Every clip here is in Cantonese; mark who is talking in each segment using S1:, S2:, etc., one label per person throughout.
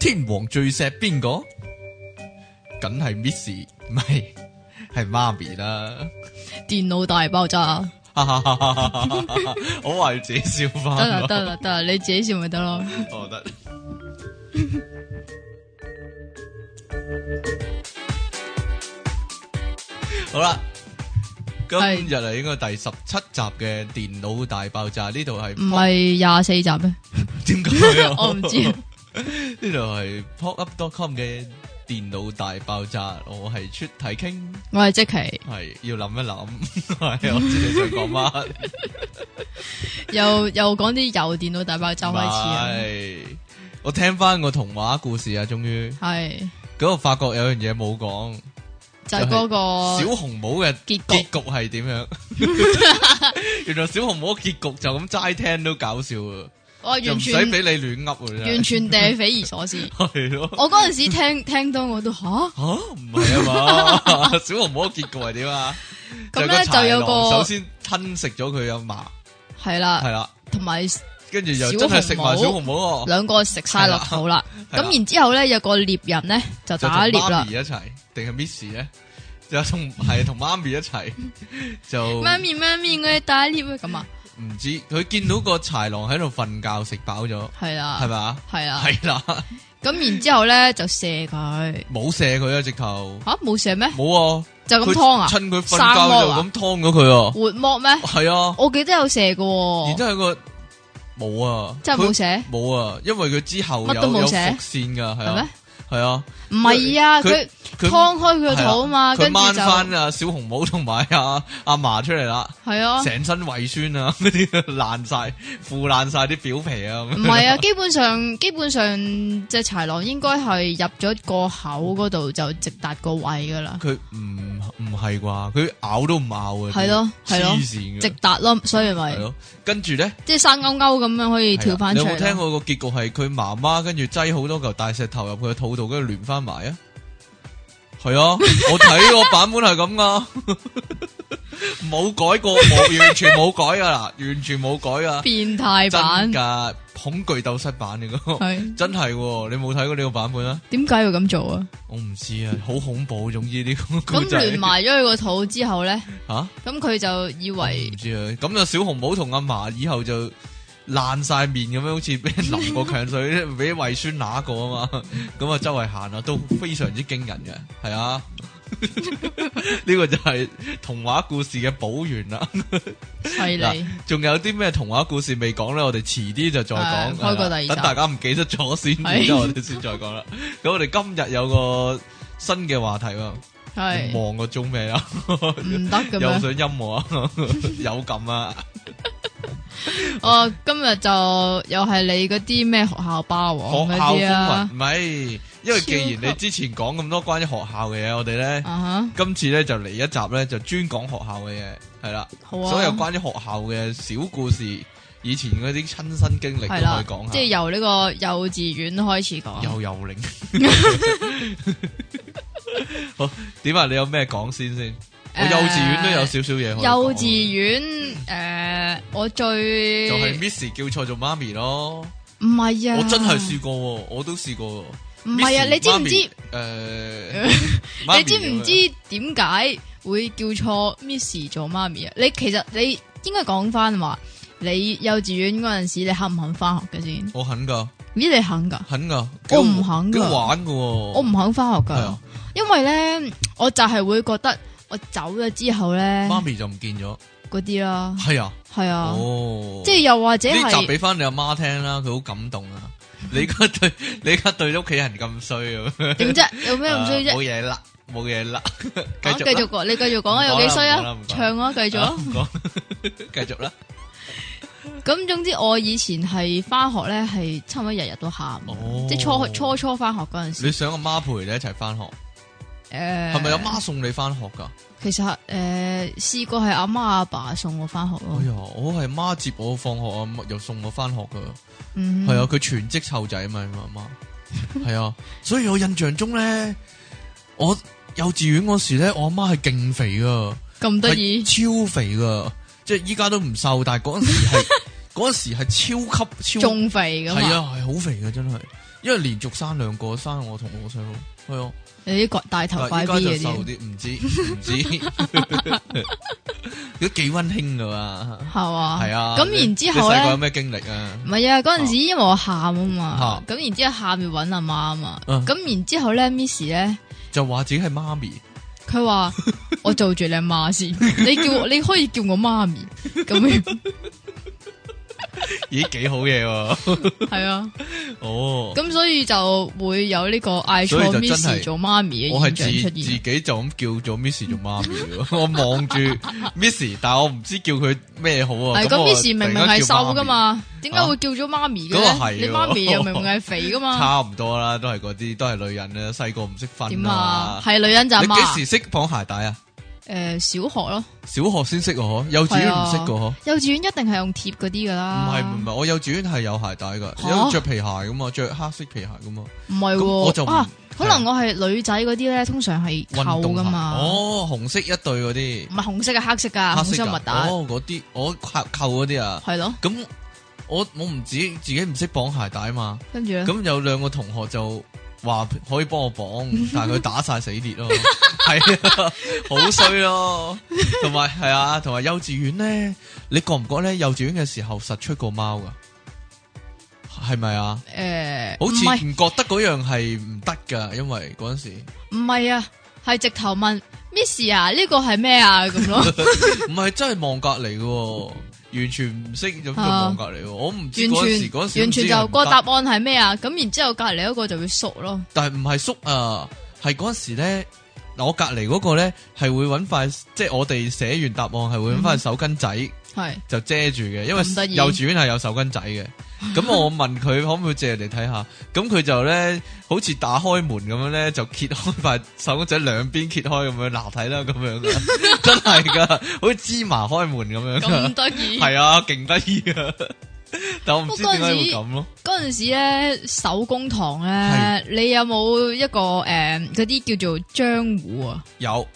S1: 天王最錫邊個？梗係 Miss，唔係係媽咪啦。
S2: 電腦大爆炸，
S1: 我話要自己笑翻。
S2: 得啦得啦 得啦，你自己笑咪得咯。
S1: 我 覺得。好啦，今
S2: 係
S1: 日係應該第十七集嘅電腦大爆炸，呢度係
S2: 唔係廿四集 咩？
S1: 點解啊
S2: 我唔知
S1: 呢度係 popup.com 嘅電腦大爆炸，我係出體傾，
S2: 我係即期，
S1: 係要諗一諗， 係我知你想講乜，
S2: 又又講啲由電腦大爆炸開始啊，
S1: 係我聽翻個童話故事啊，終於
S2: 係
S1: 咁我發覺有樣嘢冇講。
S2: 就係嗰
S1: 小
S2: 個
S1: 紅帽嘅
S2: 哦結局
S1: 結局係點樣？ 原來小紅帽嘅結局就咁齋聽都搞笑啊，
S2: 我
S1: 就
S2: 完
S1: 唔使
S2: 全
S1: 俾你亂噏啊！
S2: 完
S1: 真係
S2: 全地匪夷 所思。
S1: 係咯，
S2: 我嗰陣時聽聽到我都吓，
S1: 吓唔係啊嘛？小紅帽嘅結局係點啊？
S2: 咁
S1: 個
S2: 咧就
S1: 豺
S2: 有
S1: 狼首
S2: 個
S1: 先吞食咗佢阿嫲，
S2: 係啦，
S1: 係哦啦，
S2: 同埋
S1: 跟住又真係食埋
S2: 小
S1: 小
S2: 紅
S1: 紅帽喎，
S2: 兩個食晒落肚啦。
S1: 係啦啊
S2: 咁然之後咧有個獵人咧就
S1: 就同
S2: 打獵
S1: 媽
S2: 啦
S1: 咪。一齊，定係 Miss 咧？就同係同媽咪一 齊，就
S2: 媽咪媽咪，我要打獵啊！咁啊，
S1: 唔知佢見到個豺狼喺度瞓覺，食飽咗，
S2: 係
S1: 係
S2: 啦，
S1: 咪啊？
S2: 係啦。
S1: 係啦。
S2: 咁然之後咧就射佢，
S1: 冇射佢啊，直頭
S2: 吓冇射咩？
S1: 冇啊，
S2: 就咁
S1: 佢
S2: 劏啊？
S1: 趁佢瞓
S2: 生剝
S1: 覺就
S2: 啊
S1: 咁劏咗佢啊，
S2: 活剝咩？
S1: 係啊，
S2: 我記得有射噶
S1: 然之
S2: 喎，
S1: 後有個冇啊，
S2: 哦真係冇
S1: 佢
S2: 射，
S1: 冇啊，因為佢之後
S2: 乜都
S1: 有
S2: 冇
S1: 有
S2: 射
S1: 伏線噶，係
S2: 係咩
S1: 啊，係啊，
S2: 唔係啊，
S1: 佢
S2: 佢
S1: 佢
S2: 劏開佢個肚啊嘛，
S1: 佢
S2: 跟住
S1: 掹
S2: 就
S1: 翻啊小紅帽同埋啊阿嫲出嚟啦，
S2: 係啊，
S1: 成身胃酸啊， 嗰啲爛晒，腐爛晒啲表皮啊，咁
S2: 唔係啊，基本上基本上只豺狼應該係入咗個口嗰度就直達個胃噶啦，
S1: 佢唔唔係啩？佢咬都唔咬啊，
S2: 係咯係咯
S1: 黐線
S2: 直
S1: 嘅，
S2: 達咯，所以
S1: 啊係
S2: 咪
S1: 咯，跟住咧。
S2: 即係生勾勾咁樣可以跳翻出
S1: 係啊你有冇
S2: 嚟
S1: 聽
S2: 咯。
S1: 過個結局係佢媽媽跟住擠好多嚿大石頭入佢嘅肚度，跟住連翻埋啊？係啊， 我睇個版本係咁噶， 冇改過，冇完全冇改噶啦，完全冇改噶，
S2: 變態版
S1: 真噶恐懼鬥室版嚟噶，
S2: 係
S1: 真係喎，你冇睇過呢個版本啊？
S2: 點解要咁做啊？
S1: 我唔知啊，好恐怖，總 之呢個故
S2: 咁
S1: 仔
S2: 連埋咗佢個肚之後咧，
S1: 吓，
S2: 咁佢就以為
S1: 唔知啊，咁就小紅帽同阿嫲以後就。爛晒面咁樣，好似俾人淋過強水，俾胃酸揦過啊嘛， 咁啊周圍行啊，都非常之驚人嘅，係啊， 呢個就係童話故事嘅補完啦。
S2: 犀利
S1: 嗯嗱。仲有啲咩童話故事未講咧？我哋遲啲就再
S2: 係
S1: 講，啊
S2: 開過第二集
S1: 等大家唔記得咗先，
S2: 係
S1: 然之後我哋先再講啦。咁我哋今日有個新嘅話題喎，你
S2: 係
S1: 望個鐘未啊？
S2: 唔得咁
S1: 又
S2: 樣。
S1: 想音我啊？ 有咁啊？
S2: 哦，今日就又係你嗰啲咩學校霸王
S1: 學
S2: 嗰
S1: 校風
S2: 啲啊
S1: 雲，唔係，因為既然
S2: 超級
S1: 你之前講咁多關於學校嘅嘢，我哋咧
S2: 啊
S1: 今次咧就嚟一集咧就專講學校嘅嘢，係啦，
S2: 哈，好啊，
S1: 所有關於學校嘅小故事，以前嗰啲親身經歷都
S2: 係
S1: 可
S2: 啦
S1: 以講，下。啊
S2: 即係由呢個幼稚園開始講。
S1: 又游領， 好點啊？你有咩講先先？我幼稚園都有少少嘢可以講。啊
S2: 幼稚園誒，我最
S1: 就係 Miss 叫錯做媽咪咯，
S2: 唔係啊，
S1: 我真係試過喎，我都試過喎。
S2: 唔係啊？
S1: Miss，
S2: 你知唔
S1: 媽
S2: 知？
S1: 咪？诶，媽 咪
S2: 你知唔知點解會叫錯 Miss 做媽咪啊？你其實你應該講翻話，你幼稚園嗰陣時，你肯唔肯翻學嘅先？
S1: 我肯噶，
S2: 咦，你肯噶？
S1: 肯噶，
S2: 我唔肯㗎
S1: 幾好玩噶，我
S2: 我唔肯翻學
S1: 係
S2: 噶
S1: 啊，，
S2: 因為咧，我就係會覺得我走咗之後咧，
S1: 媽咪就唔見咗，
S2: 嗰啲啦，
S1: 係啊，
S2: 係啊，
S1: 哦，
S2: 即係又或者
S1: 呢集
S2: 係
S1: 俾翻你阿媽聽啦，佢好感動 啊！你而家對你而家對屋企人咁衰啊，
S2: 點啫？有咩咁衰
S1: 啊冇
S2: 啫？
S1: 嘢啦，冇嘢啦，繼
S2: 啊
S1: 續
S2: 繼續講，你繼續講啊，有幾衰
S1: 唔講啦
S2: 啊
S1: 唔講啦唔？講
S2: 唱
S1: 啦，
S2: 啊，繼續啊。
S1: 唔講， 繼續啦，
S2: 咁總之，我以前係翻學咧，係差唔多日日都喊嘅
S1: 哦，
S2: 即係初初初翻學嗰陣時
S1: 你，想阿媽陪你一齊翻學，
S2: 誒，
S1: 係咪阿媽送你翻學哎噶？
S2: 其實誒試過係阿媽阿爸送我翻學
S1: 哎
S2: 咯，
S1: 呀，我係媽接我放學啊，又送我翻學噶。
S2: 嗯，
S1: 系啊，，佢全職湊仔嘛， 媽媽係啊，所以我印象中咧，我幼稚園嗰時咧，我阿媽係勁肥噶，
S2: 咁得意，
S1: 係超肥噶，即係依家都唔瘦，但係嗰阵时係嗰陣時係超級超
S2: 仲肥噶
S1: 係
S2: 嘛，
S1: 啊，係好肥嘅真係，因為連續生兩個，生我同我細佬，係啊，
S2: 有啲怪大
S1: 但
S2: 頭怪
S1: 係
S2: B
S1: 依家就瘦
S2: 嗰啲，
S1: 啲，唔知唔 知，都幾溫馨噶嘛，
S2: 係嘛？
S1: 係啊。
S2: 咁
S1: 你
S2: 然之後
S1: 你細個有
S2: 咧，
S1: 咩經歷啊
S2: 唔？係啊，嗰陣時因為我喊啊嘛
S1: 啊，
S2: 咁然之後喊要揾阿媽啊嘛，
S1: 嗯
S2: 咁然之後咧，Miss 咧。
S1: 就話自己係媽咪，
S2: 佢話我做住你阿媽先，你叫我你可以叫我媽咪咁樣，
S1: 咦，幾好嘢 喎！
S2: 係啊，
S1: 哦，
S2: 咁所以就會有呢個嗌
S1: 所以就
S2: 錯
S1: 真係
S2: miss 做媽咪
S1: 我
S2: 嘅
S1: 係自
S2: 現啊象出
S1: 自
S2: 現，
S1: 己就咁叫咗 Miss 做媽咪喎，我望住 Miss，但我唔知叫佢咩好啊。
S2: 係
S1: 我
S2: 咁 miss 明
S1: 突然
S2: 明
S1: 間叫
S2: 係瘦噶
S1: 媽咪，啊
S2: 嘛，點解會叫咗媽咪嘅
S1: 咁啊係
S2: 咧？
S1: 喎啊
S2: 你媽咪又明明係肥 噶嘛？
S1: 差唔多啦，都係嗰啲，都係女人啦，細個唔識分
S2: 點
S1: 啊
S2: 啊？。係女人就阿
S1: 你幾
S2: 媽，
S1: 時識綁鞋帶啊？
S2: 誒小學咯，
S1: 小學先識嘅嗬，幼稚園唔識嘅嗬。
S2: 幼稚園一定係用貼嗰啲噶
S1: 唔
S2: 啦，
S1: 係唔係，我幼稚園係有鞋帶噶，
S2: 嚇
S1: 有着皮鞋噶嘛，着黑色皮鞋噶嘛，
S2: 唔係
S1: 咁我就唔
S2: 喎啊，可能我係女仔嗰啲咧，通常係
S1: 運
S2: 扣
S1: 動
S2: 噶
S1: 鞋。
S2: 嘛，
S1: 哦，紅色一對嗰啲
S2: 唔，係紅色嘅黑色噶，紅
S1: 黑
S2: 色
S1: 色
S2: 嘅
S1: 㗎
S2: 襪帶
S1: 哦，嗰啲我扣扣嗰啲啊。
S2: 係咯，
S1: 咁我我唔知自己唔識綁鞋帶嘛，
S2: 跟住咧。
S1: 咁有兩個同學就話可以幫我綁， 但係佢打晒死跌咯， 係啊，好衰咯，同埋係啊，同埋幼稚園咧，你覺唔覺咧？幼稚園嘅時候實出過貓噶，係咪啊？
S2: 诶，
S1: 好
S2: 唔
S1: 似
S2: 系
S1: 唔覺得嗰樣係唔得噶，因為嗰陣時
S2: 唔系啊，系直头问 Miss 啊，呢个系咩啊 咁咯，
S1: 唔係真係望隔離嘅，完全唔識咁就望隔離喎。我唔知啊嗰陣時嗰
S2: 完
S1: 陣時
S2: 啊全完全就
S1: 個
S2: 个答案系咩啊，咁然之后隔篱嗰个就会缩咯，
S1: 但系唔係叔啊，係嗰阵时咧，嗱我隔離嗰個咧係會揾塊，即係我哋寫完答案係會揾塊手巾仔
S2: 系
S1: 就遮住嘅，因為
S2: 嗯咁得意
S1: 幼稚園係有手巾仔嘅。咁我問佢可唔可以借嚟睇下，咁佢就咧好似打開門咁樣咧，就揭開塊手巾仔兩邊揭開咁樣，嗱睇啦咁樣㗎， 真係㗎，好似芝麻開門咁樣
S2: 咁
S1: 㗎，
S2: 得意。
S1: 係啊，勁得意啊！但我唔知
S2: 不過
S1: 點解會
S2: 嗰陣時
S1: 咁咯，
S2: 嗰阵时咧手工堂咧，你有冇一个诶嗰啲叫做漿糊啊？
S1: 有。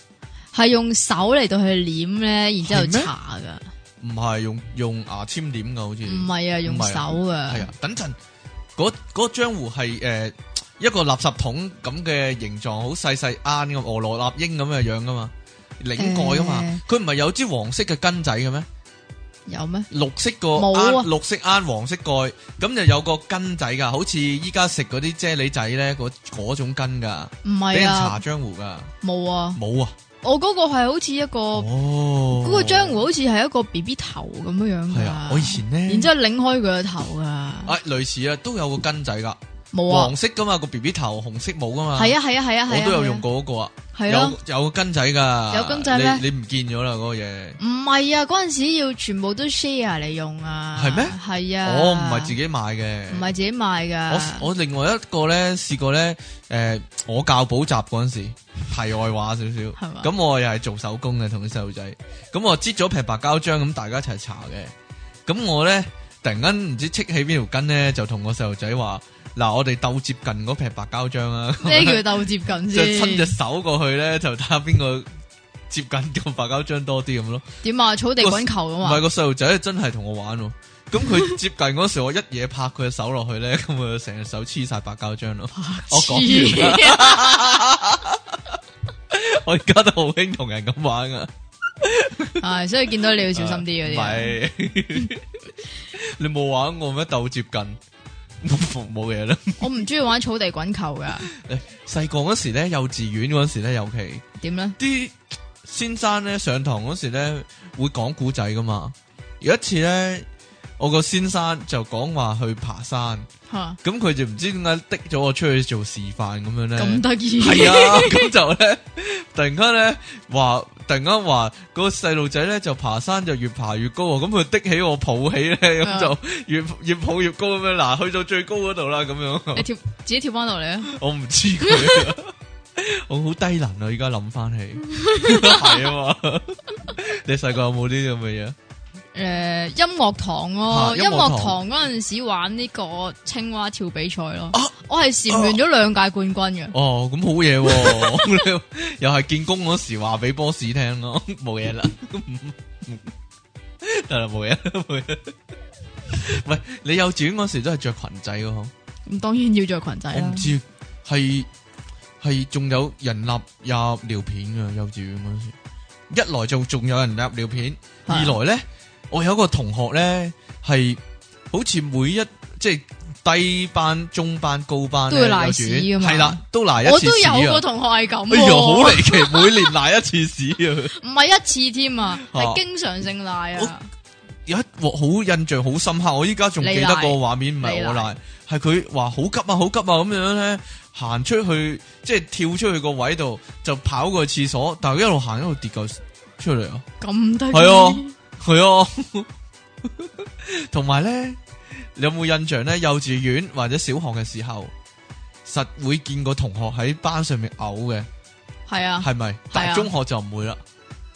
S2: 系用手嚟到去捻咧，然之后
S1: 係咩
S2: 搽噶，
S1: 唔係用用牙籤點噶，好似
S2: 唔系啊，用
S1: 唔係啊
S2: 手噶
S1: 係，啊。等陣，嗰嗰漿糊係誒一個垃圾桶咁嘅形狀，好細細啱咁俄羅納英咁嘅樣噶嘛，擰蓋噶嘛
S2: 誒。
S1: 佢唔係有支黃色嘅根仔嘅咩？
S2: 有咩？
S1: 綠色個
S2: 冇啊
S1: 啱，綠色啱黃色蓋，咁就有個根仔噶，好似依家食嗰啲啫喱仔咧，嗰嗰種根噶，
S2: 唔
S1: 俾
S2: 系
S1: 人
S2: 啊
S1: 搽，漿糊噶，
S2: 冇啊，
S1: 冇啊。
S2: 我嗰个系好似一个。
S1: 哦，
S2: 嗰個漿糊好似係一個 B B 頭咁樣樣
S1: 係啊，我以
S2: 噶，
S1: 前咧，
S2: 然之後擰開佢個頭噶，
S1: 啊類似啊，都有個根仔噶。
S2: 冇啊
S1: 黃，色噶嘛，個 B B 頭紅色冇噶嘛。
S2: 係啊係啊係啊係啊，
S1: 我都有用過
S2: 過，
S1: 嗰個啊，
S2: 係咯
S1: 有，有根仔噶，
S2: 有根仔咩
S1: 你你唔見咗啦嗰個嘢。
S2: 唔係啊，嗰陣時要全部都 share 嚟用啊，
S1: 係咩哦
S2: 係啊，
S1: 我唔係自，己買嘅
S2: 唔，係啊自己買
S1: 我
S2: 噶，
S1: 我另外一個咧試過咧，誒我教補習嗰陣時，題外話少
S2: 係啊嘛
S1: 少，咁我又係做手工嘅，同啲細路仔，咁我擠咗劈白膠漿，咁大家一齊搽嘅，咁我咧突然間唔知戚起邊條筋咧，就同個細路仔話：嗱，我哋鬥接近嗰劈白膠漿啊！
S2: 咩叫鬥接近
S1: 就伸隻
S2: 先？
S1: 手過去咧，就睇下邊個接近個白膠漿多啲咁咯。
S2: 點啊？草地滾球咁
S1: 唔係
S2: 啊？
S1: 個細路仔真係同我玩喎。咁佢接近嗰時，我一嘢拍佢嘅手落去咧，咁佢成隻手黐晒白膠漿咯。我講完啦，
S2: 黐
S1: 我而家都好興同人咁玩噶。
S2: 係，所以見到你要小心啲嗰啲啊，
S1: 唔係你冇玩過咩？鬥接近冇冇嘢啦。
S2: 我唔中意玩草地滾球噶，
S1: 細個嗰時咧，幼稚園嗰時咧，尤其
S2: 點咧？
S1: 啲先生咧上堂嗰時咧會講古仔噶嘛。有一次咧，我個先生就講話去爬山，
S2: 嚇
S1: 咁佢就唔知點解滴咗我出去做示範咁樣咧。
S2: 咁得意，
S1: 係啊， 咁就咧，突然間咧話，突然間話嗰個細路仔咧就爬山就越爬越高喎，咁佢滴起我抱起咧，
S2: 啊
S1: 咁就越越抱越高咁樣，嗱去到最高嗰度啦，咁樣
S2: 你 跳自己跳翻落嚟啊！
S1: 我唔知佢啊，我好低能啊！而家諗翻起，係啊嘛，你細個有冇呢啲咁嘅嘢？
S2: 诶、音樂堂咯，
S1: 嚇
S2: 音
S1: 音樂
S2: 樂
S1: 堂
S2: 堂嗰陣時玩呢個青蛙跳比賽咯，
S1: 啊
S2: 我係蟬聯咗兩屆冠軍嘅，
S1: 哦，咁好嘢喎、 又係見工嗰時話俾 boss 聽 咯，冇嘢啦，得啦，冇嘢啦，冇嘢啦。喂，你幼稚園嗰時都係着裙仔嘅嗬？
S2: 咁當然要着裙仔
S1: 我
S2: 啦
S1: 唔。知係係仲有人立入尿片嘅幼稚園嗰時，一來就仲有人立尿片，
S2: 係啊
S1: 二來咧我有一個同學咧係好似每一即係低班、中班、高班
S2: 都會
S1: 咧
S2: 瀨
S1: 幼
S2: 屎
S1: 稚園
S2: 㗎嘛
S1: 係啦，都賴一
S2: 我
S1: 次
S2: 都
S1: 屎
S2: 有個
S1: 啊！
S2: 同學係咁
S1: 哎呀，好
S2: 喎，
S1: 離奇，每年瀨一次屎啊！
S2: 唔係一次添啊，
S1: 啊
S2: 係經常性賴啊。
S1: 有一鑊好印象好深刻，我依家仲記得個畫面，唔係我賴，係佢話好急啊好急啊咁樣咧，行出去即係跳出去個位度就跑過去廁所，但係一路行一路跌嚿出嚟啊！
S2: 咁得意
S1: 係係啊， 同埋咧，你有冇印象咧？幼稚園或者小學嘅時候，實會見過同學喺班上面嘔嘅，
S2: 係啊，
S1: 係咪？但係
S2: 啊
S1: 中學就唔會啦，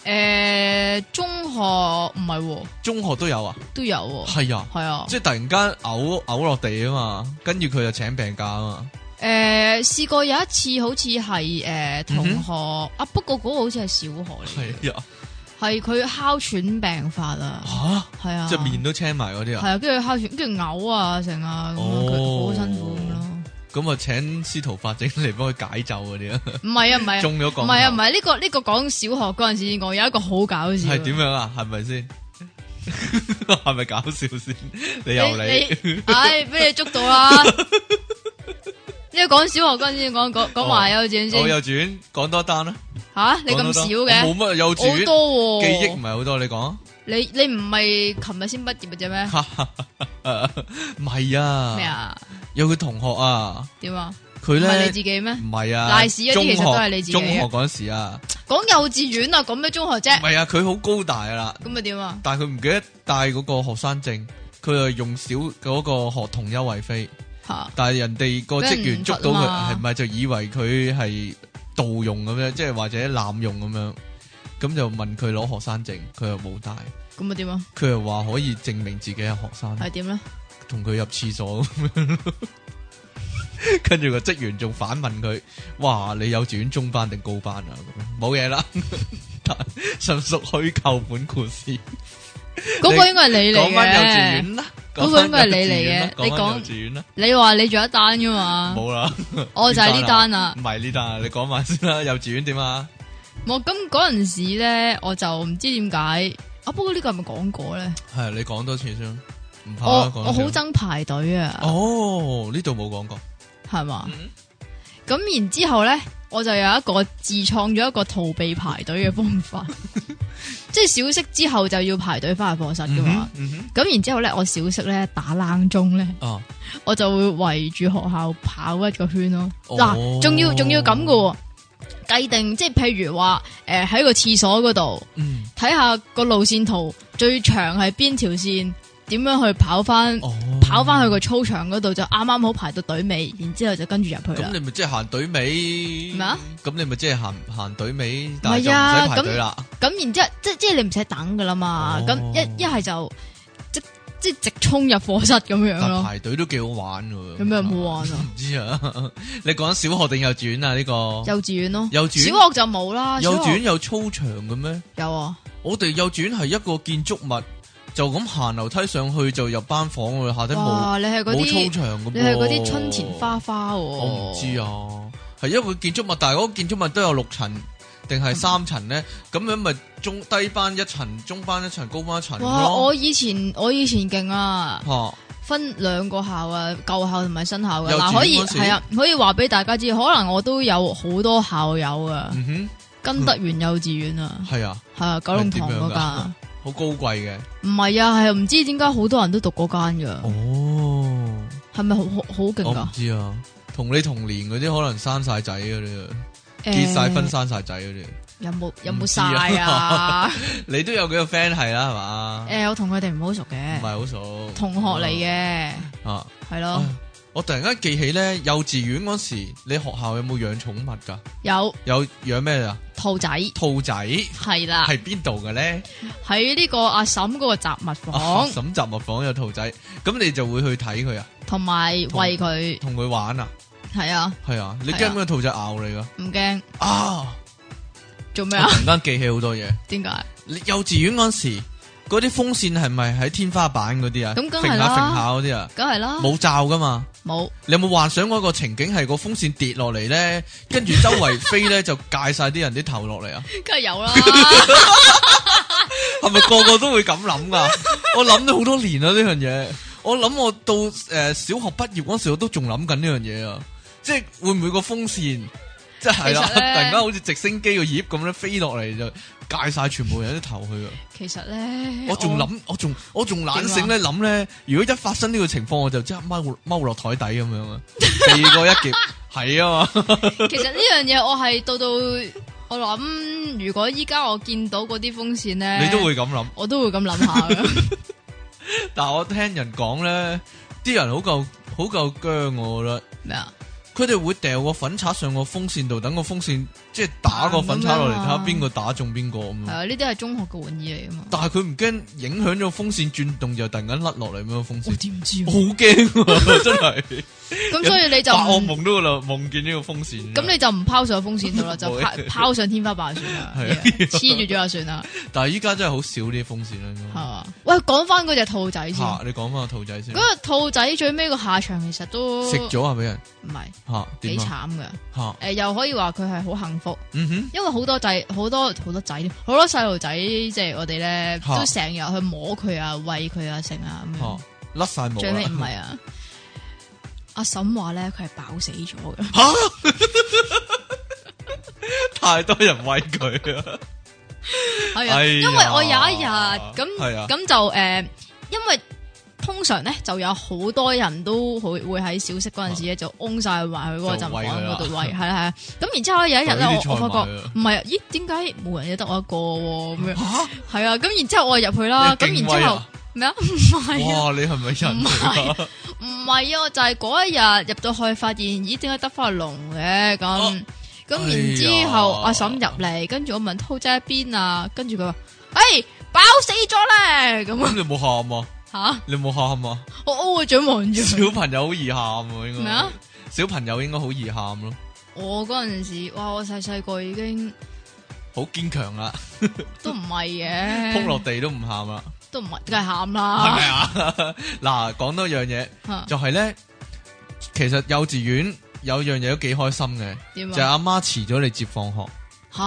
S2: 誒中學唔係喎，
S1: 中學都有啊，
S2: 都有喎，
S1: 係啊。
S2: 係啊。
S1: 即系突然間嘔嘔落地啊嘛，跟住佢就請病假啊嘛，
S2: 誒呃試過有一次好似係誒同
S1: 嗯
S2: 學啊，不過嗰個好似係小學嚟嘅，
S1: 係 啊，
S2: 係佢哮喘病發啊，
S1: 吓
S2: 係啊，
S1: 即系面都青埋嗰啲
S2: 係
S1: 啊，
S2: 啊，跟住哮喘，跟住嘔啊，成啊咁樣，佢
S1: 哦
S2: 好辛苦咁咯。
S1: 咁啊請司徒法正嚟幫佢解咒嗰 啲啊，
S2: 唔係啊，唔係啊，
S1: 中咗
S2: 唔
S1: 降
S2: 係啊，
S1: 頭
S2: 唔係呢個呢個講小學嗰陣時先講，有一個好搞笑。
S1: 係點樣啊？係咪先？ 係咪搞笑先？你又你
S2: 你你，唉，俾你捉 到啦！呢個講小學嗰陣先講
S1: 哦
S2: 講講埋幼稚園
S1: 我
S2: 先
S1: 幼稚園講多單啦，
S2: 吓，你咁
S1: 講多
S2: 少
S1: 單
S2: 嘅，
S1: 我冇乜幼
S2: 我好
S1: 稚園
S2: 多
S1: 記
S2: 喎。
S1: 憶唔係好多，你講 啊
S2: 你你唔係琴日先畢業嘅啫咩？
S1: 唔係
S2: 咩
S1: 啊？
S2: 啊？
S1: 有佢同學啊，
S2: 點啊？
S1: 佢
S2: 唔係你
S1: 咧
S2: 自己咩？
S1: 唔係啊，
S2: 賴屎嗰啲
S1: 中
S2: 其實都係
S1: 學
S2: 你自己
S1: 中
S2: 嘅
S1: 學嗰陣時啊。
S2: 講幼稚園啊，講咩中學啫
S1: 唔？係啊，佢好高大啦，
S2: 咁咪點啊？
S1: 但係佢唔記得帶嗰個學生證，佢又用少嗰個學童優惠飛，
S2: 吓，
S1: 但係人哋個職員捉到
S2: 俾人
S1: 佢，
S2: 罰啊嘛
S1: 係咪就以為佢係盜用咁樣，即係或者濫用咁樣，咁就問佢攞學生證，佢又冇帶，
S2: 咁咪點啊？
S1: 佢又話可以證明自己係學生，
S2: 係點咧？
S1: 同佢入廁所咁樣。 跟住個職員仲反問佢：，哇，你幼稚園中班定高班啊？咁樣冇嘢啦， 但純屬虛構本故事。
S2: 嗰個應該係你嚟
S1: 講翻幼稚
S2: 嘅。
S1: 園啦，
S2: 嗰個應該係你嚟嘅
S1: 講翻幼
S2: 你講
S1: 稚園啦，
S2: 你話你仲有一單噶嘛？
S1: 冇啊啦，
S2: 我就係呢單啦
S1: 唔。係呢單啊，你講 埋先啦，幼稚園點啊？
S2: 冇咁嗰陣時咧，我就唔知點解啊。不過呢個係咪講過咧？
S1: 係你講多次先，唔怕
S2: 我
S1: 啦講
S2: 我好
S1: 多次
S2: 憎排隊啊，
S1: 哦，呢度冇講過，
S2: 係嘛
S1: 嗯？
S2: 咁然之後咧，我就有一個自創咗一個逃避排隊嘅方 法，即係小息之後就要排隊翻去課室噶
S1: Ừ
S2: 嘛。
S1: 嗯
S2: 咁然之後咧，我小息咧打冷鐘咧，
S1: 哼，啊，
S2: 我就會圍住學校跑一個圈咯。
S1: 哦
S2: 嗱，仲要仲要咁噶喎，計定即係譬如話誒喺個廁所嗰度。
S1: 嗯，
S2: 睇下個路線圖最長係邊條線，點樣去跑翻、
S1: 哦，
S2: 跑翻去個操場嗰度就啱啱好排到隊尾，然之后就跟住入去
S1: 咁
S2: 啦。
S1: 你咪即係行隊尾
S2: 咩啊？
S1: 咁你咪即係行行隊尾，但係
S2: 唔
S1: 就
S2: 係
S1: 唔
S2: 啊
S1: 使排隊啦。
S2: 咁然之后即即係你唔使等噶啦嘛，
S1: 哦
S2: 咁、一一係就即即直衝入課室咁樣
S1: 但
S2: 咯。
S1: 排隊都幾好玩㗎喎。
S2: 咁有冇玩啊？
S1: 唔知啊，你講小學定幼稚園啊？呢個
S2: 幼稚園咯，
S1: 幼
S2: 小
S1: 稚園
S2: 學就冇啦。
S1: 幼
S2: 小
S1: 稚
S2: 學
S1: 園有操場嘅咩？
S2: 有啊，
S1: 我哋幼稚園係一個建築物，就咁行樓梯上去就入班房喎，下低冇
S2: 哇！你係嗰
S1: 冇操
S2: 啲
S1: 場嘅。
S2: 你係嗰啲春田花，花喎。
S1: 我唔知
S2: 啊。
S1: 啊，係一個建築物，但係嗰個建築物都有六層定係三層咧，咁樣咪中低班一層，中班一層，高班一層
S2: 哇！
S1: 咯。
S2: 我以前我以前勁啊。
S1: 嚇
S2: 分兩個校啊，舊校同埋新校嘅。
S1: 幼稚園
S2: 嗱，可以
S1: 嗰時
S2: 係啊，可以話俾大家知，可能我都有好多校友啊，
S1: 嗯
S2: 跟德園幼稚園啊，
S1: 哼，係啊，
S2: 係啊，九龍塘
S1: 係點樣
S2: 嗰
S1: 㗎
S2: 間，
S1: 好高貴嘅。
S2: 唔係啊，係唔知點解好多人都讀嗰間噶，
S1: 哦，
S2: 係咪好好好勁
S1: 我唔
S2: 噶？
S1: 知啊，同你同年嗰啲可能生晒仔嗰啲啊，
S2: 誒
S1: 結晒婚生晒仔嗰啲。
S2: 有冇有
S1: 唔
S2: 冇
S1: 知
S2: 晒
S1: 啊
S2: 啊？
S1: 你都有幾個 friend 係啦，係嘛？
S2: 誒，我同佢哋唔好熟
S1: 唔係
S2: 嘅，
S1: 好熟，
S2: 同學嚟嘅，哦
S1: 啊！
S2: 係咯
S1: 唉，我突然間記起咧，幼稚園嗰時，你學校有冇養寵物㗎？
S2: 有
S1: 有養咩啊？
S2: 兔仔，
S1: 兔仔係
S2: 係啦，
S1: 邊度嘅咧？
S2: 喺呢個阿嬸嗰個雜物
S1: 啊
S2: 房，
S1: 沈雜物房有兔仔，咁你就會去睇佢啊，
S2: 同埋餵佢，
S1: 同佢玩啊，
S2: 係啊，
S1: 係啊，你
S2: 係啊
S1: 驚唔驚兔仔咬你㗎？
S2: 唔驚，
S1: 啊！
S2: 做
S1: 我
S2: 咩啊？
S1: 突然間記起好多嘢。
S2: 點解？
S1: 你幼稚園嗰時，嗰啲風扇係咪喺天花板嗰啲啊？
S2: 咁梗係
S1: 揈下
S2: 啦
S1: 揈下嗰啲啊，
S2: 梗系啦，
S1: 冇罩噶嘛？
S2: 冇
S1: 你有冇幻想過一個情景係個風扇跌落嚟咧，跟住周圍飛咧就界晒啲人啲頭落嚟啊？
S2: 梗 系有啦，
S1: 係咪個個都會咁諗噶？我諗咗好多年啦呢樣嘢，我諗我到诶、呃小學畢業嗰時，我都仲諗緊呢樣嘢啊！即係會唔會個風扇即係啦，
S2: 其實
S1: 突
S2: 呢
S1: 然間好似直升機個葉咁咧飛落嚟就界晒全部人啲頭去啊！
S2: 其實咧，
S1: 我仲諗，我仲我仲
S2: 啊
S1: 懶醒咧諗咧，如果一發生呢個情況，我就即刻踎踎落台底咁樣 啊，避過一劫，係啊嘛，
S2: 其實呢樣嘢我係到到我諗，如果依家我見到嗰啲風扇咧，
S1: 你都會咁諗。
S2: 我都會咁諗下 嘅。
S1: 但係我聽人講咧，啲人好夠好夠僵，我覺得。
S2: 咩啊？
S1: 佢哋會掉個粉刷上個風扇度，等個風扇即係打個粉刷落嚟，
S2: 咁
S1: 睇
S2: 樣
S1: 下
S2: 啊
S1: 邊個打中邊個咁
S2: 係
S1: 樣。
S2: 啊，呢啲係中學嘅玩意嚟噶嘛？
S1: 但係佢唔驚影響咗風扇轉動，就突然間甩落嚟咁樣風
S2: 我
S1: 扇。
S2: 點 知
S1: 我
S2: 啊？
S1: 好驚啊，真係
S2: 咁所以你就
S1: 發惡
S2: 唔
S1: 夢都啦，夢見呢個風扇。
S2: 咁你就唔拋上風扇度啦，就
S1: 冇
S2: 拋拋上天花板算啦，
S1: 係啊
S2: 黐住咗就算啦，
S1: 但係依家真係好少呢啲風扇啦應
S2: 係
S1: 該。
S2: 嘛？喂，講翻嗰只兔仔先，
S1: 吓
S2: 嗰，
S1: 嗯你講翻個兔仔先。
S2: 個兔仔最尾個下場其實都
S1: 食咗啊，俾人
S2: 唔係
S1: 吓
S2: 幾
S1: 點啊？
S2: 慘嘅，
S1: 吓
S2: 誒又可以話佢係好幸福。
S1: 嗯哼
S2: 因為好多仔好多好多仔好多細路仔，即係我哋咧
S1: 嚇
S2: 都成日去摸佢啊、餵佢啊、剩啊咁樣。
S1: 吓甩晒毛
S2: 最尾唔
S1: 啦。
S2: 係啊，阿嬸話咧佢係飽死咗嘅，
S1: 太多人餵佢啊！
S2: 係啊，
S1: 哎呀
S2: 因為我有一日
S1: 係啊
S2: 咁咁就诶，因為通常咧就有好多人都會會喺小息嗰陣時咧就擁晒埋去嗰個
S1: 啊就
S2: 陣
S1: 餵
S2: 房
S1: 佢啦
S2: 嗰度餵， 係啊係啊。咁然之後咧有一日咧，
S1: 佢啲
S2: 我
S1: 菜
S2: 我發覺
S1: 賣啊
S2: 唔係，咦點解冇人嘢得我一個喎咁樣？
S1: 吓
S2: 係啊，咁然之後我就入去 啦，
S1: 你
S2: 咁
S1: 勁
S2: 然之
S1: 威
S2: 後
S1: 啊
S2: 咩啊？唔係啊，
S1: 哇！你係咪人嚟㗎？
S2: 唔係啊，我就係嗰一日入到去，發現咦點解得翻龍嘅咁？咁
S1: 哎
S2: 然之後
S1: 呀
S2: 阿嬸入嚟，跟住我問兔仔喺邊啊，跟住佢話：，哎，飽死咗咧！咁
S1: 咁你冇喊啊？
S2: 啊
S1: 你冇喊啊？
S2: 吓，我 O 個嘴望住佢。
S1: 小朋友好易喊啊，應該
S2: 咩啊？
S1: 小朋友應該好易喊咯，
S2: 我嗰陣時，哇！我細細個已經
S1: 好堅強啦，
S2: 都唔係嘅，
S1: 撲落地都唔喊啦，
S2: 都唔係，梗係喊
S1: 係
S2: 啦
S1: 咪。啊？ 嗱，講多樣嘢
S2: 嚇
S1: 就係咧，其實幼稚園有樣嘢都幾開心嘅，
S2: 點
S1: 就係
S2: 啊？
S1: 阿媽遲咗你接放學，
S2: 吓，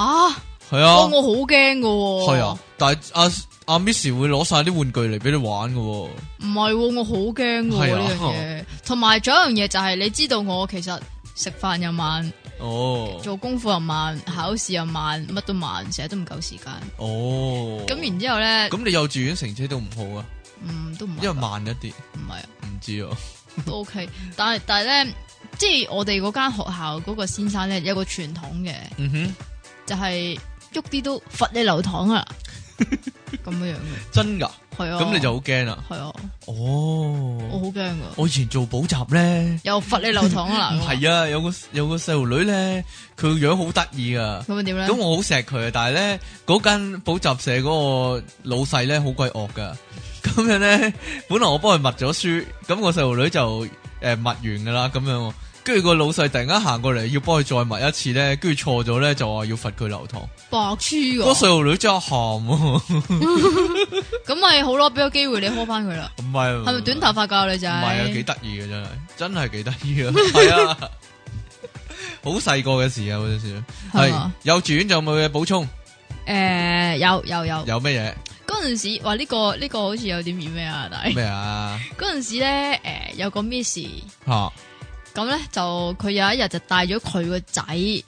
S1: 係啊，
S2: 哇！我好驚噶喎。
S1: 係啊，，但係阿阿 Miss 會攞晒啲玩具嚟俾你玩嘅喎，
S2: 唔係喎，我好驚嘅
S1: 係
S2: 喎
S1: 啊
S2: 呢樣嘢。同埋仲有一樣嘢就係，你知道我其實食飯又慢，
S1: 哦，
S2: 做功課又慢，考試又慢，乜都慢，成日都唔夠時間。
S1: 哦，
S2: 咁然之後咧，
S1: 咁你幼稚園成績都唔好啊，
S2: 嗯都唔
S1: 因為
S2: 係㗎，
S1: 慢一啲，
S2: 唔係啊
S1: 唔知啊，
S2: 都 OK 但。係但係咧，即係我哋嗰間學校嗰個先生咧有個傳統嘅，
S1: 嗯哼，
S2: 就係喐啲都罰你留 堂啊，咁樣樣嘅，
S1: 真㗎，
S2: 係啊。
S1: 咁你就好驚啦。
S2: 係啊，我
S1: 哦，
S2: 好驚噶，
S1: 我以前做補習咧，
S2: 又罰你留堂 啊
S1: 唔
S2: 嗱。
S1: 係啊，有個有個細路女咧，佢個樣好得意噶，
S2: 咁啊點咧？
S1: 咁我好錫佢啊，但係咧嗰間補習社嗰個老細咧好鬼惡噶， 咁樣咧，本來我幫佢默咗書，咁、個細路女就诶默、完噶啦，咁樣喎，跟住個老細突然間行過嚟要幫佢再默一次咧，跟住錯咗咧就話要罰佢留堂，
S2: 白痴
S1: 嗰個
S2: 噶。
S1: 細路女真係喊喎，
S2: 咁咪好咯，俾個機會你呵翻佢 啦。
S1: 唔係
S2: 係咪短頭髮㗎女仔？
S1: 唔係啊，幾得意嘅真係，真係幾得意 啊，係啊，好細個嘅事啊，嗰陣時
S2: 係
S1: 係
S2: 嘛
S1: 幼稚園仲有冇嘢補充？
S2: 哦诶，有有有。
S1: 有咩
S2: 嗰陣時話呢個呢個好似有點似咩啊？但
S1: 嘢？
S2: 係
S1: 咩啊？
S2: 嗰陣時咧，诶有個 miss
S1: 吓
S2: 咁咧就佢有一日就帶咗佢個仔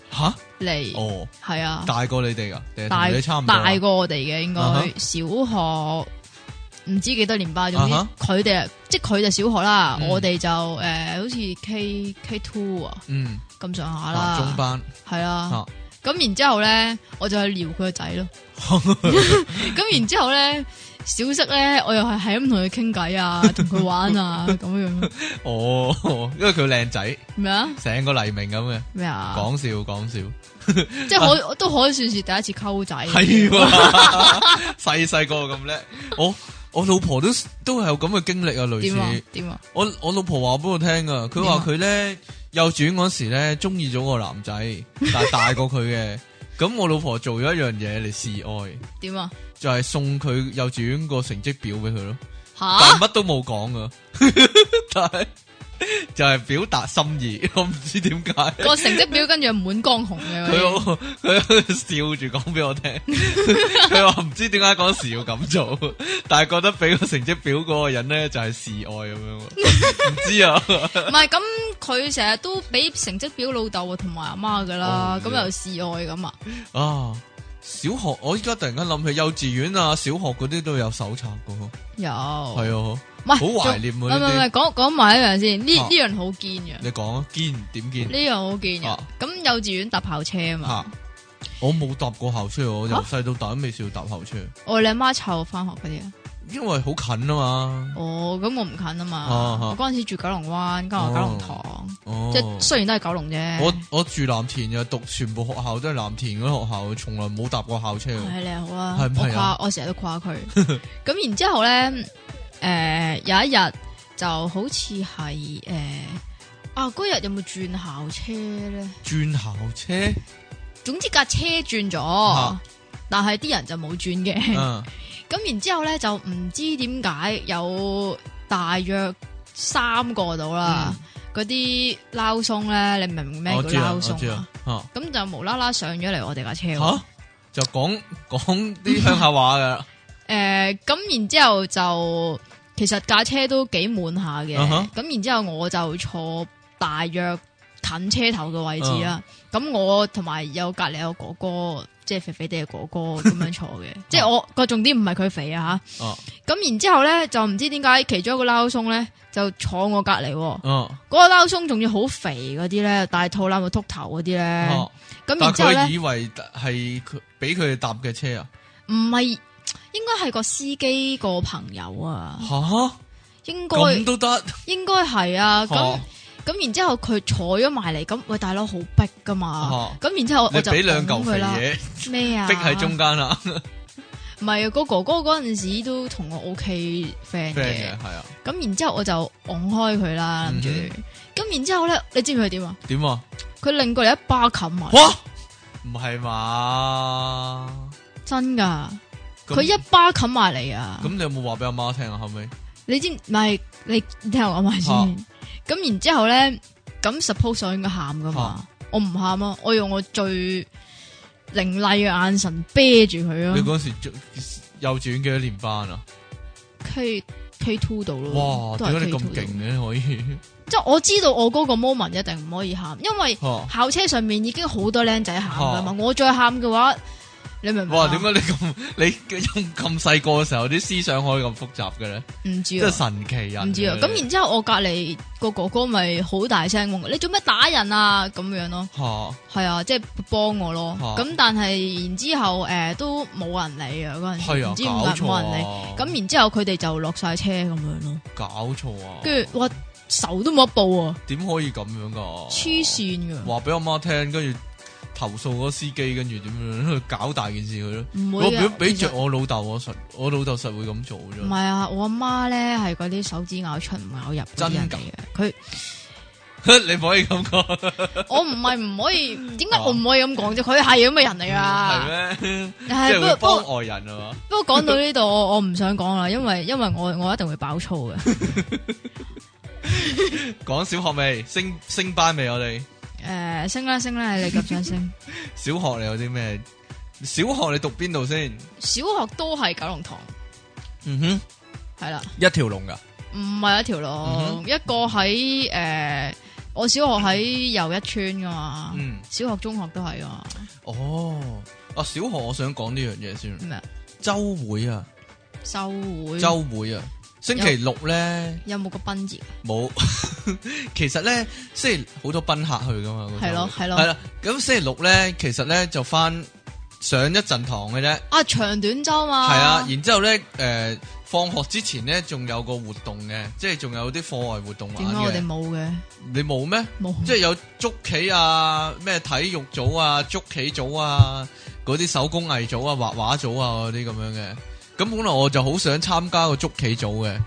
S1: 吓
S2: 嚟，
S1: 哦，
S2: 係啊，
S1: 大過你哋噶，定係
S2: 大
S1: 同你差唔多啊？
S2: 大過我哋嘅應該
S1: 啊哈
S2: 小學唔知幾多年班，總之
S1: 啊
S2: 佢哋即係佢就小學啦，
S1: 嗯
S2: 我哋就诶好似 K K two 啊
S1: 嗯，
S2: 咁上下
S1: 啊中
S2: 啦，
S1: 班
S2: 係啊。
S1: 吓
S2: 咁然之后咧，我就去撩佢個仔 咯。咁然之后咧，小息咧，我又係係咁同佢傾偈啊，同佢玩 啊，咁樣
S1: 哦，因為佢靚仔，
S2: 咩啊
S1: 成個黎明咁嘅，
S2: 咩啊，
S1: 講笑講笑，
S2: 即係可都可以算是第一次溝仔。
S1: 係喎， 細細個咁叻，我我老婆都都係有咁嘅經歷啊，類
S2: 點啊
S1: 似。
S2: 點啊，
S1: 我我老婆話俾我聽噶，佢話佢咧幼稚園嗰時咧中意咗個男仔，但係大過佢嘅，咁我老婆做咗一樣嘢嚟示愛，
S2: 點啊？
S1: 就係送佢幼稚園個成績表俾佢咯，但
S2: 吓
S1: 乜都冇講噶， 但係就係表達心意， 我唔知點解。
S2: 個成績表跟住係滿江紅嘅
S1: 佢
S2: 嗰啲，
S1: 好佢笑住講俾我聽， 佢話唔知點解嗰時要咁做，但係覺得俾個成績表嗰個人咧就係示愛咁樣喎，唔知啊，
S2: 唔係咁佢成日都俾成績表老豆同埋阿媽噶啦，
S1: 我唔
S2: 咁
S1: 知啊
S2: 又示愛咁啊？
S1: 啊小學我依家突然間諗起幼稚園啊、小學嗰啲都有手冊噶，
S2: 有係
S1: 係啊，
S2: 唔係
S1: 好懷念
S2: 唔
S1: 啊
S2: 係
S1: 呢
S2: 唔
S1: 啲
S2: 係，講講埋一樣先，呢
S1: 啊
S2: 呢樣好堅嘅，呢
S1: 你講啊，堅點堅
S2: 樣好堅嘅
S1: 啊。
S2: 咁幼稚園搭校車啊嘛
S1: 吓，，我冇搭過校車，我由
S2: 啊
S1: 細到大都未試過搭校車，
S2: 我你阿媽湊我翻學嗰啲啊。
S1: 因為好近啊嘛，
S2: 哦，咁我唔近啊嘛，
S1: 啊啊
S2: 我嗰陣時住九龍灣，跟住九龍塘，即係
S1: 哦。
S2: 雖然都係九龍啫。
S1: 我我住藍田嘅，讀全部學校都係藍田嗰啲學校，從來冇搭過校車。
S2: 係你好啊，
S1: 係唔
S2: 我
S1: 係啊
S2: 跨我成日都跨佢。 咁然之後咧，誒有一日就好似係誒啊嗰日有冇轉校車咧？
S1: 轉校 車，
S2: 總之架車轉咗，
S1: 啊
S2: 但係啲人就冇轉嘅。
S1: 嗯，
S2: 咁然之後咧就唔知點解有大約三個到啦，嗰啲撈鬆咧，你明唔明咩
S1: 嗯我知
S2: 叫
S1: 啊，
S2: 撈
S1: 我知
S2: 鬆啊
S1: 啊？，吓
S2: 咁就無啦啦上咗嚟我哋架車喎。誒、
S1: 吓就講講啲鄉下話 噶，
S2: 呃咁然之後就其實架車都幾滿下嘅。
S1: 啊
S2: 咁、
S1: 哈
S2: 然之後我就坐大約近車頭嘅位置啦。
S1: Uh
S2: 咁、我同埋有隔離有哥哥，即係肥肥哋嘅哥哥咁樣坐 嘅。即係我個重點唔係佢肥啊
S1: 哦
S2: 吓。咁然之後咧就唔知點解其中一個撈鬆咧就坐我隔離喎。嗰、
S1: 嗯，
S2: 個撈鬆仲要好肥嗰啲咧，大肚腩個禿頭嗰啲咧。
S1: 哦
S2: 咁、
S1: 但
S2: 然之後咧
S1: 佢。以為係佢俾佢哋搭嘅車啊，
S2: 唔係，應該係個司機個朋友啊，
S1: 吓
S2: 應該
S1: 咁都得，
S2: 應該係啊。咁
S1: 吓
S2: 咁然之後佢坐咗埋嚟，咁喂大佬好逼噶嘛。
S1: 吓，
S2: 咁然之啊後我
S1: 哦你
S2: 就
S1: 俾兩嚿
S2: 拱
S1: 肥
S2: 佢啦，
S1: 嘢
S2: 咩啊？
S1: 逼喺中間 啦
S2: 唔係啊個哥哥嗰陣時都同我 OK
S1: ，friend
S2: friend 嘅
S1: 嘅。係啊，
S2: 咁然之後我就拱開佢啦，諗住
S1: 嗯。
S2: 咁然之後咧，你知唔知佢點啊？
S1: 點啊？
S2: 佢擰過嚟一巴冚埋，
S1: 哇，唔係嘛？
S2: 真噶！
S1: 咁
S2: 佢一巴冚埋嚟啊！
S1: 咁你有冇話俾阿媽聽啊？後尾
S2: 你知唔唔係你你聽我講埋先，
S1: 啊
S2: 咁然之後咧，咁 suppose 我應該喊噶嘛
S1: 啊，
S2: 我唔喊啊，我用我最凌厲嘅眼神啤住佢啊
S1: 你
S2: 咯
S1: 嗰時幼稚園幾多年班啊？
S2: ，K K two 度咯，
S1: 哇，
S2: 嗯都
S1: 點解你
S2: 係 K
S1: 咁
S2: two 度
S1: 勁嘅可以？
S2: 即係我知道我嗰個 moment 一定唔可以喊，因為
S1: 嚇
S2: 校車上面已經好多僆仔喊噶嘛，
S1: 啊
S2: 我再喊嘅話，你明唔明
S1: 哇！
S2: 啊？
S1: 點解你咁你咁咁細個嘅時候啲思想可以咁複雜嘅咧？
S2: 唔知
S1: 真係
S2: 啊？
S1: 神奇人嚟嘅。
S2: 唔知啊！咁然之後我隔離個哥哥咪好大聲問我：你做咩打人啊？咁樣咯。
S1: 嚇
S2: 系啊，即系幫我咯。
S1: 啊
S2: 咁、但係然之後诶、誒都冇人理啊嗰陣時，
S1: 係
S2: 唔、
S1: 啊，
S2: 知點
S1: 搞
S2: 解
S1: 錯
S2: 冇人理。
S1: 啊！
S2: 咁然之後佢哋就落晒車咁樣咯，
S1: 搞錯啊！
S2: 跟住哇手都冇得報啊，
S1: 點可以咁樣噶？
S2: 黐！線噶，
S1: 話俾阿媽聽，跟住投訴嗰個司機，跟住點樣搞大件事佢咯？
S2: 唔
S1: 我
S2: 會
S1: 如
S2: 啊
S1: 果俾
S2: 其實
S1: 着我老豆，我實我老豆實會咁做
S2: 唔
S1: 啫。
S2: 係啊，我阿媽咧係嗰啲手指咬出唔咬入嗰啲人嚟嘅。佢
S1: 你唔可以咁講，
S2: 我唔係唔 可以，點解
S1: 啊
S2: 我唔可以咁講啫？佢係咁嘅人嚟
S1: 係
S2: 噶。
S1: 咩？即係
S2: 係不過
S1: 會
S2: 不過
S1: 幫外人啊嘛？
S2: 不過講到呢度，我我唔想講啦，因為因為我我一定會爆粗嘅。
S1: 講小學未？升升班未？我哋？
S2: 诶，升啦升啦，你咁想升。
S1: 小學你有啲咩？小學你讀邊度先？
S2: 小學都係九龍塘，
S1: 嗯哼，
S2: 係啦，
S1: 一條龍噶。
S2: 唔係一條路，
S1: 嗯
S2: 一個喺诶、我小學喺又一村噶嘛，
S1: 嗯，
S2: 小學、中學都係噶嘛，
S1: 哦，啊，小學我想講呢樣嘢先。
S2: 咩啊
S1: 周會啊，
S2: 周會
S1: 周會啊，星期六咧
S2: 有冇個賓字？
S1: 冇。 其實咧，星期好多賓客去噶嘛。嗰周會
S2: 係咯係咯
S1: 係啦。咁星期六咧，其實咧就翻上一陣堂嘅啫。
S2: 啊，長短周嘛，
S1: 係啊，然之后咧，诶、放學之前咧，仲有個活動嘅，即係仲有啲課外活動玩
S2: 點啊解我哋
S1: 嘅。
S2: 冇嘅？
S1: 你冇咩？
S2: 冇，
S1: 即係有捉棋啊、咩體育組啊、捉棋組啊、嗰啲手工藝組啊、畫畫組啊嗰啲咁樣嘅。咁本來我就好想參加個捉棋組嘅，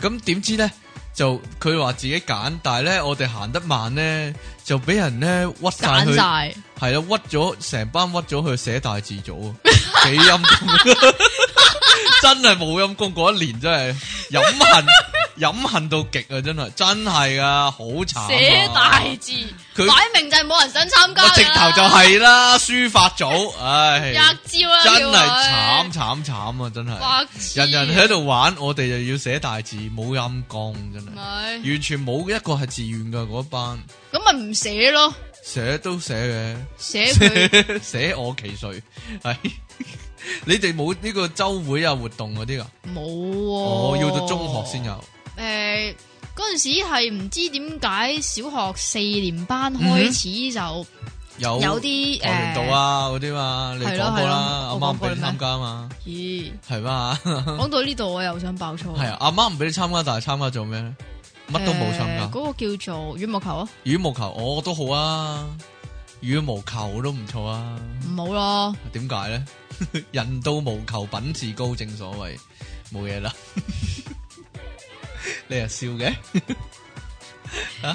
S1: 咁點知呢？就佢話自己揀，但係咧我哋行得慢咧，就俾人咧屈晒
S2: 揀
S1: 佢，
S2: 晒，
S1: 係啦屈咗成班屈咗佢寫大字組啊，幾陰功，真係冇陰功嗰一年真係飲恨飲恨到極啊！真係真係噶，好慘啊。
S2: 寫大字，
S1: 佢
S2: 擺明就係冇人想參加
S1: 我直
S2: 㗎啦
S1: 頭就係啦，書法組，唉，
S2: 吔招啊，
S1: 真
S2: 叫
S1: 係慘，
S2: 佢
S1: 慘慘啊！真係。
S2: 吔招
S1: 人人喺度玩，我哋就要寫大字，冇陰功真係，
S2: 咪
S1: 完全冇一個係自愿噶嗰班，
S2: 咁咪唔寫咯，
S1: 寫都 寫
S2: 寫 佢
S1: 嘅，寫我其誰係。 你哋冇呢個周會啊活動嗰啲噶？
S2: 冇
S1: 哦，
S2: 喎。
S1: 要到中學先有。
S2: 诶，呃嗰阵时系唔知點解小學四年班開始
S1: 嗯
S2: 就
S1: 有
S2: 有啲呃
S1: 跆拳道
S2: 诶，
S1: 啊嗰啲嘛，你
S2: 係咯
S1: 講過
S2: 係咯
S1: 啦，阿媽唔
S2: 我講過
S1: 俾你
S2: 啦
S1: 參加嘛，
S2: 咦，
S1: 係嘛？
S2: 講到呢度我又想爆粗。
S1: 啊係啊，阿媽唔俾你參加，但係參加做咩咧？乜都冇參
S2: 誒
S1: 加。
S2: 呃嗰個叫做羽毛球啊，
S1: 羽毛球我都好啊，羽毛球都唔錯啊。
S2: 唔好咯，
S1: 点解咧？ 人到無求，品自高，正所謂冇嘢啦。 你又笑嘅，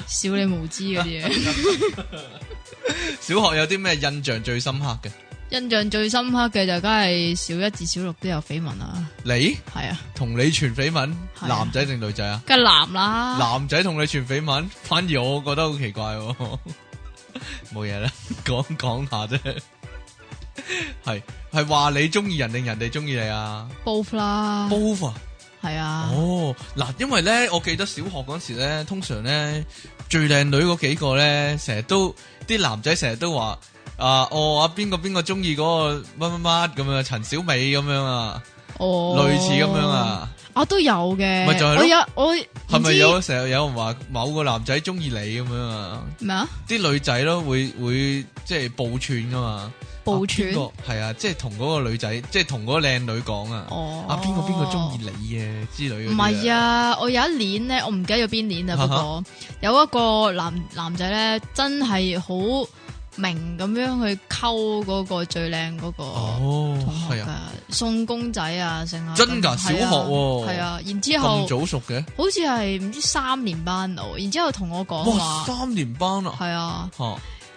S2: 笑你無知嗰 啲嘢。
S1: 小學有啲咩印象最深刻嘅？
S2: 印象最深刻嘅就梗係小一至小六都有緋聞啦，
S1: 你
S2: 係啊，
S1: 同你傳緋聞，
S2: 係啊
S1: 男仔定女仔啊？
S2: 梗係男 啦，
S1: 男仔同你傳緋聞，反而我覺得好奇怪喎。 冇嘢啦， 講講下啫。 係係話你中意人定人哋中意你啊
S2: both 啦，
S1: ？Both 啊！
S2: 係啊，
S1: 哦，嗱，因為咧，我記得小學嗰時咧，通常咧最靚女嗰幾個咧，成日都啲男仔成日都話啊，哦，啊邊個邊個中意嗰個乜乜乜咁樣，陳小美咁樣啊，
S2: 哦，
S1: 類似咁樣，啊，
S2: 我都有嘅，
S1: 咪就係咯
S2: 我有我
S1: 係
S2: 唔
S1: 咪
S2: 知
S1: 有成日有人話某個男仔中意你咁樣啊？
S2: 咩啊？
S1: 啲女仔咯，會會即係報串噶嘛？
S2: 報
S1: 啊
S2: 串
S1: 邊個係啊，即係同嗰個女仔，即係同嗰個靚女講啊，
S2: 哦，
S1: 啊邊個邊個中意？你啊之類嗰
S2: 唔
S1: 啲
S2: 係，啊，我有一年咧，我唔記得咗邊年啦。
S1: 哈
S2: 不
S1: 哈
S2: 過有一個男男仔咧，真係好明咁樣去溝嗰個最靚嗰個
S1: 哦
S2: 同，
S1: 係
S2: 學
S1: 啊。
S2: 㗎，送公仔啊，成啊，
S1: 真㗎
S2: 咁
S1: 小學喎
S2: 係啊。然之後
S1: 咁早熟嘅，
S2: 好似係唔知三年班度，然之後同我講
S1: 哇，
S2: 話
S1: 三年班啊，
S2: 係啊。
S1: 吓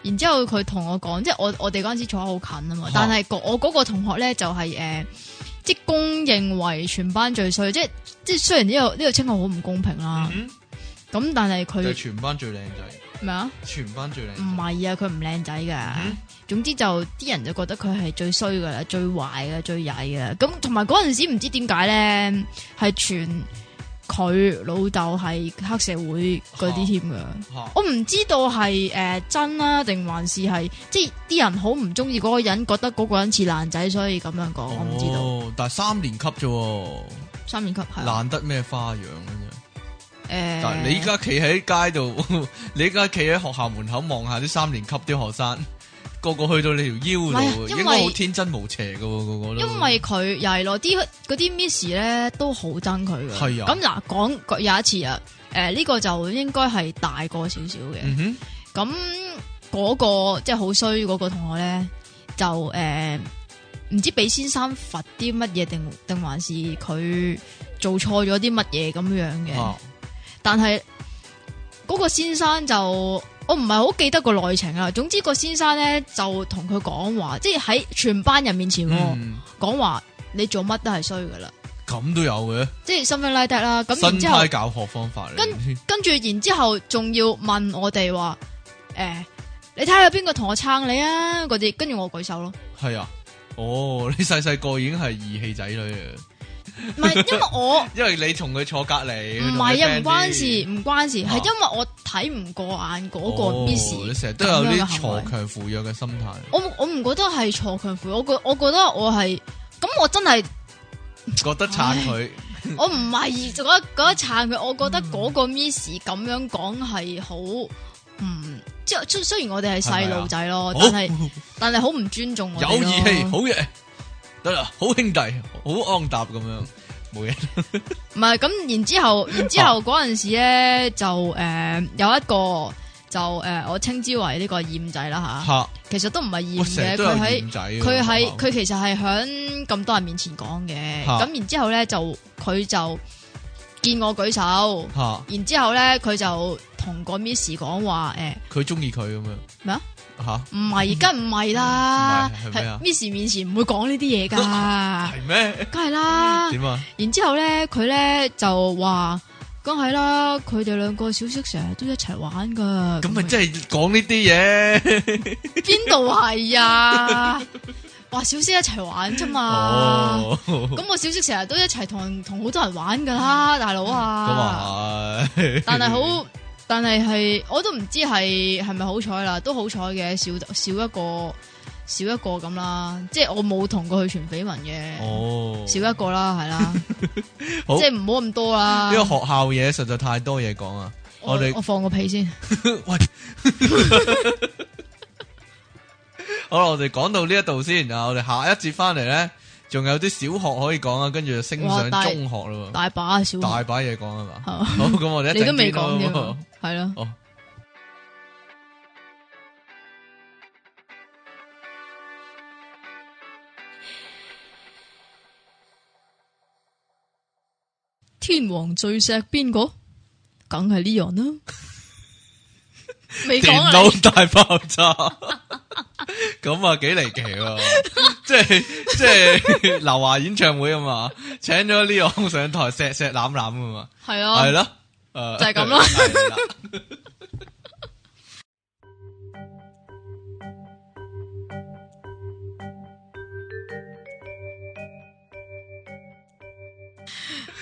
S2: 然之後佢同我講，即係我我哋嗰陣時坐得好近啊嘛
S1: 啊，
S2: 但係個我嗰個同學咧就係、呃即係公認為全班最衰，即係即係雖然呢、個呢、個稱號好唔公平啦，
S1: 嗯
S2: 咁、但係
S1: 就係
S2: 嗯佢
S1: 全班最靚仔，
S2: 咩啊？
S1: 全班最靚
S2: 唔
S1: 仔，
S2: 係啊，佢唔靚仔㗎。
S1: 嗯
S2: 總之就啲人就覺得佢係最衰㗎啦，最壞㗎，最曳㗎啦。咁同埋嗰陣時唔知點解咧，係傳佢老豆係黑社會嗰啲添㗎。
S1: 吓
S2: 我唔知道係誒、呃真啦、定還是係即係啲人好唔中意嗰個人，覺得嗰個人似爛仔，所以咁樣講，我唔知道。
S1: 道，哦但係三年級啫喎，
S2: 三年級係呃啊
S1: 難得咩花樣嘅啫。
S2: 誒，
S1: 但係你依家企喺街度， 你依家企喺學校門口望下啲三年級啲學生， 個個去到你條
S2: 唔
S1: 腰
S2: 係啊
S1: 度，
S2: 因
S1: 應該好
S2: 為
S1: 天真無邪嘅喎，個個都。
S2: 因為佢又係咯，啲嗰啲 miss 咧都好憎佢嘅。
S1: 係啊
S2: 咁嗱，講講有一次啊，誒、呢、個就應該係大個少少嘅。
S1: 嗯哼，
S2: 咁嗰、個即係好衰嗰個同學咧，就誒唔、知俾先生罰啲乜嘢，定定還是佢做錯咗啲乜嘢咁樣嘅。
S1: 啊
S2: 但係嗰個先生就我唔係好記得個內情啦。總之個先生咧就同佢講話，即係喺全班人面前喎
S1: 嗯
S2: 講話，你做乜都係衰噶啦，
S1: 咁都有嘅，
S2: 即係 something like that 啦。咁然
S1: 新
S2: 之後
S1: 派。教學方法嚟。
S2: 跟住然之後仲要問我哋話，誒、你睇下有邊個同我撐你啊？嗰啲，跟住我 舉手咯。
S1: 係啊，哦，你細細個已經係義氣仔女啊。
S2: 唔係因為我
S1: 因为你同佢坐隔篱，
S2: 唔
S1: 佢
S2: 係
S1: 同
S2: 啊，
S1: 你 friend
S2: 唔關事，
S1: 啲
S2: 唔關事，係
S1: 啊
S2: 因為我睇唔過眼嗰
S1: 哦
S2: 個 miss
S1: 你成日都有
S2: 咁樣嘅
S1: 啲
S2: 行為
S1: 鋤強扶弱嘅心態。
S2: 我唔我唔覺得係錯強扶，我覺我覺得我係咁，我真係
S1: 覺得撐佢，
S2: 我唔係就覺得覺得撐佢，我覺
S1: 嗯
S2: 得嗰個 miss 咁樣講係好唔即係雖雖然我哋係細路仔咯，
S1: 啊好
S2: 但係但係好唔尊重我
S1: 有
S2: 哋咯
S1: 義氣，好嘢，得啦，好兄弟，好安踏咁樣，冇嘢。
S2: 唔係咁，然 之後，然之後嗰陣時咧就誒、呃有一個就誒、呃我稱之為呢個厭仔啦吓，
S1: 嚇，
S2: 其實都唔係厭
S1: 我成
S2: 啊嘅，
S1: 日都有
S2: 佢喺
S1: 僆仔喎。
S2: 佢
S1: 學
S2: 喺
S1: 校
S2: 佢其實係喺咁多人面前講嘅，
S1: 嚇
S2: 咁然之後咧就佢就見我舉手，
S1: 吓，
S2: 然之後咧佢就同個 Miss 講話誒
S1: 佢中意佢咁樣
S2: 咩啊？
S1: 吓，
S2: 唔係，梗唔係啦
S1: 唔係係，咩啊
S2: 喺 Miss 面前唔會講呢啲嘢噶，
S1: 係咩？
S2: 梗係啦。
S1: 點啊？
S2: 然之後咧，佢咧就話，梗係啦，佢哋兩個小息成日都一齊玩噶。
S1: 咁咪
S2: 樣
S1: 真係講呢啲嘢。
S2: 邊度係 啊？話小息一齊玩啫嘛。
S1: 哦，咁
S2: 咁我小息成日都一齊同同好多人玩噶啦，大佬啊！
S1: 嗯啊係，
S2: 但係 好，但係係我都唔知係係咪好彩啦，都好彩嘅，少少一個少一個咁啦，即係我冇同過佢傳緋聞嘅，
S1: 哦，
S2: 少一個啦，係啦，
S1: 好
S2: 即係唔好咁多啦。
S1: 呢個學校嘢實在太多嘢講啊！我哋
S2: 我放個屁先，
S1: 喂， 好啦，我哋講到呢一度先啊，我哋下一節翻嚟咧，仲有啲小學可以講啊，跟住就升上
S2: 哇大
S1: 中學咯喎，
S2: 大把小
S1: 大把嘢講啊嘛。
S2: 係
S1: 好，咁我哋一
S2: 你都
S1: 陣
S2: 未
S1: 見
S2: 講添
S1: 咯，
S2: 係咯。
S1: 哦。
S2: 天王最錫邊個？梗係 Leon 啦。未 講
S1: 電
S2: 啊你
S1: 腦大爆炸，咁啊幾離奇喎！ 即係 即係劉華演唱會啊嘛，請咗呢 e 上台錫錫攬攬啊嘛，
S2: 係啊，
S1: 係咯，誒
S2: 就係咁咯
S1: 係 啦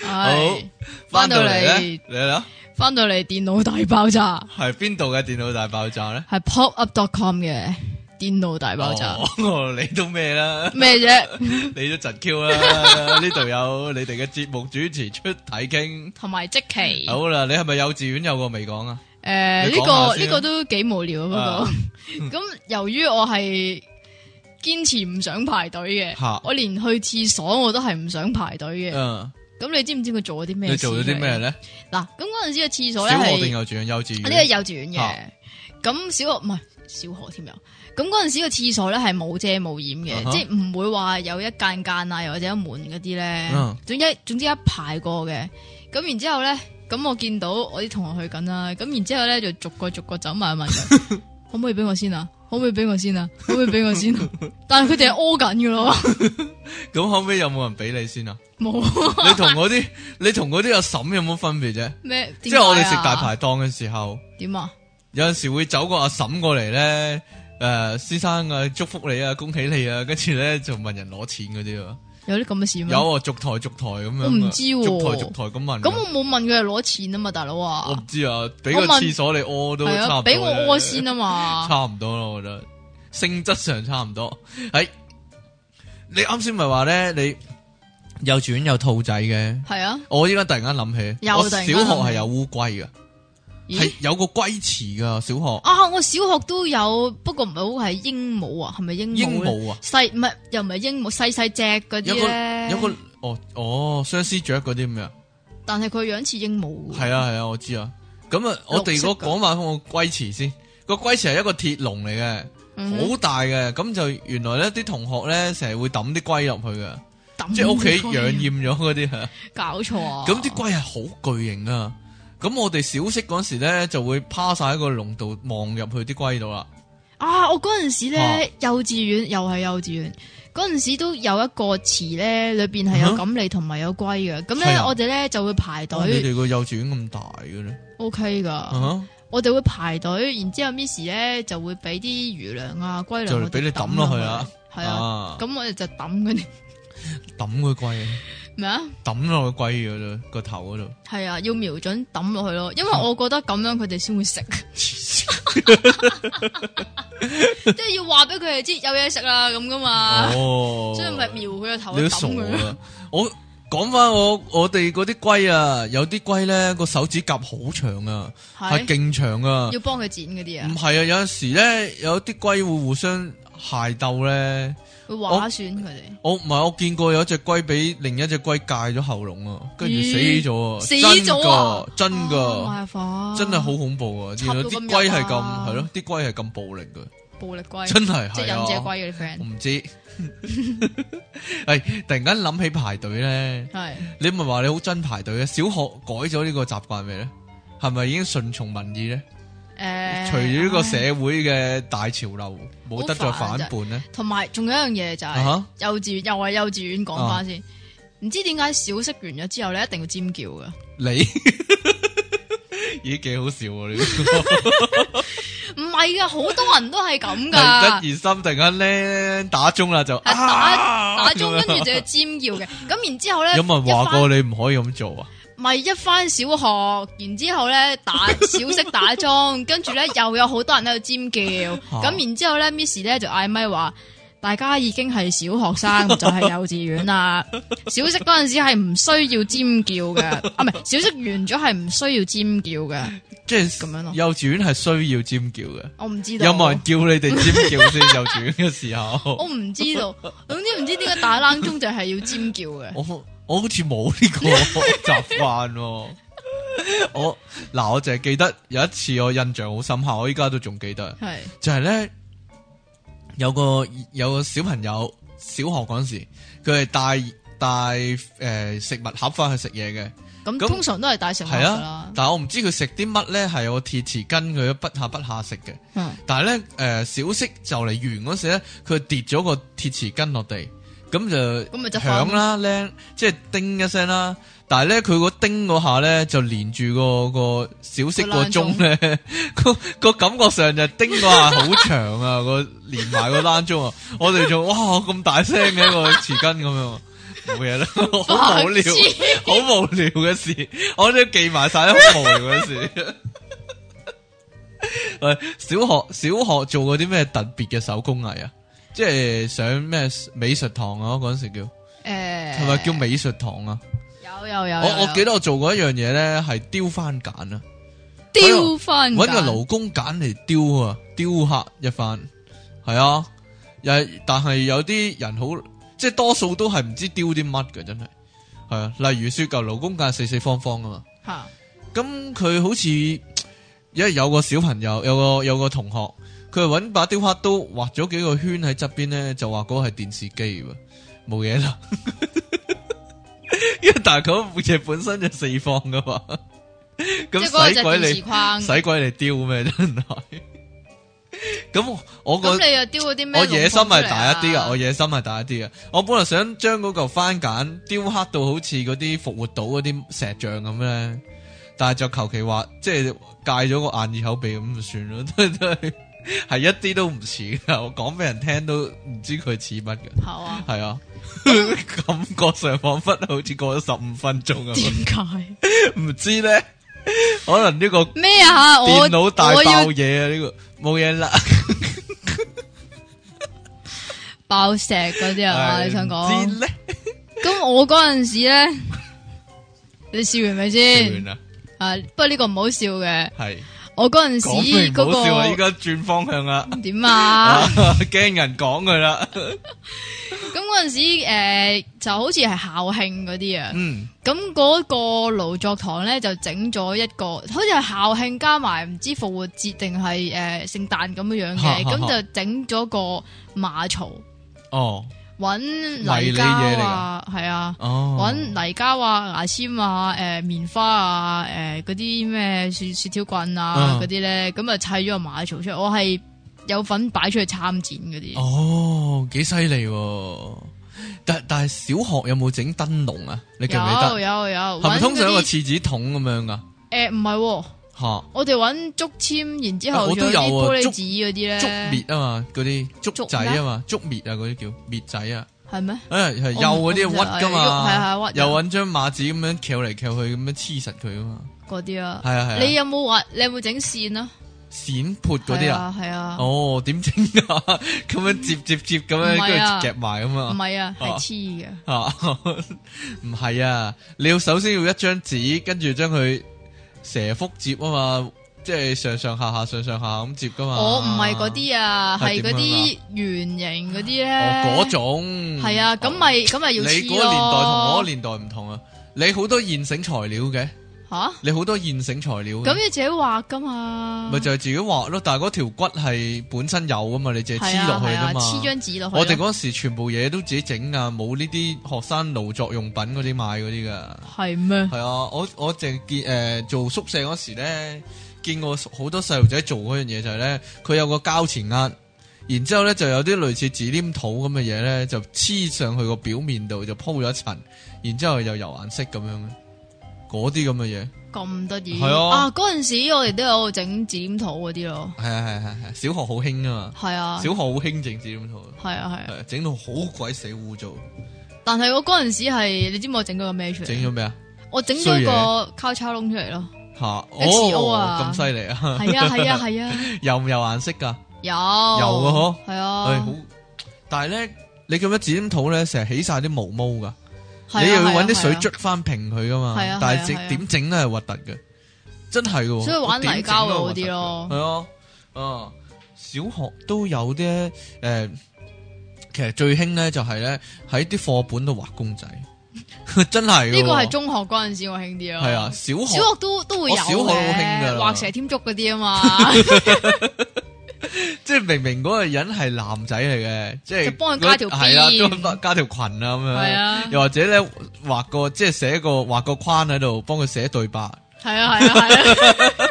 S1: 好
S2: 係，
S1: 翻
S2: 翻
S1: 到
S2: 到
S1: 嚟咧，
S2: 嚟
S1: 你啦，
S2: 翻到嚟電腦大爆炸
S1: 係邊度嘅電腦大爆炸咧？
S2: 係 popup.com 嘅電腦大爆炸
S1: 哦， 你都咩 啦？
S2: 咩啫？
S1: 你都窒 Q 啦！呢度有你哋嘅節目主持出體傾。
S2: 同埋即 期
S1: 好啦，你係咪幼稚園有個未講啊？
S2: 誒
S1: 你
S2: 呃呢
S1: 講下
S2: 個
S1: 先
S2: 呢
S1: 啊
S2: 個都幾無聊啊不過 咁由於我係堅持唔想排隊
S1: 嚇
S2: 嘅，我連去廁所我都係唔想排隊嘅。
S1: 嗯，
S2: 咁你知唔知佢做咗啲咩？
S1: 你做咗啲咩？咧？
S2: 嗱，咁嗰陣時嘅廁所咧
S1: 小學
S2: 係
S1: 定幼稚園？幼稚
S2: 呢個
S1: 園。
S2: 幼稚園
S1: 啊嚇
S2: 嘅，咁小學唔係小學添有。咁嗰陣時個廁所咧係冇遮冇掩嘅
S1: 啊哈
S2: 即係唔會話有一間間啊，又或者一門嗰啲咧。
S1: 嗯
S2: 總之總之一排過嘅。咁然之後咧，咁我見到我啲同學去緊啦，咁然之後咧就逐個逐個走埋問佢， 可唔可以俾我先啊？可唔可以俾我先啊？可唔可以俾我先啊？但係佢哋係屙緊嘅咯，
S1: 咁後尾有冇人俾你先啊？
S2: 冇
S1: 你同嗰啲，你同嗰啲阿嬸有冇分別啫？
S2: 咩？
S1: 即
S2: 係
S1: 係我哋食大排檔嘅時候，
S2: 點啊？
S1: 有陣時會走個阿嬸過嚟咧，誒、先生啊，祝福你啊，恭喜你啊，跟住咧就問人攞錢嗰啲啊，
S2: 有啲咁嘅事咩？
S1: 有啊，逐台逐台咁樣啊，
S2: 我唔知喎
S1: 逐台逐台咁問啊。
S2: 咁我冇問佢係攞錢啊嘛，大佬啊。
S1: 我唔知啊，俾個
S2: 我問
S1: 廁所你屙都
S2: 係
S1: 差唔多
S2: 啊，
S1: 啫
S2: 俾我屙先啊嘛，
S1: 差唔多咯，我覺得性質上差唔多。係你啱先咪話咧，你幼稚園有兔仔嘅，
S2: 係啊，
S1: 我依家突然間諗起，
S2: 又
S1: 我
S2: 突
S1: 小
S2: 然
S1: 學
S2: 間諗起
S1: 係有烏龜嘅，係
S2: 咦
S1: 有個龜池噶小學
S2: 啊，我小學都有，不過唔係好係鸚鵡啊，係咪鸚
S1: 鸚
S2: 鵡咧？
S1: 鵡啊，
S2: 細唔係又唔係鸚鵡，細細隻嗰啲
S1: 有個
S2: 咧，
S1: 有個哦哦相思雀嗰啲咁樣，
S2: 但係佢樣似鸚鵡，
S1: 係啊係啊，我知啊。咁啊，我哋
S2: 綠色
S1: 嗰
S2: 㗎
S1: 講埋個龜池先，個龜池係一個鐵籠嚟嘅。
S2: 嗯，
S1: 好大嘅，咁就原來咧啲同學咧成日會抌啲龜入去嘅，
S2: 抌
S1: 即係屋企
S2: 佢
S1: 養厭咗嗰 啲啊。
S2: 搞錯啊！
S1: 咁啲龜係好巨型啊！咁我哋小息嗰時咧就會趴晒喺個籠度望入去啲龜度啦。
S2: 啊，我嗰陣時
S1: 啊
S2: 咧，幼稚園又係幼稚園。嗰陣時都有一個池咧，裏邊係有
S1: 嗯
S2: 錦鯉同埋有龜嘅，咁
S1: 係
S2: 咧
S1: 啊
S2: 我哋咧就會排
S1: 哇你
S2: 隊
S1: 哋個幼稚園咁大嘅咧？
S2: ，OK
S1: 啊
S2: 噶，
S1: 哈
S2: 我哋會排隊，然之後 Miss 咧就會俾啲魚糧啊、龜糧
S1: 就
S2: 嗰啲
S1: 俾你抌落去啊，
S2: 係啊，
S1: 啊，
S2: 咁我哋就抌嗰啲
S1: 抌個龜，
S2: 咩啊？
S1: 抌落個龜嗰度個頭嗰度。
S2: 係啊，要瞄準抌落去咯，因為
S1: 啊
S2: 我覺得咁樣佢哋 先會食，即係要話俾佢哋知有嘢食啦咁噶嘛，
S1: 哦，
S2: 所以啊咪瞄佢個頭
S1: 你都
S2: 去
S1: 傻
S2: 抌佢咯。
S1: 啊！我講翻我我哋嗰啲龜啊，有啲龜咧個手指甲好長啊，係
S2: 係
S1: 勁長啊！
S2: 要幫佢剪嗰啲
S1: 唔
S2: 啊，
S1: 係啊，有陣時咧，有啲龜會互相械鬥咧。
S2: 會划損佢哋。
S1: 我唔係，我見過有一隻龜俾另一隻龜戒咗喉嚨啊，跟住
S2: 咦
S1: 死咗啊，
S2: 死咗啊
S1: 哦真㗎真
S2: 啊
S1: 噶，
S2: 麻煩
S1: 真係好恐怖啊！原
S2: 插到
S1: 來
S2: 咁
S1: 啲
S2: 入
S1: 龜係咁
S2: 啊
S1: 係咯，啲龜係咁暴力嘅，
S2: 暴力龜，
S1: 真係
S2: 即係
S1: 係
S2: 忍者
S1: 啊！
S2: 龜嗰啲
S1: 我
S2: friend，
S1: 唔知， 係突然間諗起排隊咧，
S2: 係
S1: 你咪話你好憎排隊咧？啊小學改咗呢個習慣未咧？係咪已經順從民意咧？
S2: 誒。
S1: 隨住呢個
S2: 唉啊
S1: 社會嘅大潮流，冇得再反叛咧。
S2: 同埋仲有一樣嘢就
S1: 啊
S2: 係
S1: 哈啊
S2: 幼稚園，又係幼稚園講翻先。唔知點解小息完咗之後，你一定要尖叫噶。
S1: 你咦幾好笑喎！你
S2: 唔係噶，好多人都係咁噶。
S1: 一二三，突然間咧打鐘啦就
S2: 係打
S1: 啊
S2: 打鐘，跟
S1: 咁
S2: 住
S1: 樣
S2: 就要尖叫嘅。咁然之後咧，
S1: 有冇人話
S2: 一
S1: 過你唔可以咁做啊？
S2: 返咪一翻小學，然之後咧 打小息打鐘，跟住咧又有好多人喺度尖叫。
S1: 嚇
S2: 咁然之後咧，Miss 咧就嗌咪話。大家已經係小學生，就係幼稚園 啦。小息嗰陣時係唔需要尖叫嘅，啊唔係小息完咗係唔需要尖叫嘅。
S1: 即係
S2: 咁樣咯
S1: 幼稚園係需要尖叫嘅，
S2: 我唔知道，
S1: 有冇人叫你哋尖叫先？幼稚園嘅時候
S2: 我，唔知道，總之唔知點解打冷鐘就係要尖叫 嘅。
S1: 我我好似冇呢個 習慣喎。我嗱，我淨係記得有一次我印象好深刻，我依家都仲記得。
S2: 係
S1: 就係咧有個有個小朋友小學嗰陣時，佢係帶帶誒、呃食物盒翻去食嘢嘅，
S2: 咁，
S1: 咁
S2: 通常都係帶食物
S1: 係
S2: 㗎
S1: 啊
S2: 啦。。
S1: 但係我唔知佢食啲乜咧，係我鐵匙羹佢不下不下食嘅。
S2: 嗯
S1: 但係咧誒小息就嚟完嗰時咧，佢跌咗個鐵匙羹落地，咁就
S2: 咁咪就
S1: 響
S2: 瞓
S1: 啦，靚即係叮一聲啦。但係咧，佢個叮嗰下咧，就連住個個小息個鐘咧，個個感覺上就叮嗰下好長啊，個連埋個單鐘啊，我哋仲哇咁大聲嘅個匙羹咁樣，冇嘢 啦，好無聊
S2: 白痴，
S1: 好無聊嘅事，我都記埋晒啦，好無聊嘅事。 喂，小學小學做過啲咩特別嘅手工藝啊？即係上咩美術堂啊？嗰陣時叫
S2: 誒，
S1: 係咪叫美術堂啊？
S2: 有有有，
S1: 我我記
S2: 得
S1: 得我做過一樣嘢咧，係雕番梘啊，
S2: 雕翻
S1: 搵個勞工梘嚟雕啊，雕刻一番，係啊，又係但係有啲人好，即係多數都係唔知雕啲乜嘅，真係係啊。例如雪嚿勞工梘四四方方啊嘛，
S2: 嚇，
S1: 咁佢好似因為有個小朋友，有個有個同學，佢係搵把雕刻刀畫咗幾個圈喺側邊咧，就話嗰個係電視機喎，冇嘢啦。 因為但係嗰部嘢本身就四方噶嘛，
S2: 即
S1: 咁
S2: 係嗰個
S1: 使
S2: 就係
S1: 鬼
S2: 電
S1: 你
S2: 視框。
S1: 使鬼你雕咩真係？咁我我個
S2: 咁你又雕嗰啲咩？
S1: 我野心
S2: 啊
S1: 係大一啲
S2: 噶，
S1: 噶，我野心係大一啲噶。啊我本來想將嗰嚿番梘雕刻到好似嗰啲復活島嗰啲石像咁咧，但係就求其話即係戒咗個眼耳口鼻咁就算咯，都都係係一啲都唔似噶。我講俾人聽都唔知佢似乜嘅，
S2: 係啊。
S1: 係啊， 感覺上彷彿好似過咗十五分鐘
S2: 點
S1: 咁，啊
S2: 解
S1: 唔知咧，可能呢個
S2: 咩啊？
S1: 電
S2: 我
S1: 腦大
S2: 我
S1: 爆
S2: 要
S1: 嘢啊！呢個冇嘢啦。
S2: 爆石嗰啲 啊！你想
S1: 唔
S2: 講
S1: 知咧？
S2: 咁我嗰陣時咧， 你笑完未
S1: 完
S2: 先？
S1: 啦，
S2: 啊，不過呢個唔好笑嘅。
S1: 係
S2: 我嗰陣
S1: 講
S2: 時
S1: 明
S2: 嗰
S1: 唔好笑啊！依
S2: 個
S1: 家轉方向啦，
S2: 點啊？
S1: 驚人講佢啦。
S2: 咁嗰阵时诶、誒就好似係校慶嗰啲啊。
S1: 嗯，
S2: 咁嗰個勞作堂咧就整咗一個，好似係校慶加埋唔知復活節定係诶圣诞咁樣樣嘅，咁就整咗個馬槽，
S1: 哦，
S2: 搵
S1: 迷
S2: 泥
S1: 你
S2: 膠
S1: 嘢嚟㗎
S2: 啊，係啊，
S1: 哦，
S2: 搵泥膠啊、牙籤啊、诶、棉花啊、诶嗰啲咩雪雪條棍啊
S1: 嗯
S2: 嗰啲咧，咁啊砌咗個馬槽出嚟，我係有份擺出去參展嗰啲。
S1: 哦，幾犀利喎！但但係小學有冇整燈籠啊？你記唔記
S2: 有
S1: 得？
S2: 有有，
S1: 係咪通常有個
S2: 搵嗰啲
S1: 廁紙筒咁樣噶？
S2: 誒唔係喎。
S1: 吓，
S2: 我哋揾竹籤，然之後
S1: 啊我都
S2: 仲有啲
S1: 有啊
S2: 玻璃
S1: 竹
S2: 紙嗰啲咧，
S1: 竹篾啊嘛，嗰啲竹
S2: 竹
S1: 仔
S2: 咩
S1: 啊嘛，竹篾啊嗰啲叫篾仔啊，
S2: 係咩？
S1: 誒係幼
S2: 我
S1: 嗰
S2: 唔
S1: 啲
S2: 我唔
S1: 屈
S2: 知
S1: 噶
S2: 啊係
S1: 嘛
S2: 係，屈人
S1: 又揾張馬紙咁樣翹嚟翹去咁樣黐實佢啊嘛，
S2: 嗰啲啊，
S1: 係啊係啊
S2: 你有冇話？你有冇整線啊？
S1: 閃潑嗰啲
S2: 係
S1: 啊。
S2: 啊，係啊，
S1: 哦，點整啊？ 咁樣接接接咁樣，
S2: 唔係啊
S1: 跟住夾埋咁
S2: 唔
S1: 嘛。
S2: 係啊，係
S1: 啊
S2: 黐嘅，
S1: 啊， 唔係啊，你要首先要一張紙，跟住將佢蛇腹接啊嘛，即係上上下下上上下下咁接噶嘛。
S2: 我唔係嗰啲啊，
S1: 係
S2: 係
S1: 點
S2: 嗰
S1: 樣啊
S2: 啲圓形嗰啲
S1: 哦，
S2: 咧
S1: 嗰，種哦
S2: 係啊，咁咪咁咪
S1: 你
S2: 要
S1: 嗰個年代
S2: 黐
S1: 同我嗰個
S2: 咯，
S1: 年代唔同啊，你好多現成材料嘅，
S2: 吓，
S1: 你好多現成材料嘅
S2: 咁你自己畫噶嘛？
S1: 咪就係自己畫咯，但係嗰條骨係本身有噶嘛，你淨係
S2: 係
S1: 黐
S2: 啊
S1: 落去啫
S2: 係啊
S1: 嘛。
S2: 黐張紙落去咯。
S1: 我哋嗰時全部嘢都自己整啊，冇呢啲學生勞作用品嗰啲買嗰啲噶。
S2: 係咩？
S1: 係啊，我我淨見誒、呃做宿舍嗰時咧，見過好多細路仔做嗰樣嘢就係咧，佢有個膠錢壓，然之後咧就有啲類似紙黏土咁嘅嘢咧，就黐上去個表面度就鋪咗一層，然之後又油顏色咁樣嘅，嗰啲咁嘅嘢，
S2: 咁得意
S1: 係啊
S2: 啊！嗰陣時我哋都有整紙黏土嗰啲咯，
S1: 係啊係啊係啊，小學好興啊嘛，
S2: 係啊
S1: 小，學好興整紙黏土，
S2: 係啊，係啊。
S1: 係啊整到好鬼死污糟，
S2: 但係我嗰陣時係，你知唔知我整咗個咩出
S1: 整
S2: 嚟？
S1: 咗咩啊？
S2: 我整
S1: 衰
S2: 咗
S1: 嘢
S2: 個交叉窿出嚟 咯。
S1: 吓
S2: XO
S1: 哦
S2: 啊，
S1: 咁犀利啊！
S2: 係啊，係啊，係啊，
S1: 有唔有顏色噶？
S2: 有
S1: 有嘅呵
S2: 係
S1: 唉
S2: 啊
S1: 好，但系咧，你咁樣剪黏土咧，成日起晒啲毛毛噶，
S2: 係啊，
S1: 你又要
S2: 係啊
S1: 搵啲水
S2: 係啊
S1: 捽翻平佢噶嘛。
S2: 係啊
S1: 但係
S2: 係啊係
S1: 整
S2: 啊
S1: 點整咧係核突嘅，真係嘅喎。
S2: 所以玩泥膠
S1: 我
S2: 嗰
S1: 點整
S2: 啲咯
S1: 都係核突嘅。係啊，嗯，小學都有啲诶、誒其實最興咧就係咧喺啲課本度畫公仔， 真係嘅喎
S2: 呢個係中學嗰陣時我興啲咯。
S1: 係啊，，小
S2: 小
S1: 學
S2: 學都都會有
S1: 我小學好興㗎
S2: 嘅，
S1: 啦
S2: 畫蛇添足嗰啲 啊嘛，
S1: 即係明明嗰個人係男仔嚟嘅，即係
S2: 就幫佢加條
S1: 係啦，
S2: 邊
S1: 都加條裙啊咁樣。
S2: 係啊
S1: 又或者咧畫個即係寫個畫個框喺度，幫佢寫對白，
S2: 係啊係啊係啊，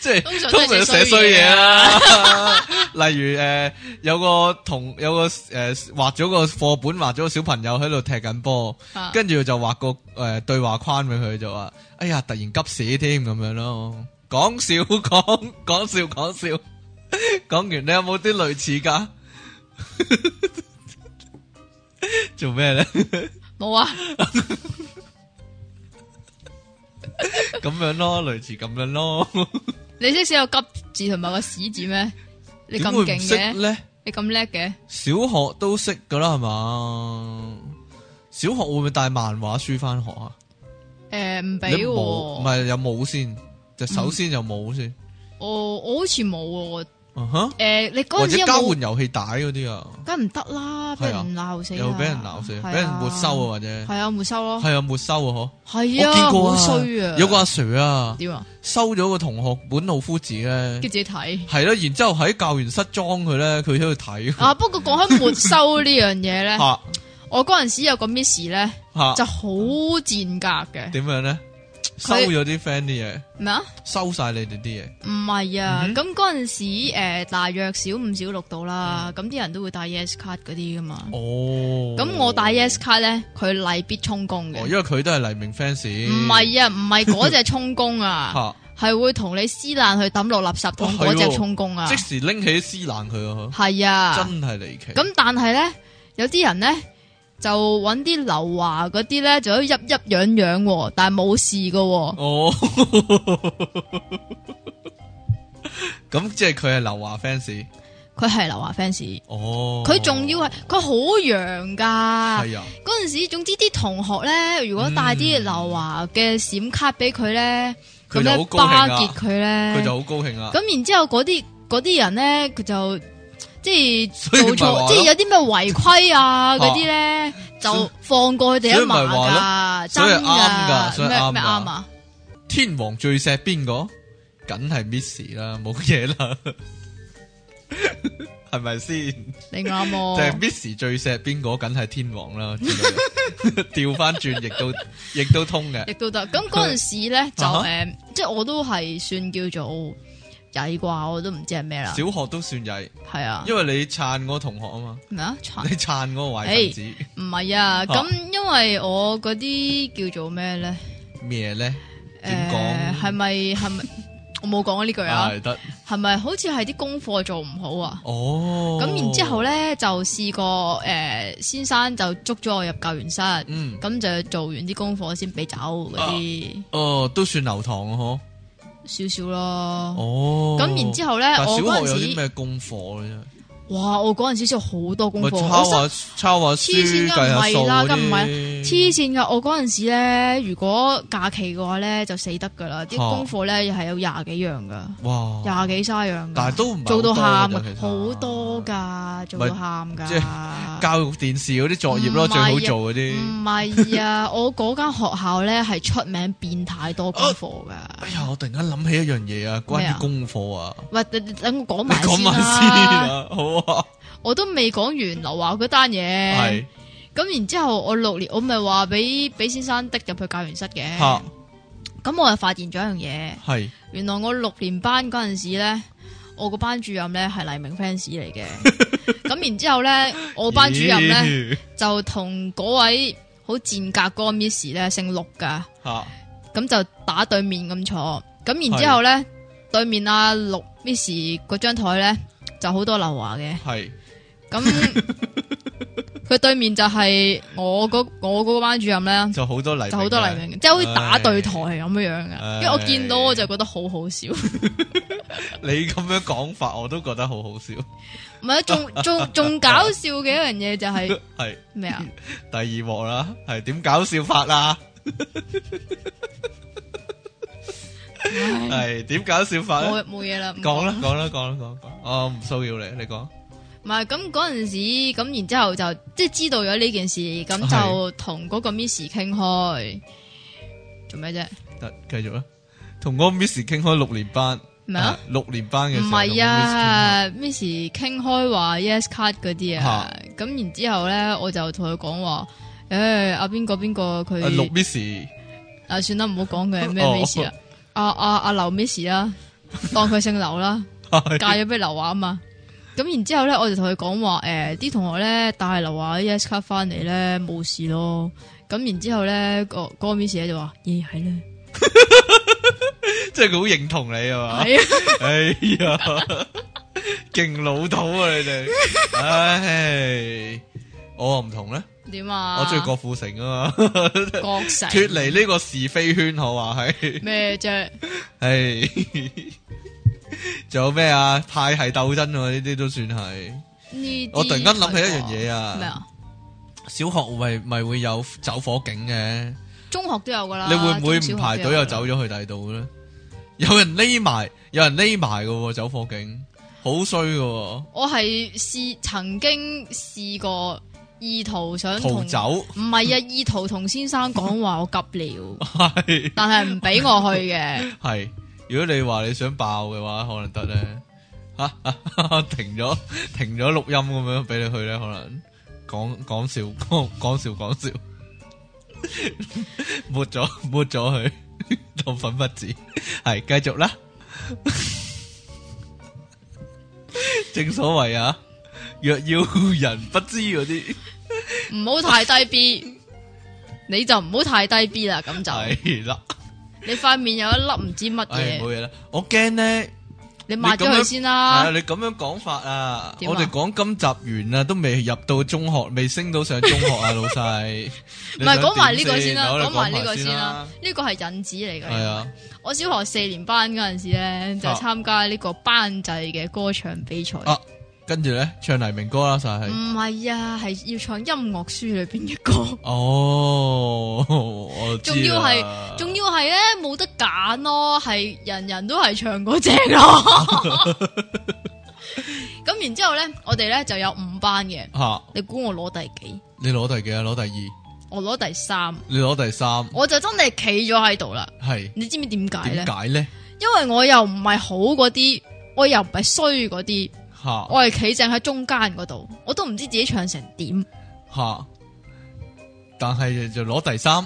S1: 即係
S2: 通常都
S1: 通
S2: 係
S1: 常寫衰
S2: 寫衰
S1: 嘢
S2: 嘢啊
S1: 啦。 例如誒有個同有個誒畫咗個課本，畫咗個小朋友喺度踢緊波，
S2: 啊
S1: 跟住就畫個誒對話框俾佢，就話：哎呀，突然急屎添咁樣咯。講笑 講講笑講笑，講完你有冇啲類似噶？ 做咩咧？
S2: 冇啊，
S1: 咁樣咯，類似咁樣咯。
S2: 你識寫個急字同埋個屎字咩？你咁
S1: 點會唔
S2: 勁
S1: 識
S2: 嘅，
S1: 咧？
S2: 你咁叻嘅，
S1: 小學都識噶啦，係嘛？小學會唔會帶漫畫書翻學啊？
S2: 誒唔
S1: 你
S2: 俾
S1: 冇唔
S2: 喎，
S1: 係有冇先？就首先有冇先？
S2: 我我好似冇喎，
S1: 啊哈
S2: 誒你嗯嗰
S1: 或
S2: 陣時
S1: 者
S2: 有
S1: 交
S2: 冇？
S1: 換遊戲帶嗰啲啊？
S2: 梗唔得啦，俾人鬧死啊，
S1: 又俾人鬧死，俾人沒收啊，或者
S2: 係啊，沒收咯，
S1: 係啊沒收啊，嗬！
S2: 係
S1: 我
S2: 啊，
S1: 見過
S2: 好
S1: 啊
S2: 衰啊，
S1: 有個阿 Sir 啊，
S2: 點啊，
S1: 收咗個同學本老夫子咧
S2: 叫，自己睇。
S1: 係咯，然之後喺教員室裝佢咧，佢喺度睇，
S2: 啊！不過講開沒收呢樣 嘢咧，
S1: 嚇
S2: 我嗰陣時有個 miss 咧
S1: 嚇
S2: 啊就好賤格嘅，
S1: 點樣咧？收
S2: 佢
S1: 咗啲 friend 啲嘢，
S2: 咩啊？
S1: 收晒你哋啲嘢，
S2: 唔係啊，
S1: 嗯哼
S2: 咁嗰陣時誒、呃大約小五小六度啦，咁啲、人都會帶 yes 卡嗰啲噶嘛。
S1: 嗯哦，
S2: 嗯咁、我帶 yes 卡咧，佢例必充公嘅
S1: 哦，。因為佢都係黎明 fans。
S2: 唔
S1: 唔
S2: 係啊，唔係嗰只充 公啊，
S1: 啊，
S2: 係會同你撕爛去抌落垃圾桶
S1: 哦係
S2: 嗰
S1: 喎
S2: 只充公啊
S1: 即，時拎起撕爛佢
S2: 係
S1: 啊！
S2: 啊。
S1: 真係離奇。
S2: 咁但係咧，有啲人咧就揾啲劉華嗰啲咧，就一一一樣樣喎，但係冇事噶喎。
S1: 哦，咁即係佢係劉華 fans。
S2: 佢係劉華 fans，
S1: 哦，
S2: 佢仲要係佢好揚㗎。
S1: 係啊，嗯
S2: 嗰陣時，總之啲同學咧，如果帶啲劉華嘅閃卡俾佢咧，
S1: 佢就
S2: 咁咧
S1: 好高
S2: 巴
S1: 興
S2: 結
S1: 啊，
S2: 佢
S1: 佢
S2: 咧，
S1: 就好高興啊。
S2: 咁然之後嗰啲嗰啲人咧，佢就即
S1: 所以
S2: 係做
S1: 咪話咯
S2: 錯，即係有啲咩違規啊嗰啲咧，
S1: 所以
S2: 就放過佢哋一
S1: 所以咪話
S2: 馬㗎，
S1: 所以
S2: 真
S1: 啱㗎所以
S2: 咩
S1: 啱㗎
S2: 咩啱啊？
S1: 天王最錫邊個？梗係 Miss 啦，冇嘢啦，係咪先？
S2: 你啱
S1: 就係
S2: 喎，
S1: Miss 最錫邊個，梗係天王啦。之類 嘅調翻轉亦都亦都通嘅
S2: 亦。都得。咁嗰陣時咧就
S1: 啊哈
S2: 誒，即係我都係算叫做曳啩，我都唔知係咩啦，
S1: 小學都算曳，
S2: 係啊，
S1: 因為你撐我同學啊嘛，
S2: 咩啊？殘
S1: 你撐嗰個壞分子
S2: 唔係啊，咁因為我嗰啲叫做咩咧？
S1: 咩咧？點
S2: 哎誒，係
S1: 講？
S2: 咪係咪？我冇講呢句 啊，
S1: 係得
S2: 係咪好似係啲功課做唔好啊？
S1: 哦。
S2: 咁然之後，咧就試過誒，先生就捉咗我入教員室，
S1: 嗯，
S2: 咁就做完啲功課先俾走嗰啲
S1: 哦，都算留堂啊，嗬。
S2: 少少咯。
S1: 哦，
S2: 咁然之後咧，
S1: 但
S2: 我
S1: 小
S2: 嗰
S1: 學有
S2: 陣
S1: 啲
S2: 時
S1: 咩功課咧？
S2: 哇！我嗰陣時做好多功
S1: 咪
S2: 課，
S1: 抄啊
S2: 我
S1: 下抄下書
S2: 黐線
S1: 計
S2: 㗎
S1: 下數
S2: 唔係啦
S1: 嗰
S2: 咁唔係啦
S1: 啲，
S2: 黐線噶！我嗰陣時咧，如果假期嘅話咧，就死得噶啦，
S1: 嚇
S2: 啲功課咧又係有廿幾樣噶，
S1: 哇！
S2: 廿幾卅樣㗎
S1: 哦但係都唔係
S2: 做到喊
S1: 好多㗎，
S2: 啊
S1: 其實
S2: 好多㗎，做到喊㗎。
S1: 即教育電視嗰啲作業咯，
S2: 唔係
S1: 最
S2: 啊
S1: 好做嗰啲。
S2: 唔 係啊，我嗰間學校咧係出名變態多功課㗎。
S1: 哎呀，我突然間諗起一樣嘢啊，關
S2: 咩
S1: 於
S2: 啊
S1: 功課啊，
S2: 喂，你你等我講
S1: 你
S2: 埋
S1: 講
S2: 先
S1: 埋先
S2: 啦，
S1: 啊，好啊，
S2: 我都未講完劉華嗰單嘢
S1: 係。
S2: 咁然之後，我六年我咪話俾俾先生滴入去教員室嘅。
S1: 吓
S2: 咁我就發現咗一樣嘢，
S1: 係
S2: 原來我六年班嗰陣時咧，我個班主任咧係黎明 fans 嚟嘅。 咁然之後咧，我班主任咧
S1: 咧
S2: 就同嗰位好賤格嗰個 miss 咧姓陸噶，
S1: 吓
S2: 咁就打對面咁坐。咁然之後咧，對面阿陸 miss 嗰張台咧就好多劉華嘅。
S1: 係
S2: 咁佢對面就係我嗰我嗰個班主任咧。
S1: 就好多黎明
S2: 就好多黎明，即係好似打對台咁樣樣嘅。因為我見到我就覺得好好笑，唔
S1: 你咁樣講法，我都覺得好好笑。
S2: 係啊仲仲仲搞笑嘅一樣嘢就係
S1: 係
S2: 咩啊？
S1: 第二幕啦，係點搞笑法啊啦？
S2: 唉
S1: 係點搞笑法咧？
S2: 冇冇嘢啦，嗯唔
S1: 講啦，講啦，講啦，講啦講啦。哦我唔騷擾你，你講。
S2: 唔係咁嗰陣時，咁然之後就即係知道咗呢件事，咁就
S1: 係
S2: 同嗰個 Miss 傾開，做咩啫？
S1: 得繼續啦，同嗰個 Miss 傾開六年班，
S2: 咩啊
S1: 啊？六年班嘅時
S2: 唔
S1: 候
S2: 係啊，Miss 傾開話 Yes Card 嗰啲啊，咁然之後咧，我就同佢講話，誒阿邊個邊個
S1: 同個 Miss 傾開，啊六
S2: 佢
S1: Miss
S2: 啊，算啦，唔好講佢係咩
S1: 哦
S2: Miss 啦，阿阿阿劉 Miss 啦，當佢姓劉啦。 嫁咗俾劉華啊嘛。咁然之後咧，我就同佢講話，誒、啲同學咧帶劉華 ES 卡翻嚟咧冇事咯。咁然之後咧，個嗰個 miss 咧就話：，咦係咧，
S1: 即係佢好認同你啊嘛。
S2: 係啊，
S1: 哎呀，勁老土啊你哋，唉，我唔同咧，
S2: 點啊？
S1: 我中意郭富城啊嘛，
S2: 郭成
S1: 脱離呢個是非圈，我話係，
S2: 咩啫？
S1: 唉，仲有咩啊？派系鬥爭啊，呢啲都算係。
S2: 呢啲
S1: 我突然間諗起一樣嘢啊
S2: 咩啊？
S1: 小學咪咪會有走火警嘅。
S2: 中學都有噶啦。
S1: 你會唔會
S2: 中小學
S1: 唔
S2: 都
S1: 排隊
S2: 有
S1: 又
S2: 㗎
S1: 走？咗去第二度咧？有人匿埋，有人匿埋噶喎，走火警好衰噶
S2: 我係試曾經試過意圖想
S1: 喎，逃
S2: 同
S1: 走
S2: 唔係啊，意圖同先生講話我急了，
S1: 係
S2: 但係唔俾我去嘅。
S1: 係。如果你話你想爆嘅話，可能得咧吓 停咗停咗錄音咁樣俾你去咧，可能講講笑講講笑講笑， 抹咗抹咗佢 當粉筆字，係繼續啦。 正所謂啊，若要人不知嗰啲。
S2: 唔好太低 B，你就唔好太低 B 啦，咁就
S1: 系啦，
S2: 你块面有一粒唔知乜
S1: 唉，冇
S2: 嘢，
S1: 嘢啦。我驚咧，
S2: 你抹咗
S1: 你咁
S2: 佢
S1: 樣
S2: 先
S1: 係啊，
S2: 啦。
S1: 你咁樣講法啊，
S2: 點啊
S1: 我哋講今集完啦，都未入到中學，未升到上中學啊，老細。
S2: 唔
S1: 唔
S2: 係講埋呢個先啦，
S1: 講
S2: 講埋呢個先啦，。呢個係引子
S1: 係
S2: 嚟㗎。
S1: 啊，
S2: 我小學四年班嗰陣時咧，就
S1: 啊
S2: 參加呢個班制嘅歌唱比賽。
S1: 啊跟住咧唱黎明歌啦，就係
S2: 唔係啊，係要唱音樂書裏邊嘅歌，
S1: 哦，我知啦
S2: 仲要係仲要係咧冇得揀咯，係人人都係唱嗰只咯。 咁然之後咧，我哋咧就有五班嘅，
S1: 吓，
S2: 你估我攞第幾？
S1: 你攞第幾啊？攞第二，
S2: 我攞第三，
S1: 你攞第三，
S2: 我就真係企咗喺度啦。
S1: 係
S2: 你知唔知點解咧
S1: 點？解咧？
S2: 因為我又唔係好嗰啲，我又唔係衰嗰啲，
S1: 吓
S2: 我係企正喺中間嗰度，我都唔知自己唱成點。
S1: 吓，但係就攞第三，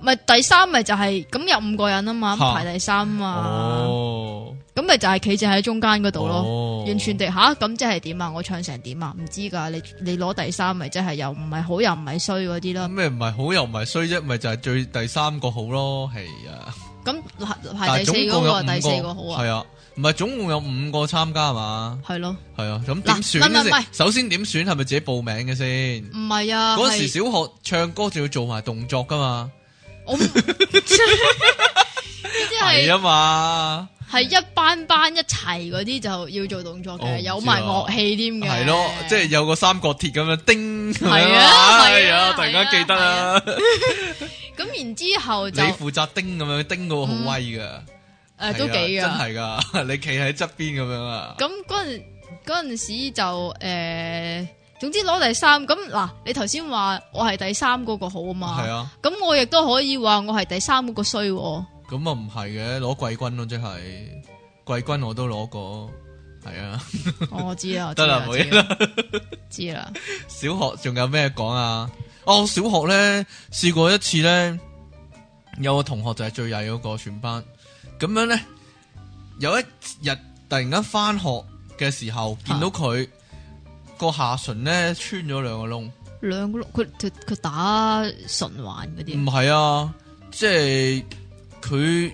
S2: 咪第三咪就係咁有五個人啊嘛，
S1: 嚇
S2: 排第三啊嘛，
S1: 哦，
S2: 咁咪就係企正喺中間嗰度咯。
S1: 咯
S2: 完全地吓，咁即係點啊？我唱成點啊？唔知噶，你你攞第三咪即係又唔係好又唔係衰嗰啲
S1: 咁
S2: 啦。
S1: 咩唔係好又唔係衰啫，咪就係最第三個好咯，係啊。
S2: 咁排排
S1: 但係
S2: 第四
S1: 總
S2: 嗰
S1: 共有
S2: 個
S1: 五
S2: 第四個好啊，
S1: 係啊，唔係總共有五個參加係嘛，
S2: 係咯，
S1: 係啊，咁點
S2: 嗱唔係
S1: 選
S2: 唔係
S1: 先？首先點選係咪自己報名嘅先？
S2: 唔係啊，
S1: 嗰
S2: 係
S1: 時小學唱歌就要做埋動 作噶嘛，
S2: 我唔呢啲
S1: 係啊
S2: 係
S1: 啊嘛，
S2: 係一班班一齊嗰啲就要做動作
S1: 我唔
S2: 嘅，
S1: 知
S2: 有埋
S1: 啊
S2: 樂器添嘅。
S1: 係咯，即係有個三角鐵咁樣叮咁樣
S2: 係啊
S1: 哎
S2: 係
S1: 呀
S2: 啊
S1: 突然間記得啦，
S2: 咁，然之後
S1: 你
S2: 就嗯
S1: 負責叮咁樣，叮嗰個好威噶，
S2: 誒都幾
S1: 係
S2: 噶
S1: 啊。真係噶， 你企喺側邊咁樣啊，
S2: 咁嗰陣嗰陣時就诶、誒總之攞第三。咁嗱，你頭先話我係第三嗰個好啊
S1: 係
S2: 嘛，
S1: 啊，
S2: 咁我亦都可以話我係第三嗰個衰 喎。
S1: 咁啊唔係嘅，攞季軍咯，即係季軍我都攞過，係啊。
S2: 哦我知啦，我知
S1: 得啦
S2: 我
S1: 冇嘢
S2: 知啦，知啦。
S1: 小學仲有咩講啊？哦，我小學咧試過一次咧，有個同學就係最曳嗰個全班，咁樣咧有一日突然間翻學嘅時候，見到佢個下唇咧穿咗兩個窿，唔
S2: 兩個六，佢佢佢打循環嗰啲，
S1: 係啊，即係佢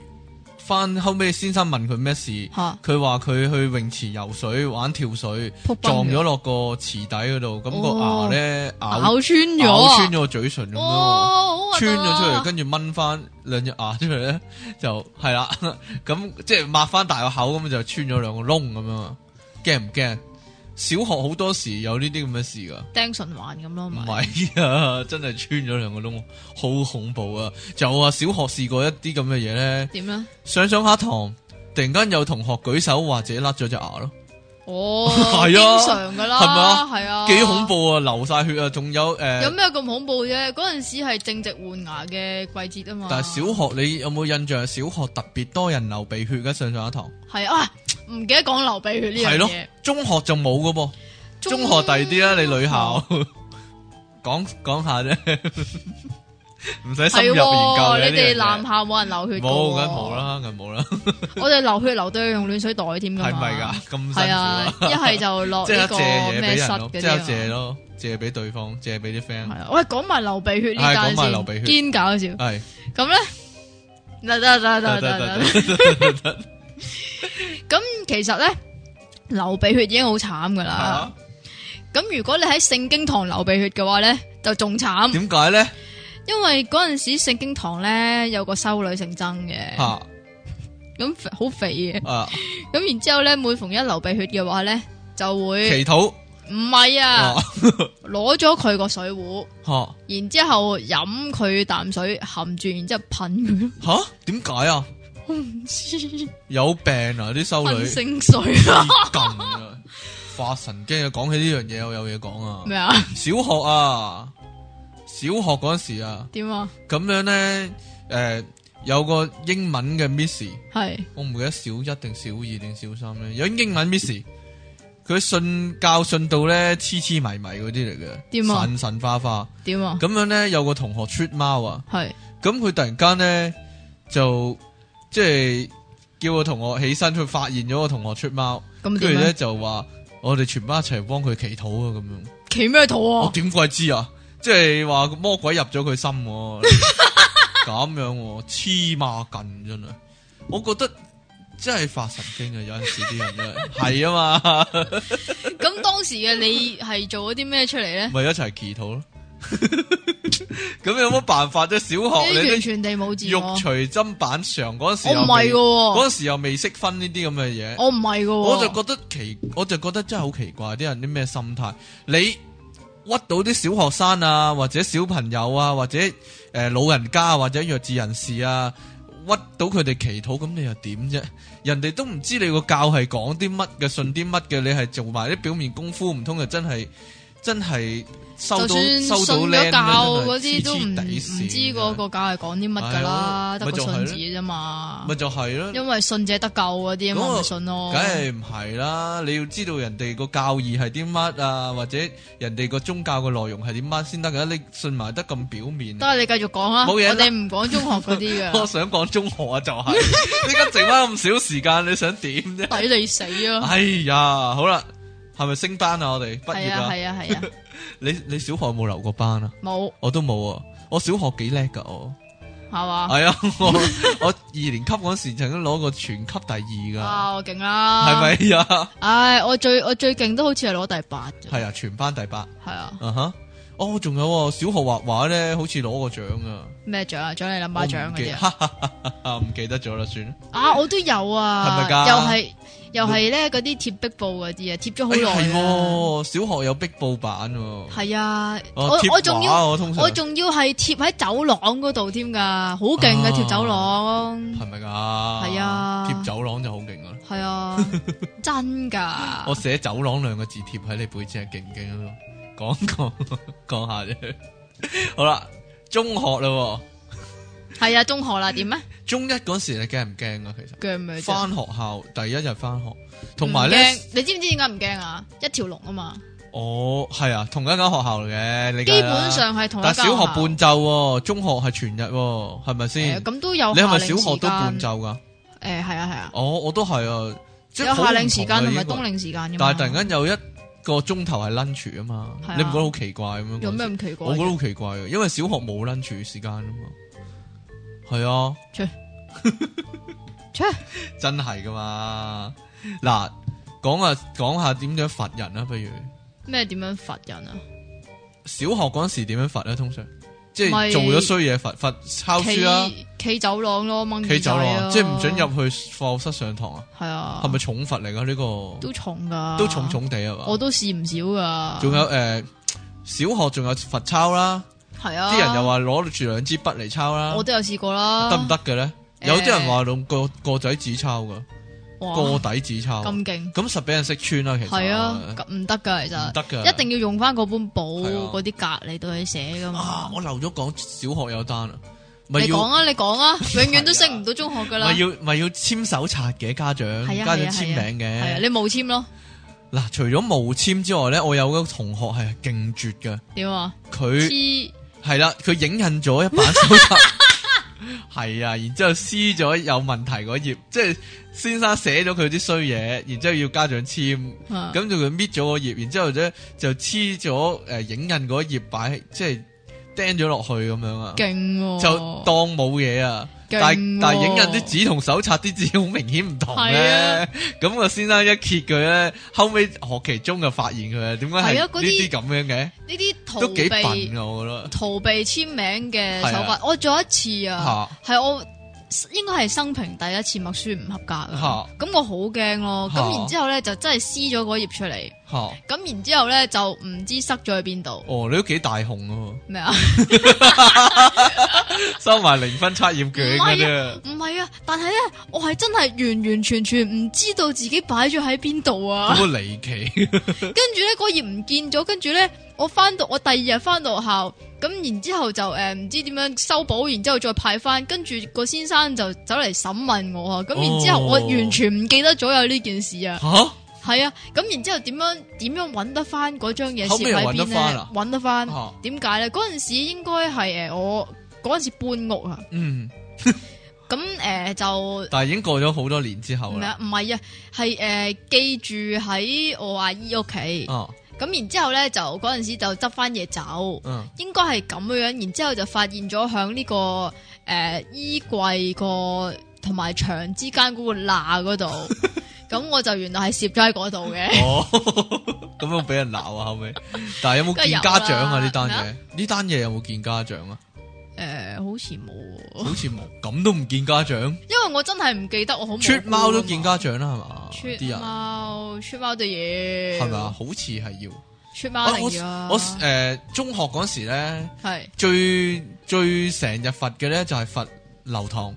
S1: 翻後尾先生問佢咩事，
S2: 吓
S1: 佢話佢去泳池游水玩跳水
S2: 撲崩
S1: 撞
S2: 嘅
S1: 咗落個池底嗰度，咁、個
S2: 哦
S1: 牙咧咬
S2: 咬穿咗
S1: 咬
S2: 啊，
S1: 穿咗個嘴唇咁樣喎。
S2: 哦，好核突
S1: 穿
S2: 啊
S1: 咗出嚟，，跟住掹翻兩隻牙出嚟咧，就係啦。 咁即係抹翻大個口，咁就穿咗兩個窿咁樣啊。驚唔驚？小學好多時有呢啲咁嘅事噶，
S2: 釘循環咁咯，
S1: 唔
S2: 咪
S1: 係啊， 真係穿咗兩個窿，好恐怖啊！就啊，小學試過一啲咁嘅嘢咧，
S2: 點咧？
S1: 上上下堂，突然間有同學舉手話自己甩咗隻牙咯，
S2: 哦，
S1: 係啊
S2: 經常噶啦，
S1: 係咪啊
S2: 係啊，
S1: 幾恐！怖啊！流晒血啊，仲有
S2: 有
S1: 誒，
S2: 咩咁恐怖啫？嗰陣時係正值換牙嘅季節啊嘛。
S1: 但係小學你有冇印象？小學特別多人流鼻血嘅上上下堂，
S2: 係啊，唔記得講流鼻血呢
S1: 係
S2: 樣
S1: 咯
S2: 嘢。，
S1: 中學就冇噶噃。中學第二啲啊啦，你女校 講講下啫， 唔使深
S2: 係
S1: 入研究嘅
S2: 喎，
S1: 呢
S2: 你
S1: 樣嘢
S2: 哋男校冇人流血㗎喎
S1: 冇，梗冇。啦，梗冇啦，
S2: 我哋流血流到要用暖水袋添㗎嘛。
S1: 係咪噶？咁辛苦
S2: 係啊
S1: 啊，！
S2: 一係就 落
S1: 即
S2: 呢
S1: 刻
S2: 個
S1: 借嘢俾
S2: 咩
S1: 人
S2: 室
S1: 咯，
S2: 嗰
S1: 即
S2: 啲
S1: 刻
S2: 啊
S1: 借咯，借俾對方，借俾啲 friend，
S2: 係啊，喂，講埋流鼻血呢
S1: 係
S2: 單
S1: 講埋流鼻血
S2: 先，堅搞笑。
S1: 係
S2: 咁咧，得得得
S1: 得
S2: 得
S1: 得
S2: 得
S1: 得
S2: 得。
S1: 得，
S2: 咁其實咧，流鼻血已經好慘㗎
S1: 係
S2: 啦
S1: 啊。
S2: 咁如果你喺聖經堂流鼻血嘅話咧，就仲慘，
S1: 點 解咧？
S2: 因為嗰陣時聖經堂咧有個修女姓曾嘅，
S1: 吓
S2: 咁肥好肥嘅。
S1: 啊，
S2: 咁然之後咧，每逢一流鼻血嘅話咧，就會
S1: 祈禱
S2: 唔係啊，
S1: 啊
S2: 攞咗佢個水壺，
S1: 吓
S2: 然之後飲佢啖水，含住，然之後噴佢，
S1: 吓，點解啊？
S2: 我唔知
S1: 有病啊！啲修女
S2: 噴聖水啊
S1: 黐筋啊，發神經啊！講起呢樣嘢，我有嘢講啊。
S2: 咩啊？
S1: 小學啊，小學嗰陣時啊，
S2: 點啊？
S1: 咁樣咧，誒、有個英文嘅 Miss，
S2: 係
S1: 我唔記得小一定小二定小三咧，有英文 Miss，佢信教信到咧痴痴迷迷嗰啲嚟嘅，
S2: 點啊
S1: 神神化化，
S2: 點啊？
S1: 咁樣咧有個同學出貓啊，
S2: 係
S1: 咁佢突然間咧就即係叫個同學起身，佢發現咗個同學出貓，
S2: 咁
S1: 跟住
S2: 點啊
S1: 咧
S2: 咧？
S1: 就話我哋全班一齊幫佢祈禱啊咁樣。
S2: 企咩肚
S1: 我
S2: 啊？
S1: 點鬼知啊？即係話個魔鬼入咗佢心 喎，咁樣喎黐孖筋真係，我覺得真係發神經啊！有陣時啲人真係係啊嘛，
S2: 咁當時嘅你係做咗啲咩出嚟咧？
S1: 咪一齊祈禱咯。 咁有乜辦法啫？小學
S2: 呢啲完
S1: 你
S2: 全地冇
S1: 啲
S2: 自
S1: 肉
S2: 我，
S1: 隨砧板上嗰陣時
S2: 我
S1: 又
S2: 哦唔係
S1: 未，
S2: 噶，
S1: 嗰陣時又未識分呢啲咁嘅嘢。
S2: 我唔係噶，
S1: 我就覺得奇，我就覺得真係好奇怪啲人啲咩心態，你屈到啲小學生啊，或者小朋友啊，或者誒、呃老人家啊或者弱智人士啊，屈到佢哋祈禱，咁你又點啫？人哋都唔知你個教係講啲乜嘅，信啲乜嘅，你係做埋啲表面功夫，唔通就真係真係收
S2: 就
S1: 到
S2: 算信
S1: 收到啊僆
S2: 咗教嗰啲都
S1: 唔
S2: 唔唔知嗰個教係講啲乜噶
S1: 係啊
S2: 啦，得
S1: 咪
S2: 個
S1: 就係
S2: 信
S1: 咯
S2: 字啫嘛
S1: 咪。就係咯。
S2: 因為信者得救嗰啲
S1: 嗰
S2: 啊
S1: 個
S2: 嘛，咪信咯
S1: 梗。係唔係啦！你要知道人哋個教義係啲乜啊，或者人哋個宗教嘅內容係啲乜先得噶。你信埋得咁表面，
S2: 得你繼續講啊，
S1: 冇
S2: 我
S1: 嘢啦
S2: 哋唔講中學嗰啲
S1: 我
S2: 嘅，
S1: 想講中學啊，就 係依家剩翻咁少時間，你想點啫？
S2: 抵你死啊！
S1: 哎呀，好啦，係咪升班啊？我哋畢
S2: 係
S1: 業
S2: 啊
S1: 啦。
S2: 係啊係啊，
S1: 你你小學有冇留過班啊？
S2: 冇
S1: 我都冇啊！我小學幾叻噶我，
S2: 係嘛？
S1: 係啊，我我二年級嗰時曾經攞過全級第二
S2: 啊，我勁
S1: 噶，
S2: 啦，？
S1: 係咪啊呀？
S2: 唉，我最我最勁都好似係攞第八啫，
S1: 係啊，全班第八。
S2: 係啊，
S1: 啊哈！哦，仲有啊，小學畫畫咧，好似攞個獎啊，
S2: 咩獎啊？獎你諗下獎
S1: 我唔
S2: 嗰
S1: 記
S2: 啲啊？
S1: 唔記得咗啦，算啦。
S2: 啊，我都有
S1: 係
S2: 啊，
S1: 咪㗎
S2: 又係又係咧嗰啲貼壁布嗰啲啊，貼咗好
S1: 哎
S2: 耐
S1: 係
S2: 啊。
S1: 喎小學有壁布版喎。
S2: 係啊，
S1: 哦
S2: 我
S1: 貼
S2: 我仲要
S1: 畫我通常
S2: 我仲要係貼喺走廊嗰度添㗎，好勁
S1: 啊
S2: 㗎貼走廊，
S1: 係咪㗎？係
S2: 啊
S1: 貼走廊就好勁啊！
S2: 係 啊，真㗎。
S1: 我寫走廊兩個字貼喺你背脊，勁唔勁啊？講講 講下啫。好啦，中學啦喎，
S2: 係啊，中學啦，點咧？
S1: 中一嗰時你驚唔驚啊？其
S2: 鋸咪
S1: 實翻學校第一日翻學，同埋咧，
S2: 你知唔知點解唔驚啊？一條龍啊嘛，
S1: 我係啊，同一間學校嚟嘅，你梗
S2: 基
S1: 係啦
S2: 本上係同一
S1: 但小
S2: 間
S1: 學
S2: 學校
S1: 半晝喎，中學係全日喎，係咪
S2: 誒
S1: 先？
S2: 咁都有
S1: 你係咪
S2: 夏令
S1: 小學都半
S2: 時間？
S1: 晝噶？
S2: 誒係啊係啊，
S1: 哦，我都係啊，即係
S2: 有
S1: 好
S2: 夏令
S1: 唔
S2: 時
S1: 同
S2: 間
S1: 啊
S2: 同
S1: 英
S2: 埋
S1: 國
S2: 冬令時間㗎嘛。
S1: 但係突然間有一個鐘頭係 lunch 啊嘛，
S2: 係啊
S1: 你唔覺得好奇怪咁樣？
S2: 有咩咁啊奇怪
S1: 我覺
S2: 啫？
S1: 得好奇怪嘅，因為小學冇 lunch 時間啊嘛。係啊，
S2: 切切
S1: 真係噶嘛？嗱，講下講下點樣罰人啊？不如
S2: 咩點樣罰人啊？
S1: 小學嗰陣時點樣罰咧？通常即係
S2: 咪
S1: 做咗衰嘢罰罰抄書啊，
S2: 企企走廊咯，掹
S1: 企
S2: 耳
S1: 走廊
S2: 仔
S1: 啊，
S2: 咯
S1: 即係唔准。入去課室上堂啊，
S2: 係啊，
S1: 係咪重罰嚟噶？呢個
S2: 都重㗎？
S1: 都重，重地啊嘛
S2: 我。都試唔少㗎。
S1: 仲有誒，小學仲有罰抄啦。
S2: 係啊，
S1: 啲人又話攞住兩支筆嚟抄啦，
S2: 我都有試過啦，
S1: 得唔得嘅咧？
S2: 誒
S1: 有啲人話用個個仔紙抄噶，
S2: 哇？
S1: 個底紙抄，
S2: 咁勁
S1: 咁實俾人識穿啊啦。其實
S2: 係啊，咁唔得㗎其
S1: 唔
S2: 實。
S1: 得噶，
S2: 一定要用翻嗰本
S1: 係
S2: 簿
S1: 啊
S2: 嗰啲格嚟到去寫噶
S1: 啊！
S2: 嘛。
S1: 我漏咗講小學有單啊，咪
S2: 你講
S1: 要
S2: 啊，你 講啊，永遠都升唔到中學噶啦。
S1: 咪要咪要簽手冊嘅家長，
S2: 係
S1: 家
S2: 啊係
S1: 長
S2: 啊
S1: 簽
S2: 係啊
S1: 名
S2: 係啊，
S1: 嘅。
S2: 你冇簽咯，
S1: 嗱，除咗無簽之外咧，我有個同學係勁絕嘅，
S2: 點啊？
S1: 佢
S2: 黐
S1: 係啦，佢影印咗一版手 冊。係啊，然之後撕咗有問題嗰頁，即係先生寫咗佢啲衰嘢，然之後要家長簽，
S2: 啊
S1: 咁就佢搣咗個頁，然之後咧就黐咗誒影印嗰頁擺，即係釘咗落去咁樣啊，
S2: 勁喎，
S1: 就當冇嘢啊。但係但係影印啲紙同手冊啲紙好明顯唔同
S2: 係
S1: 咧
S2: 啊，
S1: 咁個先生一揭佢咧，後尾學期中就發現佢啊，點解係
S2: 係
S1: 呢
S2: 啊嗰啲
S1: 啲咁樣嘅，
S2: 呢啲逃
S1: 都幾
S2: 避
S1: 笨啊，我覺得
S2: 逃避簽名嘅手
S1: 係啊
S2: 法，我做一次啊，
S1: 嚇
S2: 係我應該係生平第一次默書唔合格啊，
S1: 嚇
S2: 咁我好驚咯，
S1: 嚇
S2: 咁然之後咧就真係撕咗嗰頁出嚟，
S1: 嚇，
S2: 咁然之後咧就唔知塞咗去邊度
S1: 哦你都幾大紅喎，
S2: 咩啊？
S1: 收埋零分測驗卷嗰啲啊，
S2: 唔係啊，但係咧，我係真係完完全全唔知道自己擺咗喺邊度
S1: 好
S2: 啊！
S1: 離 奇，
S2: 跟住咧嗰頁唔見咗，跟住咧我翻到我第二日翻到學校，咁然之後就誒唔知點樣修補，然之後再派翻，跟住個先生就走嚟審問我啊！咁然之後
S1: 哦
S2: 我完全唔記得咗有呢件事啊！
S1: 嚇
S2: 係啊，咁然之後點樣點樣揾得翻嗰張嘢
S1: 後
S2: 攝
S1: 尾又
S2: 喺
S1: 揾得
S2: 邊
S1: 返
S2: 咧
S1: 啊？
S2: 揾得翻，
S1: 嚇
S2: 點解咧？嗰陣時應該係誒我嗰陣時搬屋啊，
S1: 嗯。
S2: 咁誒、呃就。
S1: 但系已經過咗好多年之後
S2: 唔係
S1: 啦。
S2: 啊，唔係啊，係誒、呃記住喺我阿姨屋企，咁、
S1: 啊，
S2: 然之後咧就嗰陣時就執翻嘢走，
S1: 嗯，
S2: 應該係咁樣，然之後就發現咗響呢個誒、呃、衣櫃個同埋牆之間嗰個罅 嗰度，咁我就原來係攝咗喺嗰度嘅，
S1: 哦， 咁樣俾人鬧啊後尾。但係有冇見家長啊？呢單
S2: 梗係有啦
S1: 嘢，呢單嘢有冇見家長啊？
S2: 誒、呃好似冇 喎，
S1: 好似冇，咁都唔見家 長。
S2: 因為我真係唔記得我好啊
S1: 出貓都見
S2: 見
S1: 家長啦，係嘛？啊啲
S2: 出
S1: 人
S2: 貓出貓對嘢
S1: 係咪啊？好似係要。
S2: 出
S1: 啊
S2: 貓嚟㗎，
S1: 我我呃诶，中學嗰時咧，
S2: 係
S1: 最最成日罰嘅咧就係罰留堂。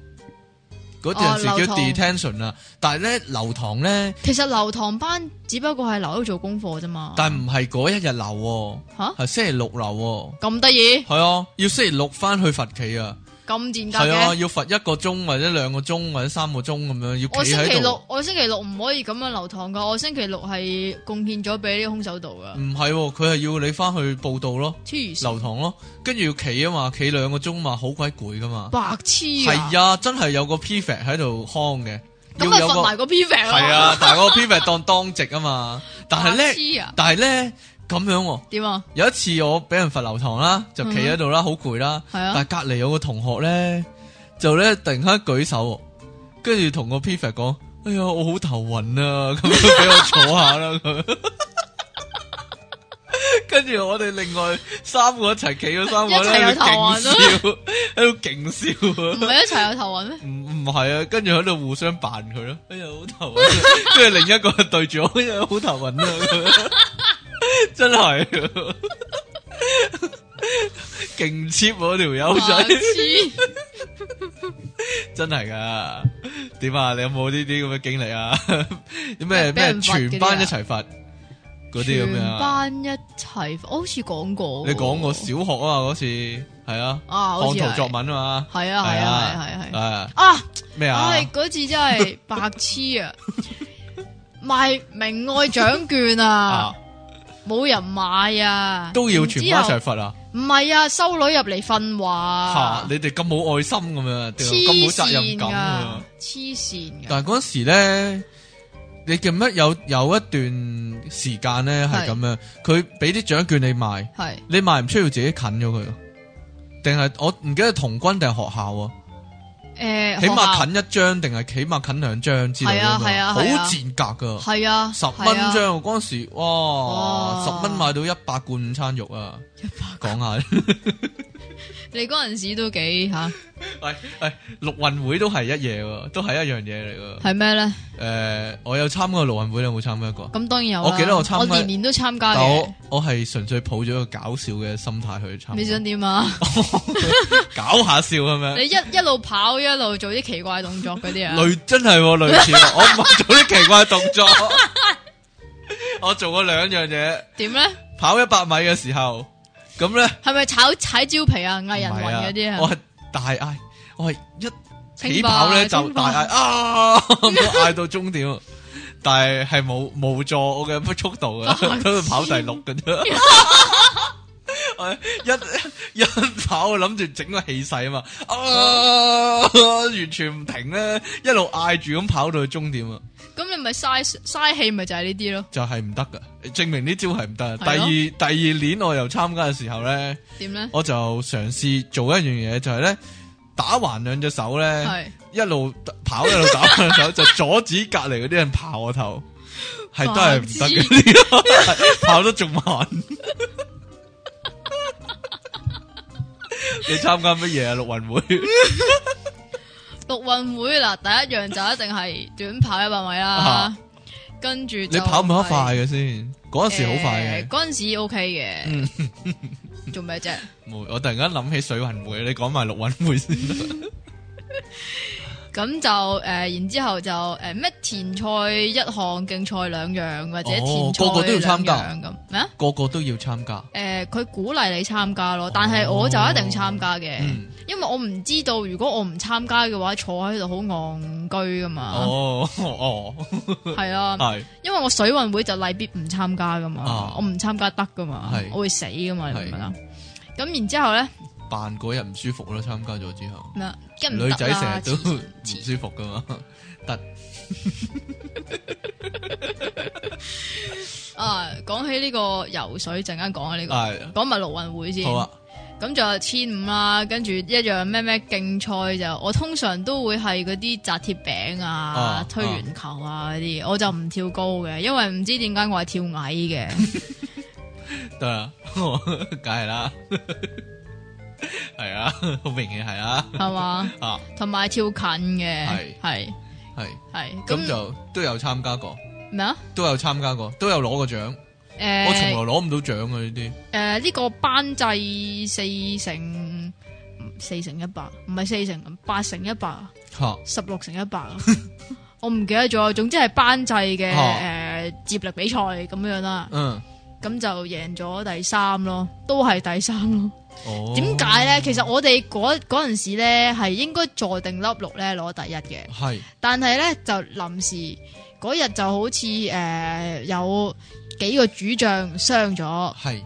S1: 嗰陣時
S2: 哦留
S1: 叫
S2: 堂
S1: detention 啦，但係咧留堂咧，
S2: 其實留堂班只不過係留喺度做功課啫嘛。
S1: 但唔係嗰一日留喎，
S2: 吓
S1: 係星期六留喎。
S2: 咁得意，
S1: 系啊，要星期六翻去罰企啊，
S2: 咁賤格
S1: 係啊，
S2: 嘅。
S1: 要罰一個鐘或者兩個鐘或者三個鐘咁樣，要
S2: 我
S1: 企
S2: 星期
S1: 喺
S2: 六
S1: 度。，
S2: 我星期六唔可以咁樣留堂噶。我星期六係貢獻咗俾呢個空手道噶
S1: 唔。係喎，佢係要你翻去報道咯，
S2: 黐線，
S1: 留堂咯，跟住要企啊嘛，企兩個鐘嘛，好鬼攰噶嘛。
S2: 白痴
S1: 係
S2: 啊！
S1: 啊，真係有個 prefect 喺度看嘅，
S2: 咁
S1: 要
S2: 咪
S1: 有個
S2: 罰埋個 P 肥咯。
S1: 係啊，但係嗰個 prefect 當當值啊嘛。但係
S2: 白
S1: 咧，
S2: 痴啊！
S1: 但係咧咁樣喎。
S2: 點啊？
S1: 有一次我俾人罰留堂啦，就企喺度啦，好攰啦。
S2: 嗯係啊
S1: 但係隔離有個同學咧，就咧突然間舉手喎，跟住同個 prefect 講：哎呀，我好頭暈啊，咁樣俾我坐下啦。咁樣 跟跟住我哋另外三個一齊企咗三個
S2: 一齊
S1: 咧，
S2: 有頭暈啊
S1: 喺度勁笑，喺度勁
S2: 唔
S1: 笑啊！
S2: 係一齊有頭暈 咩？
S1: 唔唔係啊，跟住喺度互相扮佢咯，哎呀好頭 暈，跟住另一個對住我，哎呀好頭暈啊 咁樣，真係啊勁 cheap 喎條友
S2: 白
S1: 仔，
S2: 痴
S1: 真係噶。點啊？你有冇呢啲咁嘅經歷啊？ 咩
S2: 俾
S1: 咩
S2: 人罰嗰啲啊
S1: 全班一齊罰嗰啲咁樣
S2: 全
S1: 啊？
S2: 班一齊，我好似講過喎。
S1: 你講過小學啊嘛嗰次係啊，放
S2: 啊，好似
S1: 圖
S2: 係
S1: 作文啊嘛，
S2: 係啊，係啊，係啊，係啊，係啊
S1: 啊
S2: 啊！
S1: 咩啊
S2: 唉，？嗰次 真係白痴啊！賣明愛獎券啊
S1: 啊，
S2: 冇人買啊，
S1: 都要全班一齊
S2: 然之後
S1: 罰啊！
S2: 唔係啊，修女入嚟訓
S1: 吓
S2: 話，，
S1: 你哋咁冇愛心咁樣，定係咁
S2: 啊黐
S1: 冇責任
S2: 線
S1: 感
S2: 噶
S1: 啊！，
S2: 黐線噶，
S1: 但係嗰時咧，你記唔記得有有一段時間咧係
S2: 係
S1: 咁樣，佢俾啲獎券你賣，
S2: 係
S1: 你賣唔需要自己啃咗佢，定係我唔記得係童軍定係學校啊？
S2: 誒，
S1: 起碼
S2: 近
S1: 啃一張定係起碼啃兩張之類
S2: 係啊
S1: 咁
S2: 係
S1: 樣，
S2: 啊
S1: 好
S2: 係啊
S1: 賤格噶。
S2: 係啊，
S1: 十蚊
S2: 係啊，
S1: 張嗰陣時，哇！
S2: 哇
S1: 十蚊買到一百罐午餐肉啊！講下，
S2: 你嗰陣時都幾吓，
S1: 喂喂，陸運會都係一嘢喎，都係一樣嘢嚟㗎。
S2: 係咩咧？
S1: 诶，呃我有參加過陸運會，你有冇參加過？
S2: 咁當然有
S1: 我記
S2: 記
S1: 得我參加
S2: 我年年都參加
S1: 但我
S2: 嘅，
S1: 我係純粹抱咗一個搞笑嘅心態去參
S2: 你
S1: 加，
S2: 想點啊？
S1: 搞下笑咁樣。
S2: 你一一路跑一路做啲奇怪動作嗰啲啊？
S1: 類真係喎類似 喎，我唔係做啲奇怪嘅動作， 我做過兩樣嘢，
S2: 點咧？
S1: 跑一百米嘅時候，咁咧
S2: 係咪炒踩蕉皮啊？藝人
S1: 唔
S2: 雲
S1: 係啊
S2: 嗰啲啊？
S1: 我係大嗌，我係一。起
S2: 清白
S1: 跑咧就
S2: 清白
S1: 大嗌啊， 咁樣嗌到終點，但係係冇冇助我嘅速度 啊，
S2: 白痴
S1: 都係跑第六嘅啫。 我一 一跑，我諗住整個氣勢啊嘛，啊，完全唔停咧，一路嗌住咁跑到去終點啊，
S2: 咁你咪嘥嘥氣，咪就係呢啲咯？
S1: 就係唔得噶，證明呢招係唔得。第
S2: 係
S1: 二
S2: 咯
S1: 第二年我又參加嘅時候咧，
S2: 點咧？
S1: 我就嘗試做一樣嘢，就係咧打橫兩隻手咧。
S2: 係
S1: 一路跑一路打 翻手，就阻止隔籬嗰啲人刨我頭，係都係唔得嘅呢個， 跑得仲慢。你參加乜嘢啊？陸運 會
S2: 陸運會嗱，第一樣就一定係短跑一百米啦
S1: 啊，
S2: 跟住
S1: 你
S2: 就
S1: 跑唔跑得快
S2: 係？
S1: 嘅先？嗰陣時好快
S2: 誒
S1: 嘅。嗯
S2: 嗰陣時 OK 嘅。做咩啫？
S1: 冇我突然間諗起水運會，你講埋陸運會 先。
S2: 咁就誒，然之後就誒咩田賽一項，競賽兩樣，或者
S1: 哦
S2: 田
S1: 個
S2: 賽
S1: 個都要參加
S2: 兩樣咁咩啊？
S1: 個個都要參加。
S2: 誒，呃佢鼓勵你參加咯，但係我就一定參加嘅，
S1: 哦嗯，
S2: 因為我唔知道如果我唔參加嘅話，坐喺度好戇居噶嘛，
S1: 哦哦，
S2: 係啊，
S1: 係
S2: 因為我水運會就例必唔參加噶嘛，
S1: 啊
S2: 我唔參加得噶嘛
S1: 係，
S2: 我會死噶嘛，你
S1: 係
S2: 明唔明啊？咁然之後咧，
S1: 扮嗰日唔舒服啦，參加咗之後。
S2: 咩啊梗唔得
S1: 女
S2: 啦
S1: 仔成日都
S2: 黐
S1: 唔
S2: 線
S1: 舒服噶嘛，得
S2: 啊，講起呢個游水，陣間講下呢個，
S1: 係
S2: 講埋陸運會先。
S1: 啊好啊，
S2: 咁就千五啦，跟住一樣咩咩競賽就，我通常都會係嗰啲擲鐵餅啊
S1: 啊、
S2: 推圓球啊嗰啲，我就唔跳高嘅，因為唔知點解我係跳矮嘅，
S1: 得啦， 梗係啦，係啊，好明顯係啦，
S2: 係嘛，
S1: 啊，
S2: 同埋跳近嘅，
S1: 係
S2: 係
S1: 係
S2: 係
S1: 咁
S2: 咁
S1: 就都有參加過，
S2: 咩啊？
S1: 都有參加過，都有攞過獎，我從來
S2: 誒
S1: 攞唔到獎嘅呢啲，
S2: 誒呢個班制四乘四乘一百，唔係四乘八乘一百，
S1: 吓
S2: 十六乘 一百啊。我唔記得咗，總之係班制嘅誒、
S1: 啊
S2: 接力比賽咁樣啦。
S1: 嗯，
S2: 咁就贏咗第三咯，都係第三咯。
S1: 哦，
S2: 點解咧？其實我哋嗰嗰陣時咧係應該坐定粒六咧攞第一嘅，
S1: 係
S2: 但係咧就臨時嗰日就好似誒、呃有幾個主將傷咗，
S1: 係？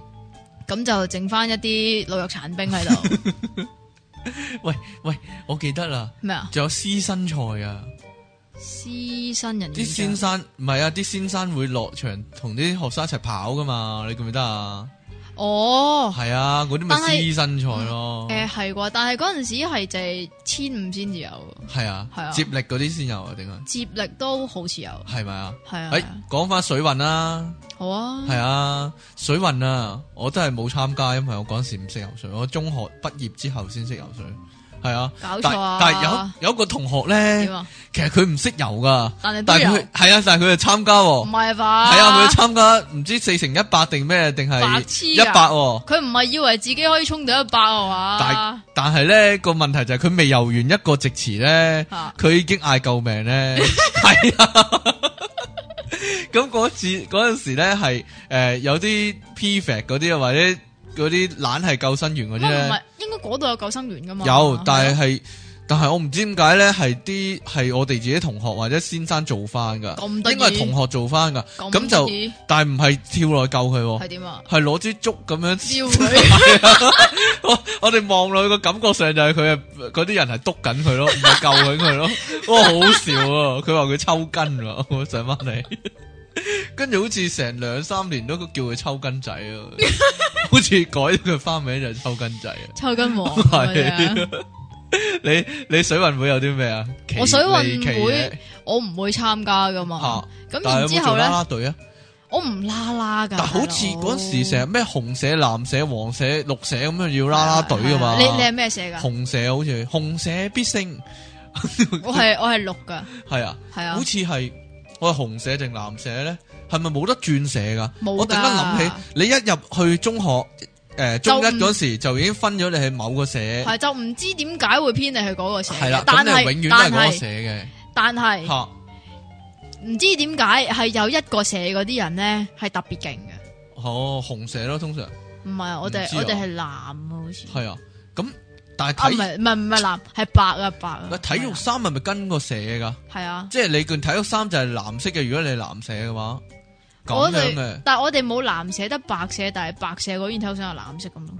S2: 咁就剩翻一啲老弱殘兵 喺度
S1: 我記得啦，
S2: 咩啊？
S1: 仲有師生賽啊，
S2: 師生人
S1: 啲先生唔係啊，啲先生會落場同啲學生一齊跑噶嘛，你記唔記得啊？
S2: 哦，
S1: 系啊，嗰啲咪
S2: 但係嗯
S1: 私生菜咯，
S2: 诶系啩？但系嗰阵时系就系千五先至有，
S1: 系啊
S2: 係啊，
S1: 接力嗰啲先有啊，定係
S2: 接力都好似有，
S1: 係咪啊？
S2: 系啊，係
S1: 诶
S2: 啊，
S1: 講翻水運啦，
S2: 好啊，
S1: 係啊，水運啊，我真係冇參加，因為我嗰陣時唔識游水，我中學畢業之後先識游水，係啊，
S2: 搞
S1: 但
S2: 錯啊
S1: 但係有有一個同學
S2: 点
S1: 咧，
S2: 啊？
S1: 其實佢唔識游噶，
S2: 但系都
S1: 但係
S2: 有，
S1: 佢係啊，但係佢就參加喎
S2: 唔。系吧？
S1: 系啊，佢參加唔知四乘一百定咩，定
S2: 白
S1: 係
S2: 痴
S1: 一
S2: 㗎
S1: 百喎。
S2: 佢唔系以为自己可以冲到一百啊
S1: 但但係咧個問題就係佢未游完一個直池咧，
S2: 嘛？
S1: 佢已經嗌救命 咧，係啊。 咁嗰次嗰阵时咧係诶有啲 p f a 嗰啲啊，或者嗰啲懶係救生員嗰
S2: 乜
S1: 啲
S2: 唔
S1: 咧
S2: 系？應該嗰度有救生員噶嘛？
S1: 有，但
S2: 係
S1: 係係但係我唔知點解咧係啲係我哋自己同學或者先生做翻噶，
S2: 咁
S1: 應
S2: 得
S1: 該
S2: 意
S1: 係同學做翻噶，
S2: 咁
S1: 咁就
S2: 得意
S1: 但係唔係跳落去救佢喎。
S2: 係點啊？
S1: 系攞支竹咁样
S2: 撩 佢
S1: 我我哋望落去個感覺上就係佢啊，嗰啲人係督緊佢咯，唔係救緊佢 咯。哇，好笑啊！佢話佢抽筋喎， 我想翻嚟，跟住好似成兩三年都叫佢抽筋仔 啊，好似改咗佢花名就係抽筋仔啊。
S2: 抽筋 王嗰啲啊
S1: 係你你水運會有啲咩啊？奇
S2: 我水運
S1: 離奇
S2: 會
S1: 嘢
S2: 我唔會參加噶嘛
S1: 嚇。但
S2: 咁
S1: 係
S2: 然
S1: 有
S2: 之
S1: 冇做
S2: 後
S1: 啦
S2: 咧，
S1: 啦隊啊？
S2: 我唔啦啦噶。
S1: 但好似嗰陣時成日咩紅社、藍社、黃社、綠社咁樣要啦啦隊噶嘛？
S2: 你你係啊咩寫噶？
S1: 紅社好似紅社必勝。
S2: 我係我係六噶，
S1: 系啊，
S2: 係啊
S1: 好似係我係紅社定藍社咧，係咪冇得轉社噶？
S2: 冇㗎
S1: 我突然間諗起，你一入去中學诶、誒中一嗰時就已經分咗你係某個社，係
S2: 係就唔知點解會偏你去嗰個寫嘅。
S1: 啦，咁
S2: 但
S1: 你
S2: 係
S1: 永遠都係
S2: 但
S1: 嗰個社
S2: 係
S1: 嘅
S2: 但係
S1: 吓。
S2: 唔知點解係有一個寫嗰啲人咧係特別勁嘅。
S1: 哦，紅社咯，通常
S2: 唔係我哋
S1: 唔知啊
S2: 我哋係藍啊，好似。
S1: 係啊。咁但
S2: 啊，
S1: 係
S2: 唔
S1: 體
S2: 係唔係唔係藍，係白啊白啊
S1: 唔。係體育衫係咪跟個社噶？
S2: 係啊，
S1: 即係你件體育衫就係藍色嘅，如果你係藍社嘅話，
S2: 我
S1: 咁樣
S2: 哋
S1: 嘅
S2: 但係我哋冇藍寫得白寫，但係白寫嗰件頭想係藍色咁咯。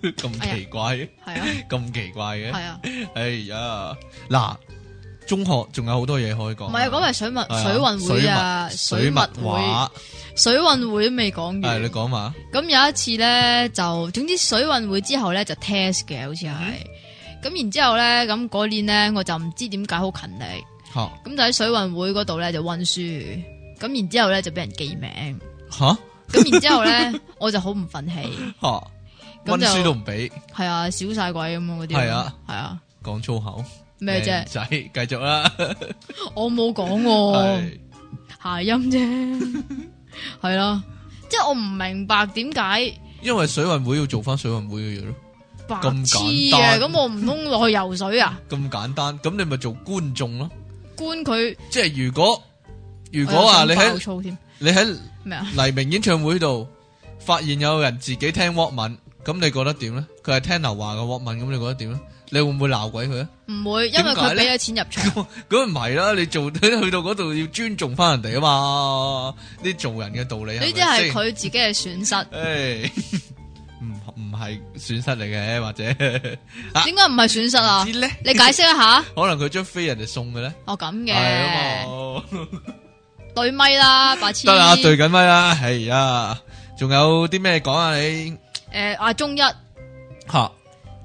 S2: 哎
S1: 咁
S2: 呀
S1: 奇怪，
S2: 係啊
S1: 咁奇怪 嘅。
S2: 係啊，
S1: 哎呀，嗱，中學仲有好多嘢可以講。
S2: 唔係啊，講係水墨
S1: 哦係啊
S2: 水運會啊，水
S1: 水
S2: 墨
S1: 墨
S2: 會
S1: 畫，
S2: 水運會都未講
S1: 係你
S2: 完。
S1: 講嘛？
S2: 咁有一次咧，就總之水運會之後咧就 test 嘅，好似
S1: 嗯
S2: 係。咁然之後咧，咁嗰年咧我就唔知點解好勤力，
S1: 吓
S2: 咁就喺水運會嗰度咧就温書，咁然之後咧就俾人記名，
S1: 吓
S2: 咁然之後咧 我就好唔忿氣。
S1: 吓，
S2: 就
S1: 温書都唔俾，
S2: 系啊，少晒鬼咁啊嗰啲。
S1: 係啊，
S2: 系啊，
S1: 講粗口
S2: 咩
S1: 靚
S2: 啫？
S1: 仔，繼續啦。
S2: 我冇講喎，
S1: 係
S2: 諧音啫，係啦。即系我唔明白點解
S1: 因為水運會要做翻水運會嘅嘢咯，
S2: 白
S1: 咁
S2: 痴嘅，
S1: 簡單
S2: 咁我唔通落去游水啊？
S1: 咁簡單。咁你咪做觀眾咯。
S2: 官佢，
S1: 即係如果如果啊，
S2: 我
S1: 你
S2: 又想爆
S1: 喺
S2: 粗添
S1: 你喺
S2: 咩啊？
S1: 黎明演唱會度發現有人自己聽 Walkman，咁你覺得點咧？佢係聽劉華嘅 Walkman，咁你覺得點咧？你會唔會鬧鬼佢啊？
S2: 唔會，因
S1: 點
S2: 為
S1: 解
S2: 佢
S1: 咧
S2: 俾咗錢入場，
S1: 咁唔係啊啦，你做去到嗰度要尊重翻人哋啊嘛，呢做人嘅道理
S2: 呢啲
S1: 咪
S2: 係
S1: 先
S2: 佢自己嘅損失。
S1: 唉唔唔係損失嚟嘅，或者唔啊
S2: 點解唔係損失啊？
S1: 知咧，
S2: 你解釋一下。
S1: 可能佢張飛人哋送嘅咧，
S2: 哦咁
S1: 係
S2: 嘅，
S1: 啊嘛，
S2: 對咪啦，白痴。
S1: 得啦，對緊咪啦，係啊，仲有啲咩講啊你
S2: 诶，啊中一。
S1: 吓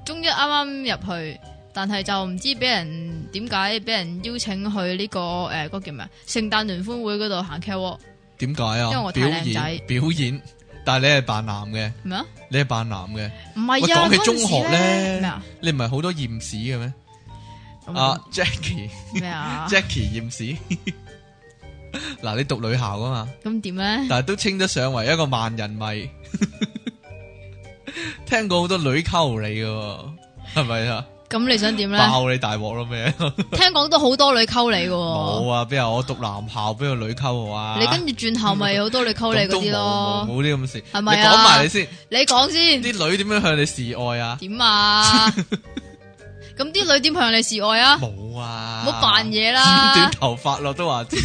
S2: 中一啱啱入去，但系就唔知俾人點解俾人邀請去呢、個个诶嗰、個叫咩啊聖誕聯歡會嗰度行 K 喎，
S1: 點解
S2: 因為
S1: 啊？
S2: 我太
S1: 表
S2: 靚仔
S1: 演表演，但係你係扮男嘅，
S2: 咩啊？
S1: 你係扮男嘅，
S2: 唔係啊，
S1: 我講起
S2: 嗰陣
S1: 中
S2: 時
S1: 學
S2: 咧
S1: 呢
S2: 咩啊？
S1: 你唔係好多驗屎嘅咩？啊
S2: 咁
S1: ，Jackie。
S2: 咩啊？
S1: Jackie 驗屎。 嗱，你讀女校噶嘛，
S2: 咁點咧？
S1: 但系都稱得上為一個萬人迷。 聽過好多女溝你噶，係咪啊？
S2: 咁你想點咧？
S1: 爆你大鑊咯咩？
S2: 聽講都好多女溝你 嘅
S1: 冇
S2: 喎，
S1: 啊，邊有我讀男校，邊有女溝我啊？
S2: 哦你跟住轉後咪好多女溝
S1: 咁
S2: 你
S1: 都
S2: 嗰
S1: 冇冇
S2: 啲咯。
S1: 冇啲咁嘅事。
S2: 係咪啊
S1: 你講埋你先，
S2: 你講先
S1: 啲女點樣向你示愛啊？
S2: 點啊？咁啲女點向你示愛啊？
S1: 冇啊，
S2: 唔好扮嘢
S1: 短
S2: 啦！
S1: 頭髮咯，都話知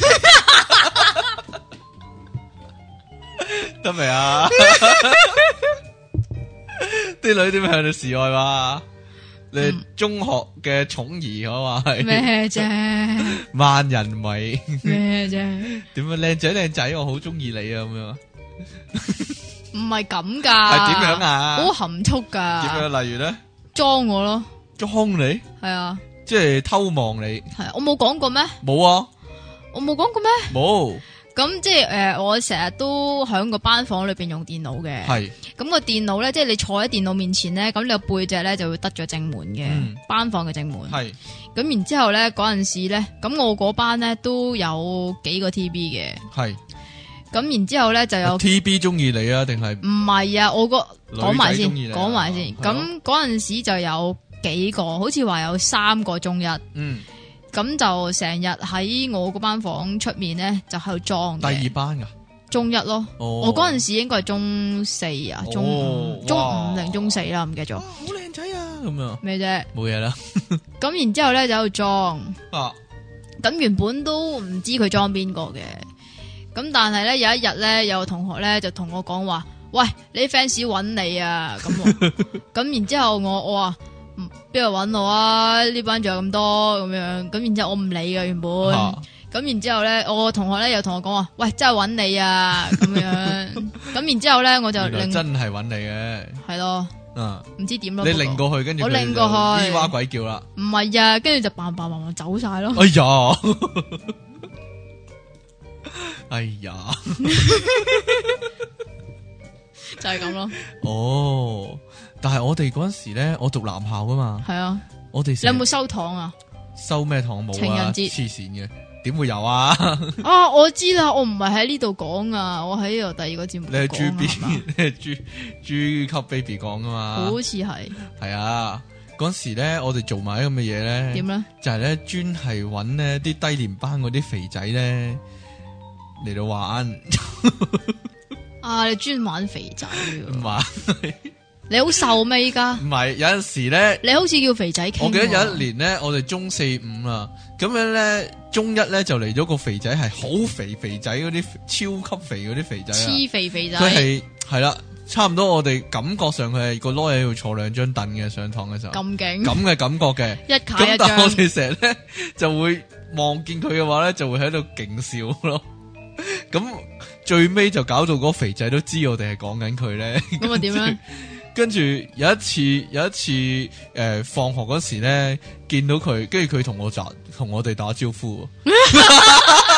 S1: 得未啊？啲女點向你示愛嘛？你係中學嘅寵兒啊嘛係
S2: 咩啫？
S1: 萬人迷，
S2: 咩啫？
S1: 點樣靚仔靚仔，我好中意你啊咁樣啊，
S2: 唔係咁
S1: 係
S2: 噶，
S1: 點樣？啊？
S2: 好含蓄
S1: 點
S2: 噶，
S1: 樣？例如咧，
S2: 裝我咯，
S1: 裝你，
S2: 係啊，
S1: 即係偷望你，
S2: 係啊我冇講過咩？
S1: 冇啊，
S2: 我冇講過咩？
S1: 冇，
S2: 咁即係诶、呃我成日都喺個班房裏边用電腦嘅。
S1: 係
S2: 咁個電腦咧，即係你坐喺電腦面前咧，咁你個背脊咧就會得咗正門嘅、
S1: 嗯
S2: 班房嘅正門。
S1: 係
S2: 咁然之後咧，嗰陣時咧，咁我嗰班咧都有幾個 TB 嘅。
S1: 係。
S2: 咁然之後咧就有
S1: T B 中意你啊，定係
S2: 唔係啊，我個
S1: 女仔
S2: 講埋先
S1: 鍾意你，啊
S2: 講埋先。
S1: 係咯
S2: 咁嗰陣時就有幾個，好似話有三個中一，
S1: 嗯
S2: 咁就成日喺我嗰班房出面咧就喺度裝
S1: 第
S2: 嘅
S1: 二班噶？
S2: 中一咯。
S1: 哦，
S2: 我嗰陣時應該係中四啊，中
S1: 哦
S2: 五、中五
S1: 哇
S2: 定中四啦，唔記得
S1: 啊
S2: 咗
S1: 好靚仔啊，咁樣
S2: 咩啫。
S1: 冇嘢啦。
S2: 咁然之後咧就喺度裝，
S1: 啊，
S2: 咁原本都唔知佢裝邊個嘅，咁但係咧有一日咧有個同學咧就同我講話，喂，你 fans 揾你啊，咁喎 咁然之後我我話嗯邊度揾我啊？呢班仲有咁多咁樣，咁然之後我唔理嘅原本，咁、
S1: 啊
S2: 然之後咧我個同學咧又同我講話，喂，真係揾你啊， 咁樣，咁然之後咧我就
S1: 原來
S2: 令
S1: 真係揾你嘅，
S2: 係咯，
S1: 嗯，
S2: 唔知點咯，
S1: 你
S2: 不過
S1: 擰過去，跟住
S2: 我
S1: 佢
S2: 擰
S1: 就
S2: 過去
S1: 咿哇鬼叫 啦。
S2: 唔係啊，跟住就扮扮扮扮走晒咯。
S1: 哎呀， 哎呀，
S2: 就係咁咯，
S1: 哦！但係我哋嗰阵时咧，我讀男校噶嘛，
S2: 係啊，
S1: 我哋
S2: 你有
S1: 成日
S2: 冇收糖啊？
S1: 收咩堂冇
S2: 情
S1: 啊？
S2: 人
S1: 黐
S2: 節
S1: 線嘅，點會有啊？
S2: 啊，我知啦，我唔係喺呢度講啊，我喺呢度第二個節目
S1: 你係
S2: 講啊
S1: 豬啊 B，
S2: 係嘛
S1: 你係豬豬級 baby 講噶嘛？
S2: 好似係
S1: 係啊，嗰時咧，我哋做埋啲咁嘅嘢咧，
S2: 點咧？
S1: 就係咧專係揾呢啲低年班嗰啲肥仔咧嚟到玩，
S2: 啊，你專玩肥仔㗎
S1: 唔係
S2: 你好瘦咩？依家
S1: 唔係有陣時咧，
S2: 你好似叫肥仔傾喎。
S1: 我記得有一年啊咧，我哋中四五啦，咁樣咧中一咧就嚟咗個肥仔係好肥肥仔嗰啲超級肥嗰啲肥仔啊，
S2: 黐肥肥仔，
S1: 佢係係啦，差唔多我哋感覺上佢係個籮柚喺度坐兩張凳嘅上堂嘅時候，
S2: 咁勁，
S1: 咁嘅感覺嘅。
S2: 一卡
S1: 咁
S2: 一
S1: 但係我
S2: 張，
S1: 哋成日咧就會望見佢嘅話咧，就會喺度勁笑咯。 咁最尾就搞到嗰個肥仔都知我哋係講緊佢咧。
S2: 咁啊點咧？
S1: 跟住有一次，有一次誒、呃放學嗰時咧，見到佢，跟住佢同我打同我哋打招呼喎。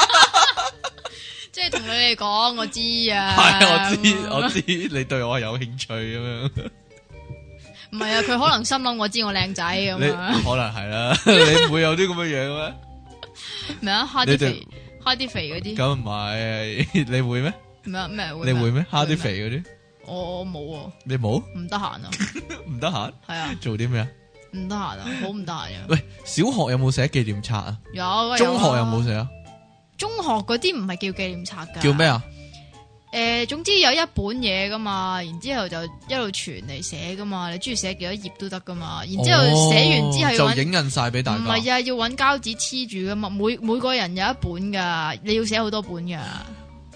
S2: 即係同你哋講，我知啊，
S1: 係、我知我知，你對我有興趣咁樣。
S2: 唔係啊，佢可能心諗我知我靚仔
S1: 你
S2: 咁啊，
S1: 可能係啦， 你唔會有啲咁嘅嘢嘅咩？
S2: 咩啊？蝦
S1: 你
S2: 啲
S1: 哋
S2: 肥，蝦啲肥嗰啲，
S1: 咁唔係，你會咩？
S2: 咩啊咩
S1: 你
S2: 會
S1: 會
S2: 會啊
S1: 咩？蝦啲，肥嗰啲，
S2: 我我冇啊，
S1: 你冇？
S2: 唔得閒啊，
S1: 唔得閒
S2: 係啊。
S1: 做啲咩啊？
S2: 唔得閒啊，好唔得閒啊。
S1: 喂，小學有冇寫紀念冊啊？
S2: 有啊
S1: 中學有冇
S2: 啊？
S1: 寫啊？
S2: 中學嗰啲唔係叫紀念冊㗎。
S1: 叫咩？啊？
S2: 诶、總之有一本嘢㗎嘛，然之后就一路傳嚟寫㗎嘛，你中意寫幾多頁都得㗎嘛。然之
S1: 哦
S2: 后寫完之後要
S1: 就
S2: 搵，
S1: 影印晒俾大
S2: 唔
S1: 家。
S2: 係啊，要搵膠紙黐住㗎嘛。每每个人有一本㗎，你要寫好多本㗎。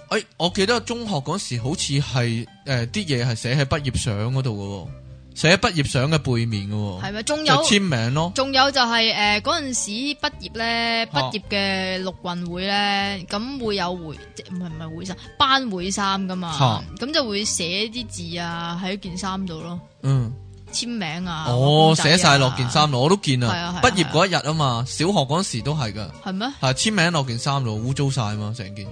S1: 哎，我記得中學嗰時好似係诶啲嘢係寫喺畢業相嗰度嘅喎，寫喺畢業相嘅背面嘅喎，
S2: 係咪？仲
S1: 哦就
S2: 有
S1: 簽名咯。
S2: 仲有就係诶嗰陣時畢業咧，
S1: 啊
S2: 畢業嘅陸運會咧，咁會有會即唔係唔係會衫班會衫㗎嘛
S1: 啊，
S2: 咁就會寫啲字啊喺件衫度咯。
S1: 嗯，
S2: 簽名啊，
S1: 哦，
S2: 公仔啊
S1: 寫晒落件衫度，我都見
S2: 係啊
S1: 啊。
S2: 係啊
S1: 畢業嗰一日啊嘛，小學嗰時都係噶，
S2: 係咩？
S1: 係簽名落件衫度，污糟晒啊嘛，成件。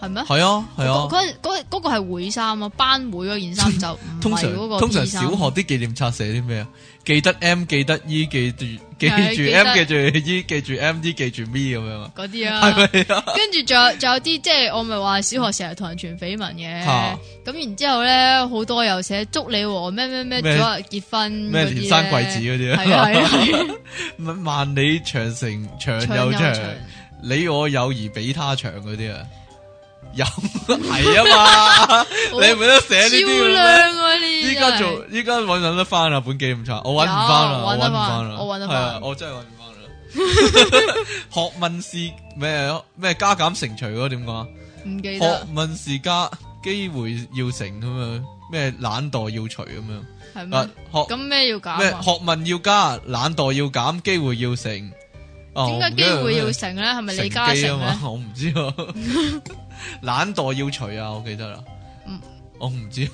S2: 係咩？
S1: 係啊，係
S2: 嗰
S1: 啊。
S2: 嗰嗰嗰個係會衫啊，班會嗰件衫就唔
S1: 通
S2: 係
S1: 常
S2: 嗰個
S1: 通常
S2: B
S1: 小
S2: 衫
S1: 學啲紀念冊寫啲咩啊？記得 M，記得 E，記住記
S2: 係
S1: 住
S2: 記
S1: M，記
S2: 得
S1: 住 E，記住 M D，記住 V 咁樣啊？
S2: 嗰啲啊。
S1: 係咪啊？
S2: 跟住仲有仲有啲即係我咪話小學成日同人傳緋聞嘅，
S1: 嚇
S2: 咁然之後咧好多又寫祝你和咩咩咩
S1: 咩
S2: 早日結婚
S1: 咩
S2: 嗰啲
S1: 連
S2: 咧
S1: 生貴子嗰啲啊
S2: 係啊係啊 係啊
S1: 萬萬里長城長
S2: 長
S1: 又
S2: 又
S1: 長，
S2: 長
S1: 你我友誼比他長嗰啲 啊，有係啊嘛？
S2: 好
S1: 你唔記得寫呢
S2: 超
S1: 啲嘅咩？
S2: 靚啊！呢啲
S1: 依家
S2: 真係
S1: 做依家揾揾得翻啦，本紀念冊，我揾唔翻啦，
S2: 有
S1: 我揾唔翻啦，
S2: 我揾得
S1: 係
S2: 返
S1: 啊， 我真係揾唔 翻啦。學問是咩咩加減乘除嗰個點講啊？
S2: 唔記
S1: 學
S2: 得
S1: 問是家，機會要成咁樣，咩懶惰要除咁樣。
S2: 係
S1: 啊
S2: 咩？，
S1: 學
S2: 嗯咁咩要搞
S1: 咩
S2: 啊？
S1: 學問要加，懶惰要減，機會要成。哦
S2: 點解機會要成咧？係咪李嘉
S1: 機 啊
S2: 誠咧
S1: 嘛？？
S2: 嗯
S1: 我唔知啊。懶惰要除啊，我記得啦。我唔知，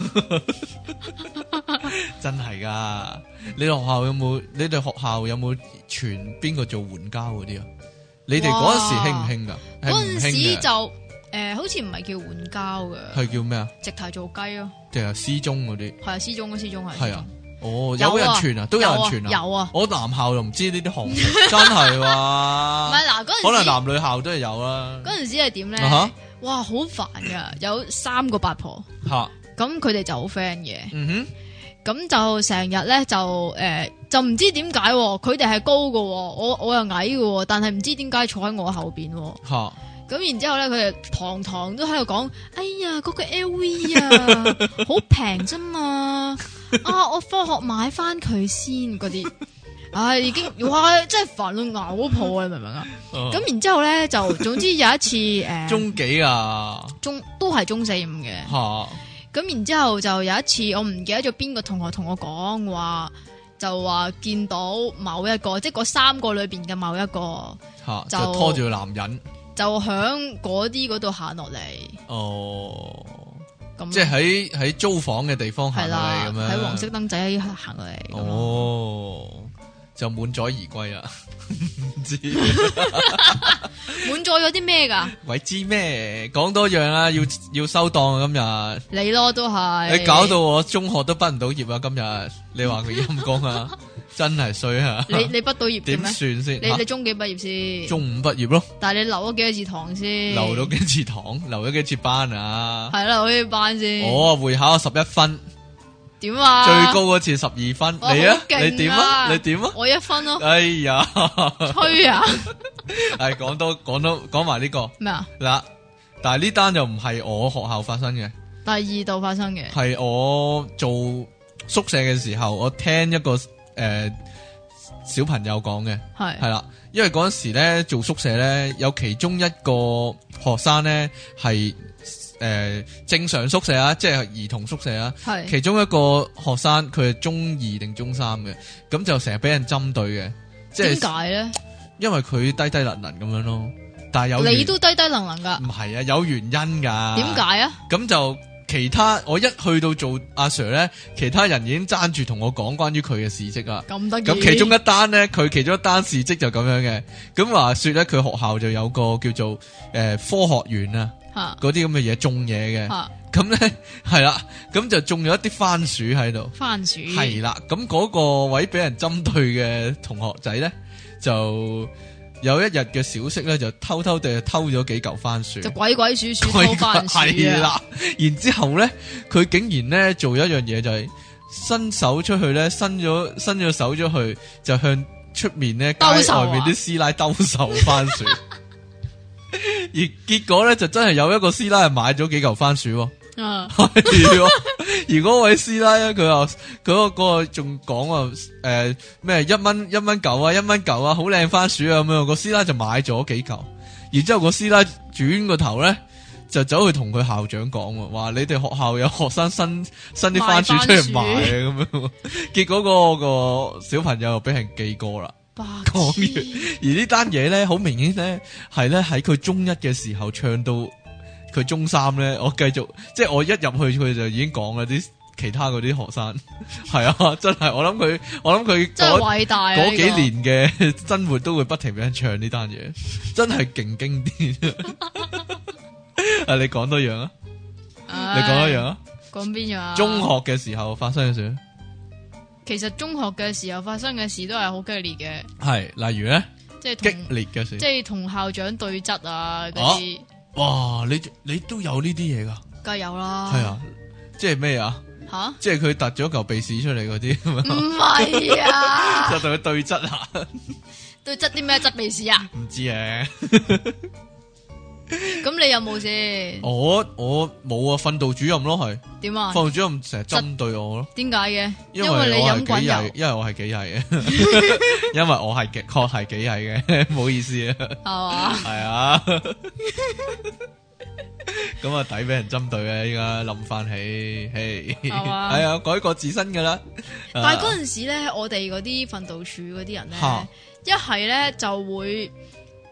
S1: 真系噶。你學校有冇？你哋學校有冇傳邊個做援交嗰啲啊？你哋嗰陣時興唔興噶？
S2: 嗰
S1: 陣
S2: 阵时就诶、呃好似唔係叫援交嘅，
S1: 係叫咩啊？
S2: 直頭做雞咯，
S1: 定係私中嗰啲？
S2: 係啊，私中嘅私中係。
S1: 係啊，哦，
S2: 有
S1: 有
S2: 啊
S1: 人傳啊，都有人傳啊。
S2: 有啊，
S1: 我男校又唔知呢啲行，真係
S2: 唔
S1: 哇！
S2: 係嗱嗰
S1: 可
S2: 阵
S1: 能
S2: 时
S1: 男女校都係有啦。
S2: 嗰阵时系点咧
S1: 啊？哈
S2: 哇，好煩噶，有三個八婆，
S1: 吓，
S2: 咁佢哋就好 friend 嘅，
S1: 嗯
S2: 咁就成日咧就诶、呃就唔知點解喎佢哋係高嘅喎，我我又矮嘅喎，但係唔知點解坐喺我後边喎。
S1: 哼，吓，
S2: 咁然之後咧，佢哋堂堂都喺度講：哎呀，嗰、個 LV 啊，好平啫嘛！啊，我科學買翻佢先嗰啲。唉、已經哇，真係煩到咬破啊！你明唔明啊？
S1: 咁
S2: 咁然之後咧，就總之有一次誒、呃
S1: 哦 中幾啊？
S2: 中都係中四五嘅。
S1: 吓，
S2: 咁然之後就有一次，我唔記得咗邊個同學同我講話，就話見到某一個，即係嗰三個裏邊嘅某一個，
S1: 吓，
S2: 就
S1: 就拖住個男人。
S2: 就響嗰啲嗰度行落嚟
S1: 哦，
S2: 咁。
S1: 即係喺喺租房嘅地方
S2: 系
S1: 行落
S2: 嗯啦，
S1: 嚟咁樣。
S2: 喺黃色燈仔行落嚟咁樣。
S1: 哦，就滿載而歸啦， 唔 知
S2: 滿載咗啲咩㗎？
S1: 鬼知咩？講多樣啦，要要收檔啊
S2: 你咯都
S1: 今
S2: 係
S1: 日，你搞到我中學都畢唔到業啊！今日你話佢陰公 啊，真係衰啊！
S2: 你你畢到業 嘅
S1: 點
S2: 咩？
S1: 算先？
S2: 你
S1: 啊
S2: 你中幾畢業先？
S1: 中午畢業咯，
S2: 但係你留咗幾多次堂先？
S1: 留咗幾次堂，留咗幾次班啊！
S2: 係啦，我呢班先。
S1: 我啊會考十一分，
S2: 點啊？
S1: 最高嗰次十二分，
S2: 哇
S1: 你啊
S2: 好勁啊
S1: 你點啊你點啊？
S2: 我一分咯，
S1: 哎呀，
S2: 吹啊
S1: 系讲多講多講埋呢個
S2: 咩啊？
S1: 嗱，但係呢單就唔係我學校發生嘅，
S2: 第二度發生嘅
S1: 係我做宿舍嘅時候，我聽一個诶、呃小朋友講嘅，係
S2: 係
S1: 啦，因為嗰阵时咧做宿舍咧，有其中一個學生咧係诶正常宿舍啊，即係兒童宿舍啊。
S2: 係
S1: 其中一個學生佢係中二定中三嘅，咁就成日俾人針對嘅，即
S2: 點
S1: 係
S2: 解咧？
S1: 因為佢低低能能咁樣咯。但係有
S2: 你
S1: 原
S2: 都低低能能㗎，
S1: 唔係啊，有原因㗎。
S2: 點？解啊？
S1: 咁就其他我一去到做阿 Sir 咧，其他人已經爭住同我講關於佢嘅事蹟啦。
S2: 咁得意？
S1: 咁其中一單咧，佢其中一單事蹟就咁樣嘅。咁話說咧，佢學校就有個叫做诶、呃科學園啊，
S2: 嚇
S1: 嗰啲咁嘅嘢種嘢嘅。
S2: 嚇
S1: 咁咧 係啦，咁就種咗一啲番薯喺度。
S2: 番薯
S1: 系啦，咁嗰個位俾人針對嘅同學仔咧，就有一日嘅小息咧，就偷偷地偷咗幾嚿番薯。
S2: 就鬼鬼祟祟偷番薯
S1: 系
S2: 啊！
S1: 啊啦，然之后咧，佢竟然咧做一樣嘢就係伸手出去咧，伸咗伸咗手出去，就向出面咧街
S2: 兜售啊
S1: 外面啲師奶兜售番薯。而結果咧，就真係有一個師奶係買咗幾嚿番薯喎。
S2: 嗯
S1: 係喎而嗰位師奶咧，佢話佢嗰個仲講啊，诶咩一蚊一蚊九啊，一蚊九啊，好靚番薯啊咁樣，個師奶就買咗幾嚿，然之后个师奶轉個頭咧。就走去同佢校長講喎，話你哋學校有學生伸伸啲番薯出嚟賣啊咁樣，結果嗰個小朋友又俾人記過啦。
S2: 白
S1: 講
S2: 痴
S1: 而呢單嘢咧，好明顯咧，係咧喺佢中一嘅時候唱到佢中三咧，我繼續即係我一入去佢就已經講啦啲其他嗰啲學生，係啊，真係我諗 佢，我諗佢
S2: 真係
S1: 嗰
S2: 偉大啊！
S1: 嗰
S2: 呢個
S1: 幾年嘅生活都會不停俾人唱呢單嘢，真係勁經典。 啊，你講多樣啊，你講多樣啊，
S2: 讲边樣啊？
S1: 中學嘅時候發生嘅事，
S2: 其實中學嘅時候發生嘅事都係好激烈嘅，
S1: 係例如咧
S2: 即係
S1: 激
S2: 同
S1: 烈哦嘅事
S2: 即，係同校長對質啊嗰啲，
S1: 哇！你你都有呢啲嘢㗎。
S2: 梗係有啦。
S1: 系啊，即系咩啊？
S2: 啊，
S1: 即系佢突咗嚿鼻屎出嚟嗰啲咁
S2: 吓唔係
S1: 樣，
S2: 啊？
S1: 就同佢對質啊？
S2: 對質啲咩質鼻屎啊？
S1: 唔知嘅，
S2: 咁你有冇先？
S1: 我我冇啊，訓導主任咯，係
S2: 點啊
S1: 訓？導主任成日針對我咯，
S2: 點解嘅？
S1: 因
S2: 為
S1: 為
S2: 你
S1: 我
S2: 飲
S1: 係
S2: 滾
S1: 幾曳
S2: 油，
S1: 因為我係幾曳嘅， 因為我係極確係幾曳嘅，唔好意思啊，
S2: 係嘛？
S1: 係 啊，咁啊抵俾人針對啊！依家諗翻起，嘿，
S2: 係嘛
S1: 係啊，改過自身噶啦，啊
S2: 但係嗰陣時咧，我哋嗰啲訓導處嗰啲人咧
S1: 嚇，
S2: 一係咧就會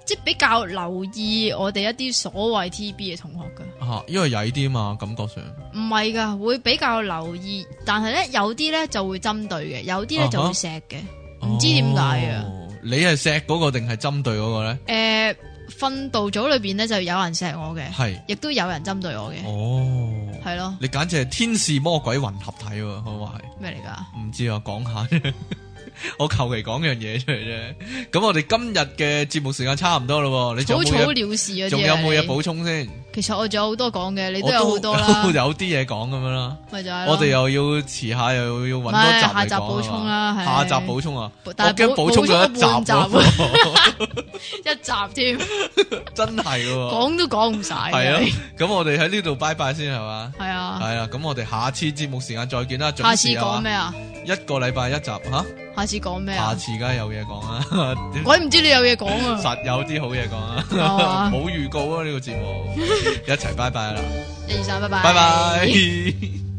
S2: 即系比較留意我哋一啲所謂 T.B. 嘅同學噶，
S1: 吓，因為曳啲嘛，感覺上
S2: 唔係噶，會比較留意，但係咧有啲咧就會針對嘅，有啲咧就會
S1: 啊哈
S2: 錫嘅，唔知點解啊
S1: 哦你係錫嗰個定係針對嗰個咧？
S2: 诶、訓導組裏边咧就有人錫我嘅，
S1: 係
S2: 亦都有人針對我嘅，
S1: 哦，
S2: 係咯
S1: 你簡直係天使魔鬼混合體喎，可以話係。
S2: 咩嚟㗎？
S1: 唔知啊，講下 啫。我求其講樣嘢出嚟啫。咁我哋今日嘅節目時間差唔多咯，你仲
S2: 草
S1: 有
S2: 草
S1: 冇嘢？
S2: 了事嗰啲啊
S1: 仲有冇嘢
S2: 你
S1: 補充先？
S2: 其實我仲有好多講嘅，你都
S1: 我
S2: 有好 多啦，
S1: 有啲嘢講咁樣啦。
S2: 咪就係咯
S1: 我哋又要遲下又要揾
S2: 唔係
S1: 多集
S2: 下
S1: 嚟
S2: 集
S1: 講啊嘛
S2: 補充啦係
S1: 下集補充啊！我
S2: 但係
S1: 驚
S2: 補
S1: 補充咗啊一集啊
S2: 補充咗啊半
S1: 喎，
S2: 一集添，
S1: 真係喎。
S2: 講都講唔晒㗎。
S1: 係啊
S2: 你，
S1: 咁我哋喺呢度拜拜先係嘛？
S2: 係啊，
S1: 係啦，咁我哋下次節目時間再見啦。準
S2: 下次
S1: 時啊
S2: 講咩？啊？
S1: 一個禮拜一集吓，
S2: 下次講咩
S1: 下
S2: 啊？
S1: 次梗係有嘢講 啦。
S2: 鬼唔知你有嘢講 啊！
S1: 實有啲好嘢講啊！
S2: 係嘛
S1: 冇預告啊呢個節目，一齊拜拜啦，
S2: 一二三，拜拜，
S1: 拜拜。